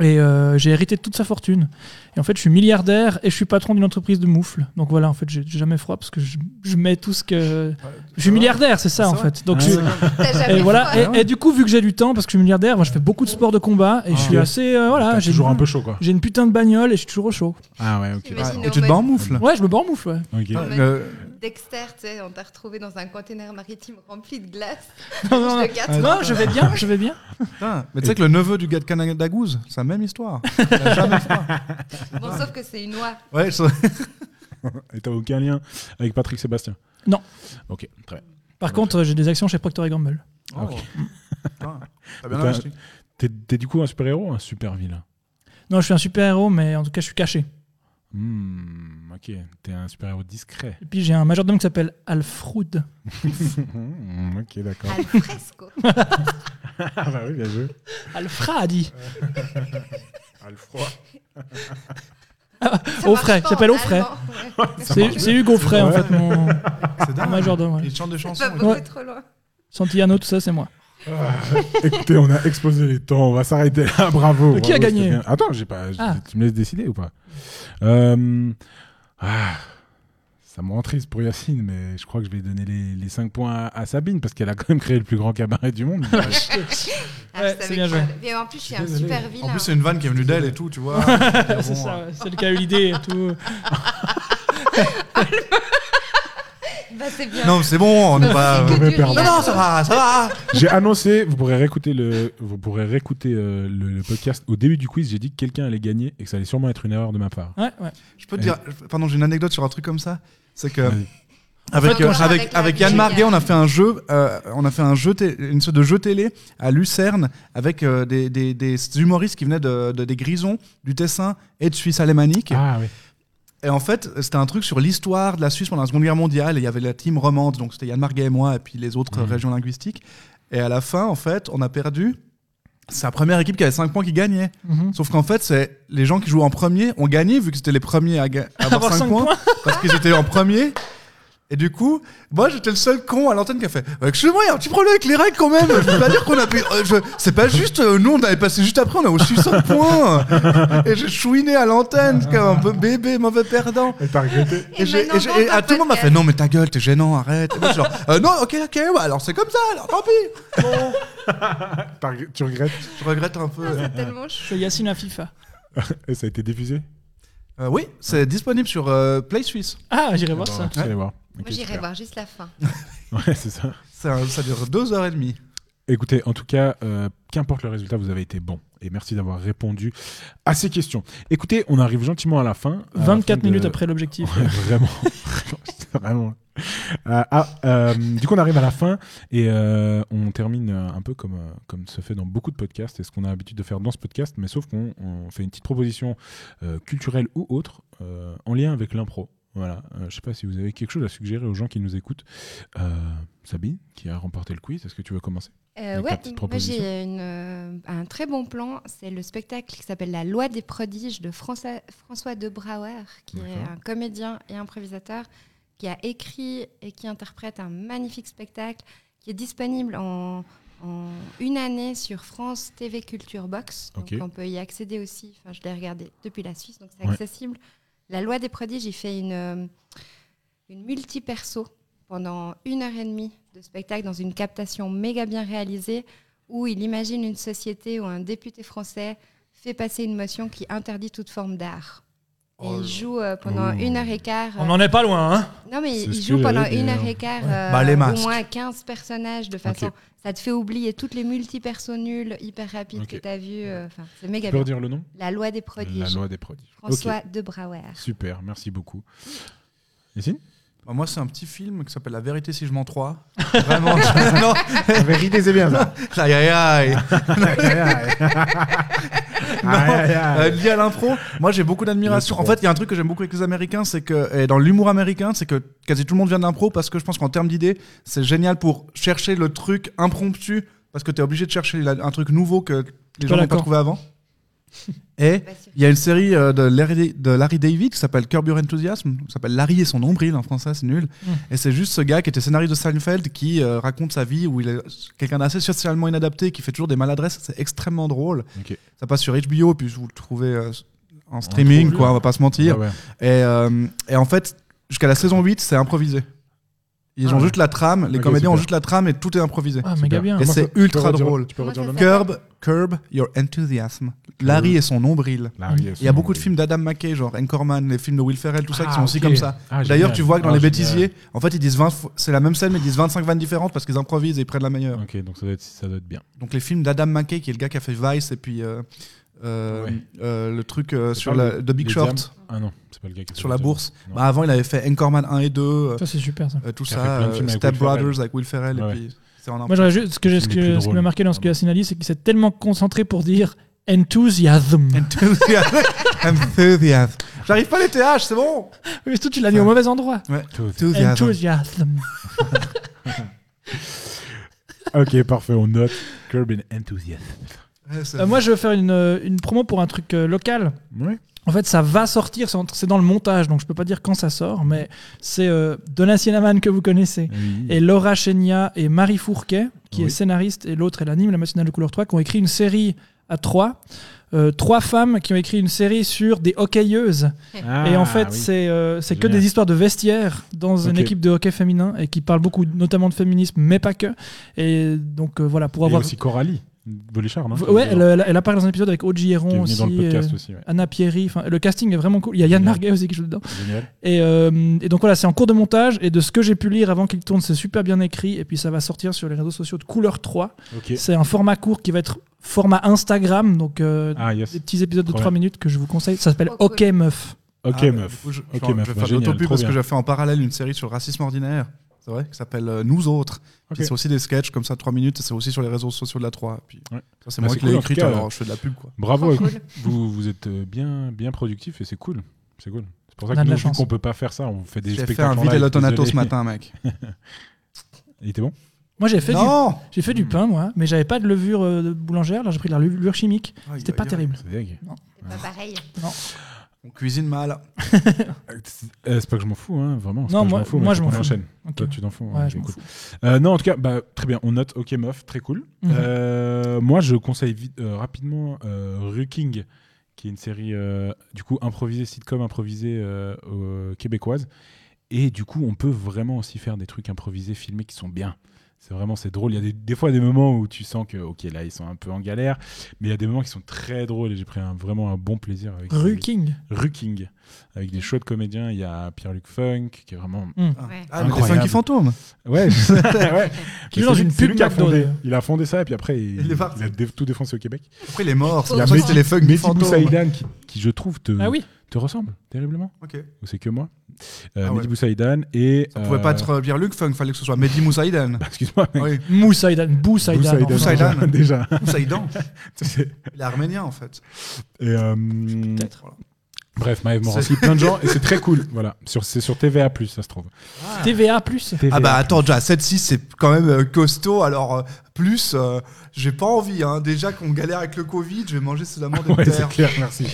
[SPEAKER 2] Et euh, j'ai hérité de toute sa fortune. Et en fait, je suis milliardaire et je suis patron d'une entreprise de moufles. Donc voilà, en fait, j'ai j'ai jamais froid parce que je, je mets tout ce que. Je suis milliardaire, c'est ça,
[SPEAKER 4] C'est
[SPEAKER 2] en
[SPEAKER 4] vrai.
[SPEAKER 2] fait. Donc
[SPEAKER 1] Ah,
[SPEAKER 2] je-
[SPEAKER 1] ouais.
[SPEAKER 3] T'as jamais
[SPEAKER 2] et voilà.
[SPEAKER 3] froid.
[SPEAKER 2] Et, et du coup, vu que j'ai du temps, parce que je suis milliardaire, moi, je fais beaucoup de sports de combat et je suis
[SPEAKER 1] Ah.
[SPEAKER 2] assez. euh, voilà,
[SPEAKER 1] T'as
[SPEAKER 2] j'ai
[SPEAKER 1] toujours un peu chaud quoi.
[SPEAKER 2] J'ai une putain de bagnole et je suis toujours au chaud.
[SPEAKER 1] Ah ouais, ok. Ah,
[SPEAKER 3] J'imagine.
[SPEAKER 4] Et tu te bats en moufle euh,
[SPEAKER 2] Ouais, je me bats en moufle, ouais.
[SPEAKER 1] Ok.
[SPEAKER 3] Ouais.
[SPEAKER 4] Le-
[SPEAKER 3] Dexter, tu sais, on t'a retrouvé dans un conteneur maritime rempli de glace.
[SPEAKER 2] (laughs) Non, non, non.
[SPEAKER 3] Je te gâte.
[SPEAKER 2] Non, je vais bien, je vais bien.
[SPEAKER 4] Putain, Mais tu sais que le neveu du gars de Canada Goose, c'est la même histoire. Il a jamais froid.
[SPEAKER 3] Bon, sauf que c'est une oie.
[SPEAKER 4] (laughs) Ouais, je- Ah.
[SPEAKER 1] Et t'as aucun lien avec Patrick Sébastien
[SPEAKER 2] Non.
[SPEAKER 1] Ok, très bien.
[SPEAKER 2] Par contre, euh, j'ai des actions chez Procter Gamble.
[SPEAKER 4] Oh.
[SPEAKER 1] Ok.
[SPEAKER 4] Putain, T'as bien
[SPEAKER 1] Putain.
[SPEAKER 4] acheté.
[SPEAKER 1] T'es, t'es du coup un super héros, ou un super vilain.
[SPEAKER 2] Non, je suis un super héros, mais en tout cas, je suis caché.
[SPEAKER 1] Hmm, ok, t'es un super héros discret.
[SPEAKER 2] Et puis, j'ai un majordome qui s'appelle Alfroud.
[SPEAKER 1] Hmm, ok, d'accord.
[SPEAKER 3] Al fresco.
[SPEAKER 1] Ah bah oui, bien joué.
[SPEAKER 2] Alfradi.
[SPEAKER 1] Ah, le froid.
[SPEAKER 3] Ça
[SPEAKER 2] Au
[SPEAKER 3] marche
[SPEAKER 2] frais,
[SPEAKER 3] pas
[SPEAKER 2] s'appelle
[SPEAKER 3] en
[SPEAKER 2] au frais.
[SPEAKER 3] allemand, ouais.
[SPEAKER 2] C'est c'est Hugo Frey, en fait, mon,
[SPEAKER 4] C'est
[SPEAKER 1] (laughs)
[SPEAKER 2] mon
[SPEAKER 4] dingue.
[SPEAKER 2] majordome. ouais.
[SPEAKER 4] Il chante des chansons.
[SPEAKER 3] Pas
[SPEAKER 4] et tout.
[SPEAKER 3] beaucoup
[SPEAKER 2] Ouais.
[SPEAKER 3] trop loin.
[SPEAKER 2] Santillano, tout ça, c'est moi.
[SPEAKER 1] Écoutez, on a explosé les temps, on va s'arrêter là, (laughs) bravo.
[SPEAKER 2] Mais qui a
[SPEAKER 1] bravo,
[SPEAKER 2] gagné
[SPEAKER 1] c'était bien. Attends, j'ai pas, j'ai-
[SPEAKER 2] Ah.
[SPEAKER 1] tu me laisses décider ou pas Euh, ah, Ça me rend triste pour Yacine, mais je crois que je vais donner les, 5 points à, à Sabine, parce qu'elle a quand même créé le plus grand cabaret du
[SPEAKER 2] (laughs)
[SPEAKER 1] monde.
[SPEAKER 3] Ah,
[SPEAKER 2] Ouais,
[SPEAKER 3] je
[SPEAKER 2] c'est
[SPEAKER 3] savais
[SPEAKER 2] bien
[SPEAKER 3] que ça
[SPEAKER 2] joué.
[SPEAKER 3] allait. Mais en plus, je suis
[SPEAKER 1] Je
[SPEAKER 3] un
[SPEAKER 1] suis désolé.
[SPEAKER 3] super
[SPEAKER 4] En
[SPEAKER 3] vilain.
[SPEAKER 4] plus, c'est une vanne qui est venue d'elle et tout, tu vois. Bon,
[SPEAKER 2] (laughs) c'est ça,
[SPEAKER 4] euh,
[SPEAKER 2] c'est le cas eu l'idée et tout.
[SPEAKER 3] Bah, c'est bien.
[SPEAKER 4] Non, mais c'est bon, on n'est pas.
[SPEAKER 3] Bah,
[SPEAKER 4] euh,
[SPEAKER 3] C'est que
[SPEAKER 1] mauvais
[SPEAKER 3] du
[SPEAKER 1] perdant.
[SPEAKER 4] Non,
[SPEAKER 3] rire.
[SPEAKER 4] non, ça va, ça va.
[SPEAKER 1] j'ai annoncé, vous pourrez réécouter le, vous pourrez réécouter, euh, le, le podcast. Au début du quiz, j'ai dit que quelqu'un allait gagner et que ça allait sûrement être une erreur de ma part.
[SPEAKER 2] Ouais, ouais.
[SPEAKER 4] Je peux te dire, pardon, j'ai une anecdote sur un truc comme ça. C'est que
[SPEAKER 1] Vas-y.
[SPEAKER 4] avec
[SPEAKER 3] Retour
[SPEAKER 4] euh,
[SPEAKER 3] avec
[SPEAKER 4] avec
[SPEAKER 3] la
[SPEAKER 4] avec
[SPEAKER 3] vie,
[SPEAKER 4] Yann Marguet,
[SPEAKER 3] génial.
[SPEAKER 4] on a fait un jeu, euh, on a fait un jeu, té- une sorte de jeu télé à Lucerne avec euh, des, des, des humoristes qui venaient de, de- des Grisons, du Tessin et de Suisse alémanique.
[SPEAKER 1] Ah oui.
[SPEAKER 4] Et en fait, c'était un truc sur l'histoire de la Suisse pendant la Seconde Guerre mondiale. Et il y avait la team romande, donc c'était Yann Marguet et moi, et puis les autres
[SPEAKER 1] Mhm.
[SPEAKER 4] euh, régions linguistiques. Et à la fin, en fait, on a perdu. C'est la première équipe qui avait 5 points qui gagnait.
[SPEAKER 2] Mhm.
[SPEAKER 4] Sauf qu'en fait, c'est les gens qui jouent en premier ont gagné vu que c'était les premiers à, ga- à avoir
[SPEAKER 2] Avoir
[SPEAKER 4] 5
[SPEAKER 2] cinq
[SPEAKER 4] points, (laughs) parce qu'ils étaient en premier. Et du coup, moi j'étais le seul con à l'antenne qui a fait Excusez-moi, il y a un petit problème avec les règles quand même. Je peux pas dire qu'on a pu. euh, je- C'est pas juste, euh, nous on avait passé juste après, on a aussi 5 points. Et j'ai chouiné à l'antenne comme un peu bébé, mauvais perdant.
[SPEAKER 1] Elle t'a regretté.
[SPEAKER 3] Et
[SPEAKER 4] j'ai-
[SPEAKER 3] maintenant,
[SPEAKER 4] j'ai-
[SPEAKER 3] dans
[SPEAKER 4] et
[SPEAKER 3] un
[SPEAKER 4] à tout le monde m'a fait
[SPEAKER 3] podcast.
[SPEAKER 4] Non, mais ta gueule, t'es gênant, arrête. Et moi, genre, Euh, non, ok, ok, ouais, alors c'est comme ça, alors tant pis. Bon,
[SPEAKER 1] T'as regret- Tu regrettes
[SPEAKER 4] je regrette un peu.
[SPEAKER 3] Ah, C'est
[SPEAKER 2] (laughs)
[SPEAKER 3] tellement chou.
[SPEAKER 2] C'est Yacine à FIFA.
[SPEAKER 1] Et ça a été diffusé
[SPEAKER 4] Euh, oui, c'est disponible sur euh, Play Suisse.
[SPEAKER 2] Ah, j'irai voir
[SPEAKER 1] Bon,
[SPEAKER 2] ça.
[SPEAKER 1] Hein, tu sais aller voir. Ok,
[SPEAKER 3] Moi, j'irai
[SPEAKER 1] super.
[SPEAKER 3] voir juste la fin.
[SPEAKER 1] (laughs) Ouais, c'est ça.
[SPEAKER 4] Ça, ça dure deux heures et demie.
[SPEAKER 1] Écoutez, en tout cas, euh, qu'importe le résultat, vous avez été bon. Et merci d'avoir répondu à ces questions. Écoutez, on arrive gentiment à la fin. à la
[SPEAKER 2] 24
[SPEAKER 1] fin de-
[SPEAKER 2] minutes après l'objectif.
[SPEAKER 1] (laughs) Ouais, vraiment. vraiment. Euh, ah, euh, du coup, on arrive à la fin et euh, on termine euh, un peu comme, euh, comme se fait dans beaucoup de podcasts et ce qu'on a l'habitude de faire dans ce podcast, mais sauf qu'on on fait une petite proposition euh, culturelle ou autre euh, en lien avec l'impro. Voilà. Euh, je sais pas si vous avez quelque chose à suggérer aux gens qui nous écoutent. Euh, Sabine, qui a remporté le quiz, est-ce que tu veux commencer
[SPEAKER 3] Euh,
[SPEAKER 1] Avec ta
[SPEAKER 3] ouais,
[SPEAKER 1] petite
[SPEAKER 3] moi
[SPEAKER 1] proposition.
[SPEAKER 3] j'ai une, euh, un très bon plan. C'est le spectacle qui s'appelle La Loi des prodiges de François, François de Brouwer, qui est
[SPEAKER 1] D'accord.
[SPEAKER 3] un comédien et improvisateur qui a écrit et qui interprète un magnifique spectacle qui est disponible en, en une année sur France TV Culture Box. Donc
[SPEAKER 1] Ok.
[SPEAKER 3] on peut y accéder aussi. Enfin, je l'ai regardé depuis la Suisse, donc c'est
[SPEAKER 1] Ouais.
[SPEAKER 3] accessible. La Loi des prodiges, il fait une, euh, une multi-perso pendant une heure et demie de spectacle dans une captation méga bien réalisée où il imagine une société où un député français fait passer une motion qui interdit toute forme d'art. Et
[SPEAKER 4] Oh là.
[SPEAKER 3] il joue euh, pendant
[SPEAKER 1] Oh.
[SPEAKER 3] une heure et quart. euh,
[SPEAKER 2] On n'en est pas loin, hein
[SPEAKER 3] Non, mais
[SPEAKER 1] C'est
[SPEAKER 3] il
[SPEAKER 1] ce
[SPEAKER 3] joue
[SPEAKER 1] que
[SPEAKER 3] pendant
[SPEAKER 1] j'allais
[SPEAKER 3] une
[SPEAKER 1] dire.
[SPEAKER 3] heure et quart euh,
[SPEAKER 4] Bah, les masques.
[SPEAKER 3] au moins 15 personnages de façon.
[SPEAKER 1] Ok.
[SPEAKER 3] Ça te fait oublier toutes les multi-persos nuls hyper rapides
[SPEAKER 1] Ok.
[SPEAKER 3] que tu as vues. euh, Enfin, c'est
[SPEAKER 1] Tu
[SPEAKER 3] méga
[SPEAKER 1] peux
[SPEAKER 3] bien.
[SPEAKER 1] redire le nom
[SPEAKER 3] La loi des
[SPEAKER 1] La
[SPEAKER 3] prodiges.
[SPEAKER 1] loi des prodiges. Ok.
[SPEAKER 3] François de Brouwer.
[SPEAKER 1] Super, merci beaucoup. Yacine
[SPEAKER 4] Bah, moi, c'est un petit film qui s'appelle La vérité si je m'en trois. Vraiment. (laughs) je- non.
[SPEAKER 1] Véridiez bien ça.
[SPEAKER 4] Aïe, aïe, aïe. (laughs) Euh,
[SPEAKER 1] Ah,
[SPEAKER 4] lié à l'impro, moi j'ai beaucoup d'admiration.
[SPEAKER 1] Le
[SPEAKER 4] En
[SPEAKER 1] trop.
[SPEAKER 4] fait, il y a un truc que j'aime beaucoup avec les Américains, c'est que et dans l'humour américain, c'est que quasi tout le monde vient d'impro parce que je pense qu'en termes d'idées, c'est génial pour chercher le truc impromptu parce que t'es obligé de chercher la- un truc nouveau que les gens n'ont pas
[SPEAKER 2] d'accord.
[SPEAKER 4] trouvé avant. Et
[SPEAKER 3] Pas sûr.
[SPEAKER 4] il y a une série euh, de Larry, de Larry David qui s'appelle Curb Your Enthusiasm, qui s'appelle Larry et son nombril en français, c'est nul.
[SPEAKER 2] Mm.
[SPEAKER 4] Et c'est juste ce gars qui était scénariste de Seinfeld qui euh, raconte sa vie où il est quelqu'un d'assez socialement inadapté qui fait toujours des maladresses. C'est extrêmement drôle.
[SPEAKER 1] Ok.
[SPEAKER 4] Ça passe sur HBO, puis vous le trouvez euh, en streaming,
[SPEAKER 1] trouve, hein.
[SPEAKER 4] quoi,
[SPEAKER 1] là.
[SPEAKER 4] on va pas se mentir. Et, euh, et en fait, jusqu'à la saison 8, c'est improvisé. Ils
[SPEAKER 1] Ah
[SPEAKER 4] ont
[SPEAKER 1] ouais.
[SPEAKER 4] juste la trame, les
[SPEAKER 1] Ok,
[SPEAKER 4] comédiens ont
[SPEAKER 1] super.
[SPEAKER 4] juste la trame et tout est improvisé.
[SPEAKER 2] Ah,
[SPEAKER 1] Super.
[SPEAKER 2] méga bien.
[SPEAKER 4] Et c'est ultra drôle.
[SPEAKER 1] Tu peux
[SPEAKER 3] Moi,
[SPEAKER 1] redire
[SPEAKER 3] ça
[SPEAKER 1] le nom
[SPEAKER 3] s'appelle-
[SPEAKER 4] Curb, curb your enthusiasm.
[SPEAKER 1] Euh.
[SPEAKER 4] Larry et son nombril.
[SPEAKER 1] Larry et
[SPEAKER 4] Il y a
[SPEAKER 1] son
[SPEAKER 4] beaucoup de
[SPEAKER 1] nombril.
[SPEAKER 4] films d'Adam McKay, genre Anchorman, les films de Will Ferrell, tout ça, qui
[SPEAKER 1] Ah,
[SPEAKER 4] sont aussi
[SPEAKER 1] ok.
[SPEAKER 4] comme ça.
[SPEAKER 1] Ah,
[SPEAKER 4] D'ailleurs,
[SPEAKER 1] génial.
[SPEAKER 4] tu vois que dans
[SPEAKER 1] Ah,
[SPEAKER 4] les
[SPEAKER 1] génial.
[SPEAKER 4] bêtisiers, en fait, ils disent 20 fois- c'est la même scène, mais ils disent 25 vannes différentes parce qu'ils improvisent et ils prennent la meilleure.
[SPEAKER 1] Ok, donc ça doit être, ça doit être bien.
[SPEAKER 4] Donc les films d'Adam McKay, qui est le gars qui a fait Vice et puis euh, euh,
[SPEAKER 1] Ouais.
[SPEAKER 4] euh, le truc euh,
[SPEAKER 1] C'est
[SPEAKER 4] sur
[SPEAKER 1] pas
[SPEAKER 4] la, The Big
[SPEAKER 1] Les
[SPEAKER 4] Short,
[SPEAKER 1] diams- Ah non, c'est pas le gars qui
[SPEAKER 4] sur la
[SPEAKER 1] fait ça.
[SPEAKER 4] bourse.
[SPEAKER 1] Non.
[SPEAKER 4] Bah, avant, il avait fait Anchorman 1 et 2, euh,
[SPEAKER 2] Ça, c'est super, ça.
[SPEAKER 4] euh, tout
[SPEAKER 1] Qui a fait plein
[SPEAKER 4] ça,
[SPEAKER 1] de
[SPEAKER 4] euh,
[SPEAKER 1] films avec
[SPEAKER 4] Step
[SPEAKER 1] Will Ferrell.
[SPEAKER 4] Brothers avec Will Ferrell.
[SPEAKER 1] Ouais.
[SPEAKER 4] Et puis, c'est en
[SPEAKER 2] Moi, j'aurais juste ce que j'ai- ce
[SPEAKER 1] C'est les plus
[SPEAKER 2] que- ce qui
[SPEAKER 1] drôles.
[SPEAKER 2] m'a marqué dans ce que
[SPEAKER 1] Pardon.
[SPEAKER 4] Ah.
[SPEAKER 2] Yacine a dit, c'est qu'il s'est tellement concentré pour dire enthusiasm.
[SPEAKER 4] (laughs) Enthusiasm. Enthusiasm. J'arrive pas les TH, c'est bon.
[SPEAKER 2] Mais surtout, tu l'as mis au mauvais endroit.
[SPEAKER 1] Tout-
[SPEAKER 4] Enthusiasm.
[SPEAKER 2] Enthusiasm.
[SPEAKER 1] ok, parfait, on note. Curb and Enthusiasm.
[SPEAKER 4] Ouais, c'est-
[SPEAKER 1] Ah,
[SPEAKER 2] Euh, moi, je veux faire une, euh, une promo pour un truc euh, local.
[SPEAKER 1] Ouais.
[SPEAKER 2] En fait, ça va sortir, c'est en- c'est dans le montage, donc je peux pas dire quand ça sort, mais c'est euh, Donna Cinnamon que vous connaissez.
[SPEAKER 1] Oui.
[SPEAKER 2] et Laura Chenia et Marie Fourquet, qui
[SPEAKER 1] Mm. Oui.
[SPEAKER 2] est scénariste, et l'autre, elle anime la matinale de couleur 3, qui ont écrit une série à trois. Euh, trois femmes qui ont écrit une série sur des hockeyeuses.
[SPEAKER 1] Ah,
[SPEAKER 2] et en fait,
[SPEAKER 1] oui.
[SPEAKER 2] c'est euh, c'est que
[SPEAKER 1] Génial.
[SPEAKER 2] des histoires de vestiaires dans une
[SPEAKER 1] Ok.
[SPEAKER 2] équipe de hockey féminin et qui parlent beaucoup, notamment de féminisme, mais pas que. Et donc, euh, voilà, pour
[SPEAKER 1] Il y a
[SPEAKER 2] avoir.
[SPEAKER 1] aussi Coralie Bolichard, non
[SPEAKER 2] Ouais, elle, elle- elle apparaît dans un épisode avec Audrey
[SPEAKER 1] qui est
[SPEAKER 2] Héron
[SPEAKER 1] venue
[SPEAKER 2] aussi.
[SPEAKER 1] dans le podcast
[SPEAKER 2] euh,
[SPEAKER 1] aussi. ouais.
[SPEAKER 2] Anna Pierry, Enfin, le casting est vraiment cool. Il y a Yann
[SPEAKER 1] Génial.
[SPEAKER 2] Marguet aussi qui joue dedans.
[SPEAKER 1] Génial.
[SPEAKER 2] Et, euh, et donc voilà, c'est en cours de montage. Et de ce que j'ai pu lire avant qu'il tourne, c'est super bien écrit. Et puis ça va sortir sur les réseaux sociaux de Couleur 3.
[SPEAKER 1] Ok.
[SPEAKER 2] C'est un format court qui va être format Instagram. Donc euh,
[SPEAKER 1] Ah, yes.
[SPEAKER 2] des petits épisodes de
[SPEAKER 1] Trop
[SPEAKER 2] 3 minutes que je vous conseille. Ça s'appelle
[SPEAKER 3] Trop
[SPEAKER 2] OK Meuf.
[SPEAKER 1] Ok,
[SPEAKER 4] Ah, du
[SPEAKER 1] meuf.
[SPEAKER 4] coup, je,
[SPEAKER 1] Ok,
[SPEAKER 4] je-
[SPEAKER 1] meuf.
[SPEAKER 4] je vais
[SPEAKER 1] Bah,
[SPEAKER 4] faire de
[SPEAKER 1] génial,
[SPEAKER 4] l'autopub
[SPEAKER 1] trop
[SPEAKER 4] parce que
[SPEAKER 1] bien.
[SPEAKER 4] j'ai fait en parallèle une série sur le racisme ordinaire, c'est vrai, qui s'appelle euh, Nous autres. Puis
[SPEAKER 1] Ok.
[SPEAKER 4] C'est aussi des sketchs comme ça, 3 minutes, et c'est aussi sur les réseaux sociaux de la 3. Puis,
[SPEAKER 1] Ouais.
[SPEAKER 4] ça, c'est
[SPEAKER 1] Bah,
[SPEAKER 4] moi
[SPEAKER 1] c'est
[SPEAKER 4] qui l'ai
[SPEAKER 1] cool, en tout
[SPEAKER 4] écrite,
[SPEAKER 1] cas,
[SPEAKER 4] alors je fais de la pub. Quoi.
[SPEAKER 1] Bravo.
[SPEAKER 3] Trop cool.
[SPEAKER 1] Vous, vous êtes euh, bien, bien productif et c'est cool. C'est cool. C'est pour ça
[SPEAKER 2] On
[SPEAKER 1] que
[SPEAKER 2] a de
[SPEAKER 1] nous,
[SPEAKER 2] la
[SPEAKER 1] vu
[SPEAKER 2] chance.
[SPEAKER 1] qu'on peut pas faire ça, on fait des
[SPEAKER 4] J'ai
[SPEAKER 1] spectacles.
[SPEAKER 4] fait un
[SPEAKER 1] en live,
[SPEAKER 4] vide et ce
[SPEAKER 1] désolé.
[SPEAKER 4] matin, mec.
[SPEAKER 1] Il était bon
[SPEAKER 2] Moi j'ai fait, du,
[SPEAKER 4] non
[SPEAKER 2] j'ai fait du pain, moi, mais j'avais pas de levure euh, de boulangère. Alors j'ai pris de la levure chimique.
[SPEAKER 1] Bah,
[SPEAKER 2] C'était pas terrible.
[SPEAKER 1] C'est dingue.
[SPEAKER 3] C'est
[SPEAKER 1] Ah.
[SPEAKER 3] pas pareil.
[SPEAKER 4] On cuisine mal.
[SPEAKER 1] Euh, C'est pas que je m'en fous, hein, vraiment. c'est
[SPEAKER 2] Non,
[SPEAKER 1] pas que
[SPEAKER 2] moi-
[SPEAKER 1] je m'en fous.
[SPEAKER 2] moi,
[SPEAKER 1] mais
[SPEAKER 2] je m'en
[SPEAKER 1] qu'on
[SPEAKER 2] fous.
[SPEAKER 1] enchaîne.
[SPEAKER 2] Ok.
[SPEAKER 1] Toi, tu t'en fous.
[SPEAKER 2] Ouais,
[SPEAKER 1] hein,
[SPEAKER 2] je m'en
[SPEAKER 1] cool.
[SPEAKER 2] fous.
[SPEAKER 1] Euh, non, en tout cas, bah, très bien. On note OK Meuf, très cool.
[SPEAKER 2] Mhm.
[SPEAKER 1] Euh, moi, je conseille vite- euh, rapidement euh, Ruking, qui est une série euh, du coup improvisée, sitcom improvisée euh, euh, québécoise. Et du coup, on peut vraiment aussi faire des trucs improvisés, filmés qui sont bien. C'est vraiment c'est drôle. Il y a des, des fois des moments où tu sens que ok là ils sont un peu en galère, mais il y a des moments qui sont très drôles et j'ai pris un- vraiment un bon plaisir avec ces-
[SPEAKER 2] Ruking.
[SPEAKER 1] Ruking avec des chouettes comédiens. Il y a Pierre-Luc Funk qui est vraiment
[SPEAKER 4] Ah,
[SPEAKER 3] Ouais.
[SPEAKER 4] ah, mais t'es
[SPEAKER 1] Incroyable.
[SPEAKER 4] funky fantôme.
[SPEAKER 1] ouais.
[SPEAKER 2] (laughs)
[SPEAKER 1] je- ouais.
[SPEAKER 2] Qui
[SPEAKER 1] Mais
[SPEAKER 2] joue dans
[SPEAKER 1] c'est
[SPEAKER 2] une
[SPEAKER 1] lui- c'est
[SPEAKER 2] pub
[SPEAKER 1] lui qui a
[SPEAKER 2] McDo,
[SPEAKER 1] fondé.
[SPEAKER 2] d'ailleurs.
[SPEAKER 1] Il a fondé ça et puis après il,
[SPEAKER 4] Il est parti.
[SPEAKER 1] il a dé- tout défoncé au Québec.
[SPEAKER 4] Après, il est mort. C'est
[SPEAKER 3] Il y a
[SPEAKER 4] pour ça que
[SPEAKER 3] Mehdi-
[SPEAKER 4] c'était les funky
[SPEAKER 1] Mehdi
[SPEAKER 4] fantômes.
[SPEAKER 1] Boussaïdan qui, qui je trouve te,
[SPEAKER 2] Ah oui,
[SPEAKER 1] te ressemble terriblement.
[SPEAKER 4] Ok.
[SPEAKER 1] Ou c'est que moi. Euh,
[SPEAKER 4] Ah
[SPEAKER 1] Mehdi
[SPEAKER 4] ouais.
[SPEAKER 1] Boussaïdan et
[SPEAKER 4] Ça pouvait
[SPEAKER 1] euh,
[SPEAKER 4] pas être euh, Pierre-Luc Funk, fallait que ce soit
[SPEAKER 1] (laughs)
[SPEAKER 4] Mehdi Moussaïdan.
[SPEAKER 1] bah, excuse-moi. mec.
[SPEAKER 4] oui,
[SPEAKER 2] Moussaïdan, Boussaïdan.
[SPEAKER 1] Boussaïdan,
[SPEAKER 2] enfin,
[SPEAKER 4] Boussaïdan.
[SPEAKER 1] (laughs)
[SPEAKER 4] (laughs)
[SPEAKER 1] déjà.
[SPEAKER 4] Moussaïdan.
[SPEAKER 1] Tu sais.
[SPEAKER 4] Il est arménien en fait.
[SPEAKER 1] Et, euh,
[SPEAKER 4] Voilà.
[SPEAKER 1] bref, Maëv Morancy, plein de gens et c'est très cool. Voilà, sur c'est sur TVA ça se trouve.
[SPEAKER 2] TVA+. plus.
[SPEAKER 1] TVA.
[SPEAKER 4] Ah bah attends, déjà 7-6 c'est quand même euh, costaud, alors euh, plus, euh, j'ai pas envie, hein. déjà qu'on galère avec le Covid, je vais manger ces amandes
[SPEAKER 1] (laughs)
[SPEAKER 4] de
[SPEAKER 1] (laughs) Ouais, c'est
[SPEAKER 4] terre,
[SPEAKER 1] clair, merci.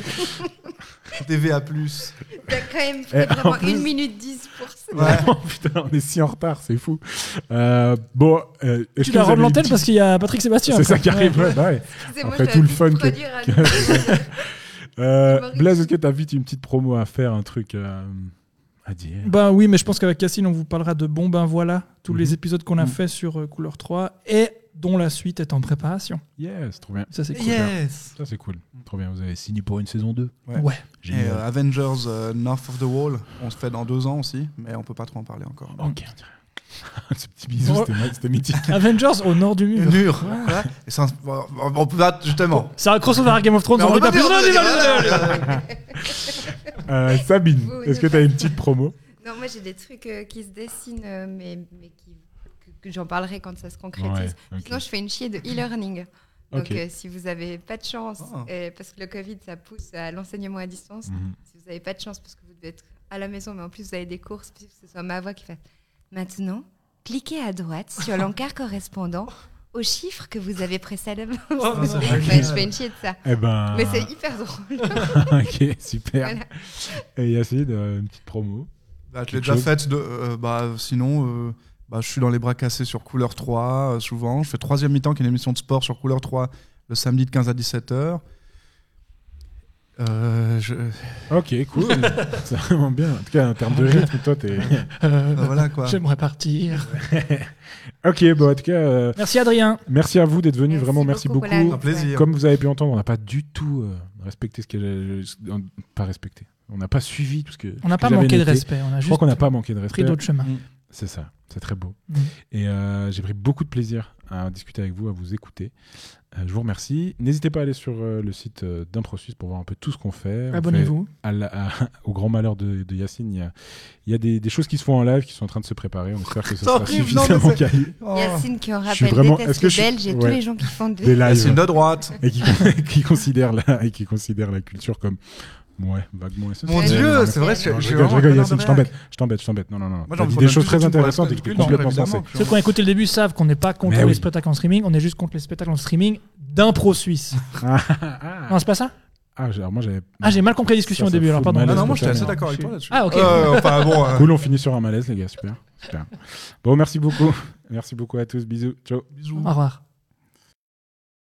[SPEAKER 4] TVA+. plus.
[SPEAKER 3] T'as quand même
[SPEAKER 1] Et
[SPEAKER 3] fait
[SPEAKER 1] Eh, en
[SPEAKER 3] vraiment
[SPEAKER 1] plus-
[SPEAKER 3] 1 minute 10 pour ça.
[SPEAKER 1] (laughs)
[SPEAKER 4] Ouais.
[SPEAKER 1] Vraiment, Oh, putain, on est si en retard, c'est fou. Euh, bon, euh, est-ce
[SPEAKER 2] Tu
[SPEAKER 1] que
[SPEAKER 2] la
[SPEAKER 1] vous avez
[SPEAKER 2] rends l'antenne
[SPEAKER 1] une
[SPEAKER 2] parce qu'il y a Patrick Sébastien.
[SPEAKER 1] C'est ça
[SPEAKER 2] quoi.
[SPEAKER 1] qui arrive.
[SPEAKER 2] Ouais.
[SPEAKER 1] ouais, bah ouais.
[SPEAKER 3] Excusez-moi,
[SPEAKER 1] Après
[SPEAKER 3] je
[SPEAKER 1] tout le
[SPEAKER 3] vais
[SPEAKER 1] fun (laughs) que-
[SPEAKER 3] produire un-
[SPEAKER 1] Euh,
[SPEAKER 3] Humoriste.
[SPEAKER 1] Blaise, est-ce que t'as vite une petite promo à faire, un truc euh, à dire
[SPEAKER 2] Ben oui, mais je pense qu'avec Cassine, on vous parlera de Bon Ben Voilà, tous
[SPEAKER 1] Mhm.
[SPEAKER 2] les épisodes qu'on a
[SPEAKER 4] Mhm.
[SPEAKER 2] fait sur euh, Couleur 3 et dont la suite est en préparation.
[SPEAKER 1] Yes, trop bien.
[SPEAKER 2] Ça, c'est cool.
[SPEAKER 4] Yes
[SPEAKER 1] Ça, c'est cool. Trop bien, vous avez signé pour une saison 2.
[SPEAKER 4] Ouais.
[SPEAKER 2] Ouais.
[SPEAKER 4] Et
[SPEAKER 1] Génial.
[SPEAKER 4] euh, Avengers euh, North of the Wall, on se fait dans deux ans aussi, mais on peut pas trop en parler encore.
[SPEAKER 1] Ok, on dirait. (laughs) Ce petit bisou,
[SPEAKER 2] Oh.
[SPEAKER 1] c'était ma- c'était mythique.
[SPEAKER 2] Avengers au nord du mur.
[SPEAKER 4] Dur ouais. Et ça, on- On peut pas, justement.
[SPEAKER 2] C'est un crossover à Game of Thrones,
[SPEAKER 4] Mais
[SPEAKER 2] on
[SPEAKER 4] on
[SPEAKER 2] dit
[SPEAKER 4] peut
[SPEAKER 2] pas plus.
[SPEAKER 4] dire-
[SPEAKER 2] Non, non, non, non,
[SPEAKER 4] (laughs)
[SPEAKER 1] (laughs)
[SPEAKER 2] non.
[SPEAKER 1] Euh, Sabine,
[SPEAKER 3] Oui,
[SPEAKER 1] est-ce que
[SPEAKER 3] oui.
[SPEAKER 1] t'as une petite
[SPEAKER 3] (laughs)
[SPEAKER 1] promo
[SPEAKER 3] Non, moi j'ai des trucs euh, qui se dessinent, euh, mais, mais qui, que, que j'en parlerai quand ça se concrétise.
[SPEAKER 1] ok.
[SPEAKER 3] Sinon, je fais une chier de e-learning. Donc,
[SPEAKER 1] Ok.
[SPEAKER 3] euh, si vous n'avez pas de chance,
[SPEAKER 4] Ah.
[SPEAKER 3] euh, parce que le Covid, ça pousse à l'enseignement à distance,
[SPEAKER 1] Mhm.
[SPEAKER 3] si vous n'avez pas de chance, parce que vous devez être à la maison, mais en plus, vous avez des courses, puis que ce soit ma voix qui fasse. Maintenant, cliquez à droite
[SPEAKER 1] (laughs)
[SPEAKER 3] sur l'encart correspondant au chiffre que vous avez précédemment.
[SPEAKER 4] Oh, c'est
[SPEAKER 3] Ouais,
[SPEAKER 4] génial.
[SPEAKER 3] je fais une chier de ça.
[SPEAKER 1] Eh ben.
[SPEAKER 3] (laughs) Mais
[SPEAKER 1] (laughs)
[SPEAKER 3] c'est hyper drôle.
[SPEAKER 1] ok, super.
[SPEAKER 3] Voilà.
[SPEAKER 1] Et Yacine, euh, une petite promo.
[SPEAKER 4] Bah, je l'ai
[SPEAKER 1] Quelque
[SPEAKER 4] déjà
[SPEAKER 1] chose
[SPEAKER 4] faite. de- euh, bah, sinon, euh, bah, je suis dans les bras cassés sur Couleur 3, euh, souvent. Je fais troisième mi-temps, qui est une émission de sport sur Couleur 3, le samedi de 15 à 17h. Euh, je- euh,
[SPEAKER 1] Ok, cool.
[SPEAKER 3] (laughs)
[SPEAKER 1] c'est vraiment bien. En tout cas, en termes de rythme, toi, t'es.
[SPEAKER 2] Euh,
[SPEAKER 4] bah,
[SPEAKER 1] (laughs)
[SPEAKER 4] voilà quoi.
[SPEAKER 2] J'aimerais partir.
[SPEAKER 1] ok, bon, en tout cas, euh,
[SPEAKER 2] Merci Adrien.
[SPEAKER 1] merci à vous d'être venu. Vraiment, merci beaucoup.
[SPEAKER 3] pour la-
[SPEAKER 4] Un plaisir.
[SPEAKER 1] Comme vous avez pu entendre, on n'a pas du tout euh, respecté ce qu'elle. euh, Pas respecté. On n'a pas suivi tout ce que.
[SPEAKER 2] On n'a
[SPEAKER 1] ce que
[SPEAKER 2] pas
[SPEAKER 1] j'avais
[SPEAKER 2] manqué de
[SPEAKER 1] noté.
[SPEAKER 2] respect, on a
[SPEAKER 1] Je crois
[SPEAKER 2] juste
[SPEAKER 1] qu'on n'a pas manqué de
[SPEAKER 2] pris
[SPEAKER 1] respect.
[SPEAKER 2] d'autres chemins.
[SPEAKER 1] C'est ça, c'est très beau.
[SPEAKER 2] Mm.
[SPEAKER 1] Et euh, j'ai pris beaucoup de plaisir à discuter avec vous, à vous écouter. Euh, je vous remercie. N'hésitez pas à aller sur euh, le site euh, d'Improsus pour voir un peu tout ce qu'on fait. On fait-
[SPEAKER 2] Abonnez-vous.
[SPEAKER 1] à la- à- (laughs) au grand malheur de, de Yacine, il y a, il y a des, des choses qui se font en live qui sont en train de se préparer. On espère que ce
[SPEAKER 4] C'est
[SPEAKER 1] sera
[SPEAKER 4] horrible,
[SPEAKER 1] suffisamment
[SPEAKER 4] non, mais
[SPEAKER 1] quali.
[SPEAKER 4] Oh.
[SPEAKER 3] Yacine, qui en
[SPEAKER 1] Je suis
[SPEAKER 3] rappelle,
[SPEAKER 1] vraiment- est-ce
[SPEAKER 3] déteste
[SPEAKER 1] que
[SPEAKER 3] les
[SPEAKER 1] je-
[SPEAKER 3] Belges et tous
[SPEAKER 1] ouais.
[SPEAKER 3] les gens qui font des.
[SPEAKER 1] Des
[SPEAKER 4] Yacine
[SPEAKER 1] lives
[SPEAKER 4] de Ah, droite.
[SPEAKER 1] et qui, (laughs) qui, considèrent la, et qui considèrent la culture comme ouais, vaguement associée.
[SPEAKER 4] Mon
[SPEAKER 3] Ouais,
[SPEAKER 1] Non, non,
[SPEAKER 4] dieu,
[SPEAKER 1] mais-
[SPEAKER 4] c'est vrai.
[SPEAKER 1] non, je
[SPEAKER 4] j'ai- j'ai
[SPEAKER 1] rigole, je
[SPEAKER 4] vraiment
[SPEAKER 1] rigole,
[SPEAKER 4] un
[SPEAKER 1] Yacine, je
[SPEAKER 4] connard de
[SPEAKER 1] t'embête. Je t'embête, je t'embête. Non, non, non.
[SPEAKER 4] Moi,
[SPEAKER 1] T'as
[SPEAKER 4] j'en
[SPEAKER 1] dit
[SPEAKER 4] prends
[SPEAKER 1] des
[SPEAKER 4] même
[SPEAKER 1] choses
[SPEAKER 4] plus
[SPEAKER 1] très
[SPEAKER 4] du tout pour la
[SPEAKER 1] intéressantes et qui
[SPEAKER 4] culture,
[SPEAKER 1] étaient complètement
[SPEAKER 4] hein, évidemment,
[SPEAKER 1] sensées.
[SPEAKER 4] que
[SPEAKER 2] Ceux qui ont écouté le début savent qu'on n'est pas contre
[SPEAKER 1] Mais
[SPEAKER 2] les
[SPEAKER 1] oui.
[SPEAKER 2] spectacles en streaming, on est juste contre les spectacles en streaming d'impro suisse.
[SPEAKER 1] Ah,
[SPEAKER 2] Non, c'est pas ça
[SPEAKER 1] ah, j'ai- alors moi j'avais.
[SPEAKER 2] Ah, j'ai mal compris la discussion
[SPEAKER 1] Ça,
[SPEAKER 2] au
[SPEAKER 1] ça
[SPEAKER 2] début, alors
[SPEAKER 1] fout
[SPEAKER 2] pardon.
[SPEAKER 1] le
[SPEAKER 4] Ah
[SPEAKER 1] malaise
[SPEAKER 4] non, moi, je suis
[SPEAKER 1] total,
[SPEAKER 4] assez
[SPEAKER 1] non.
[SPEAKER 4] d'accord avec toi là-dessus.
[SPEAKER 2] Ah, ok.
[SPEAKER 4] Euh, enfin, bon. euh,
[SPEAKER 1] Cool, on finit sur un malaise, les gars, super. super. Bon, merci beaucoup. Merci beaucoup à tous. Bisous. Ciao.
[SPEAKER 4] Bisous.
[SPEAKER 2] Au revoir.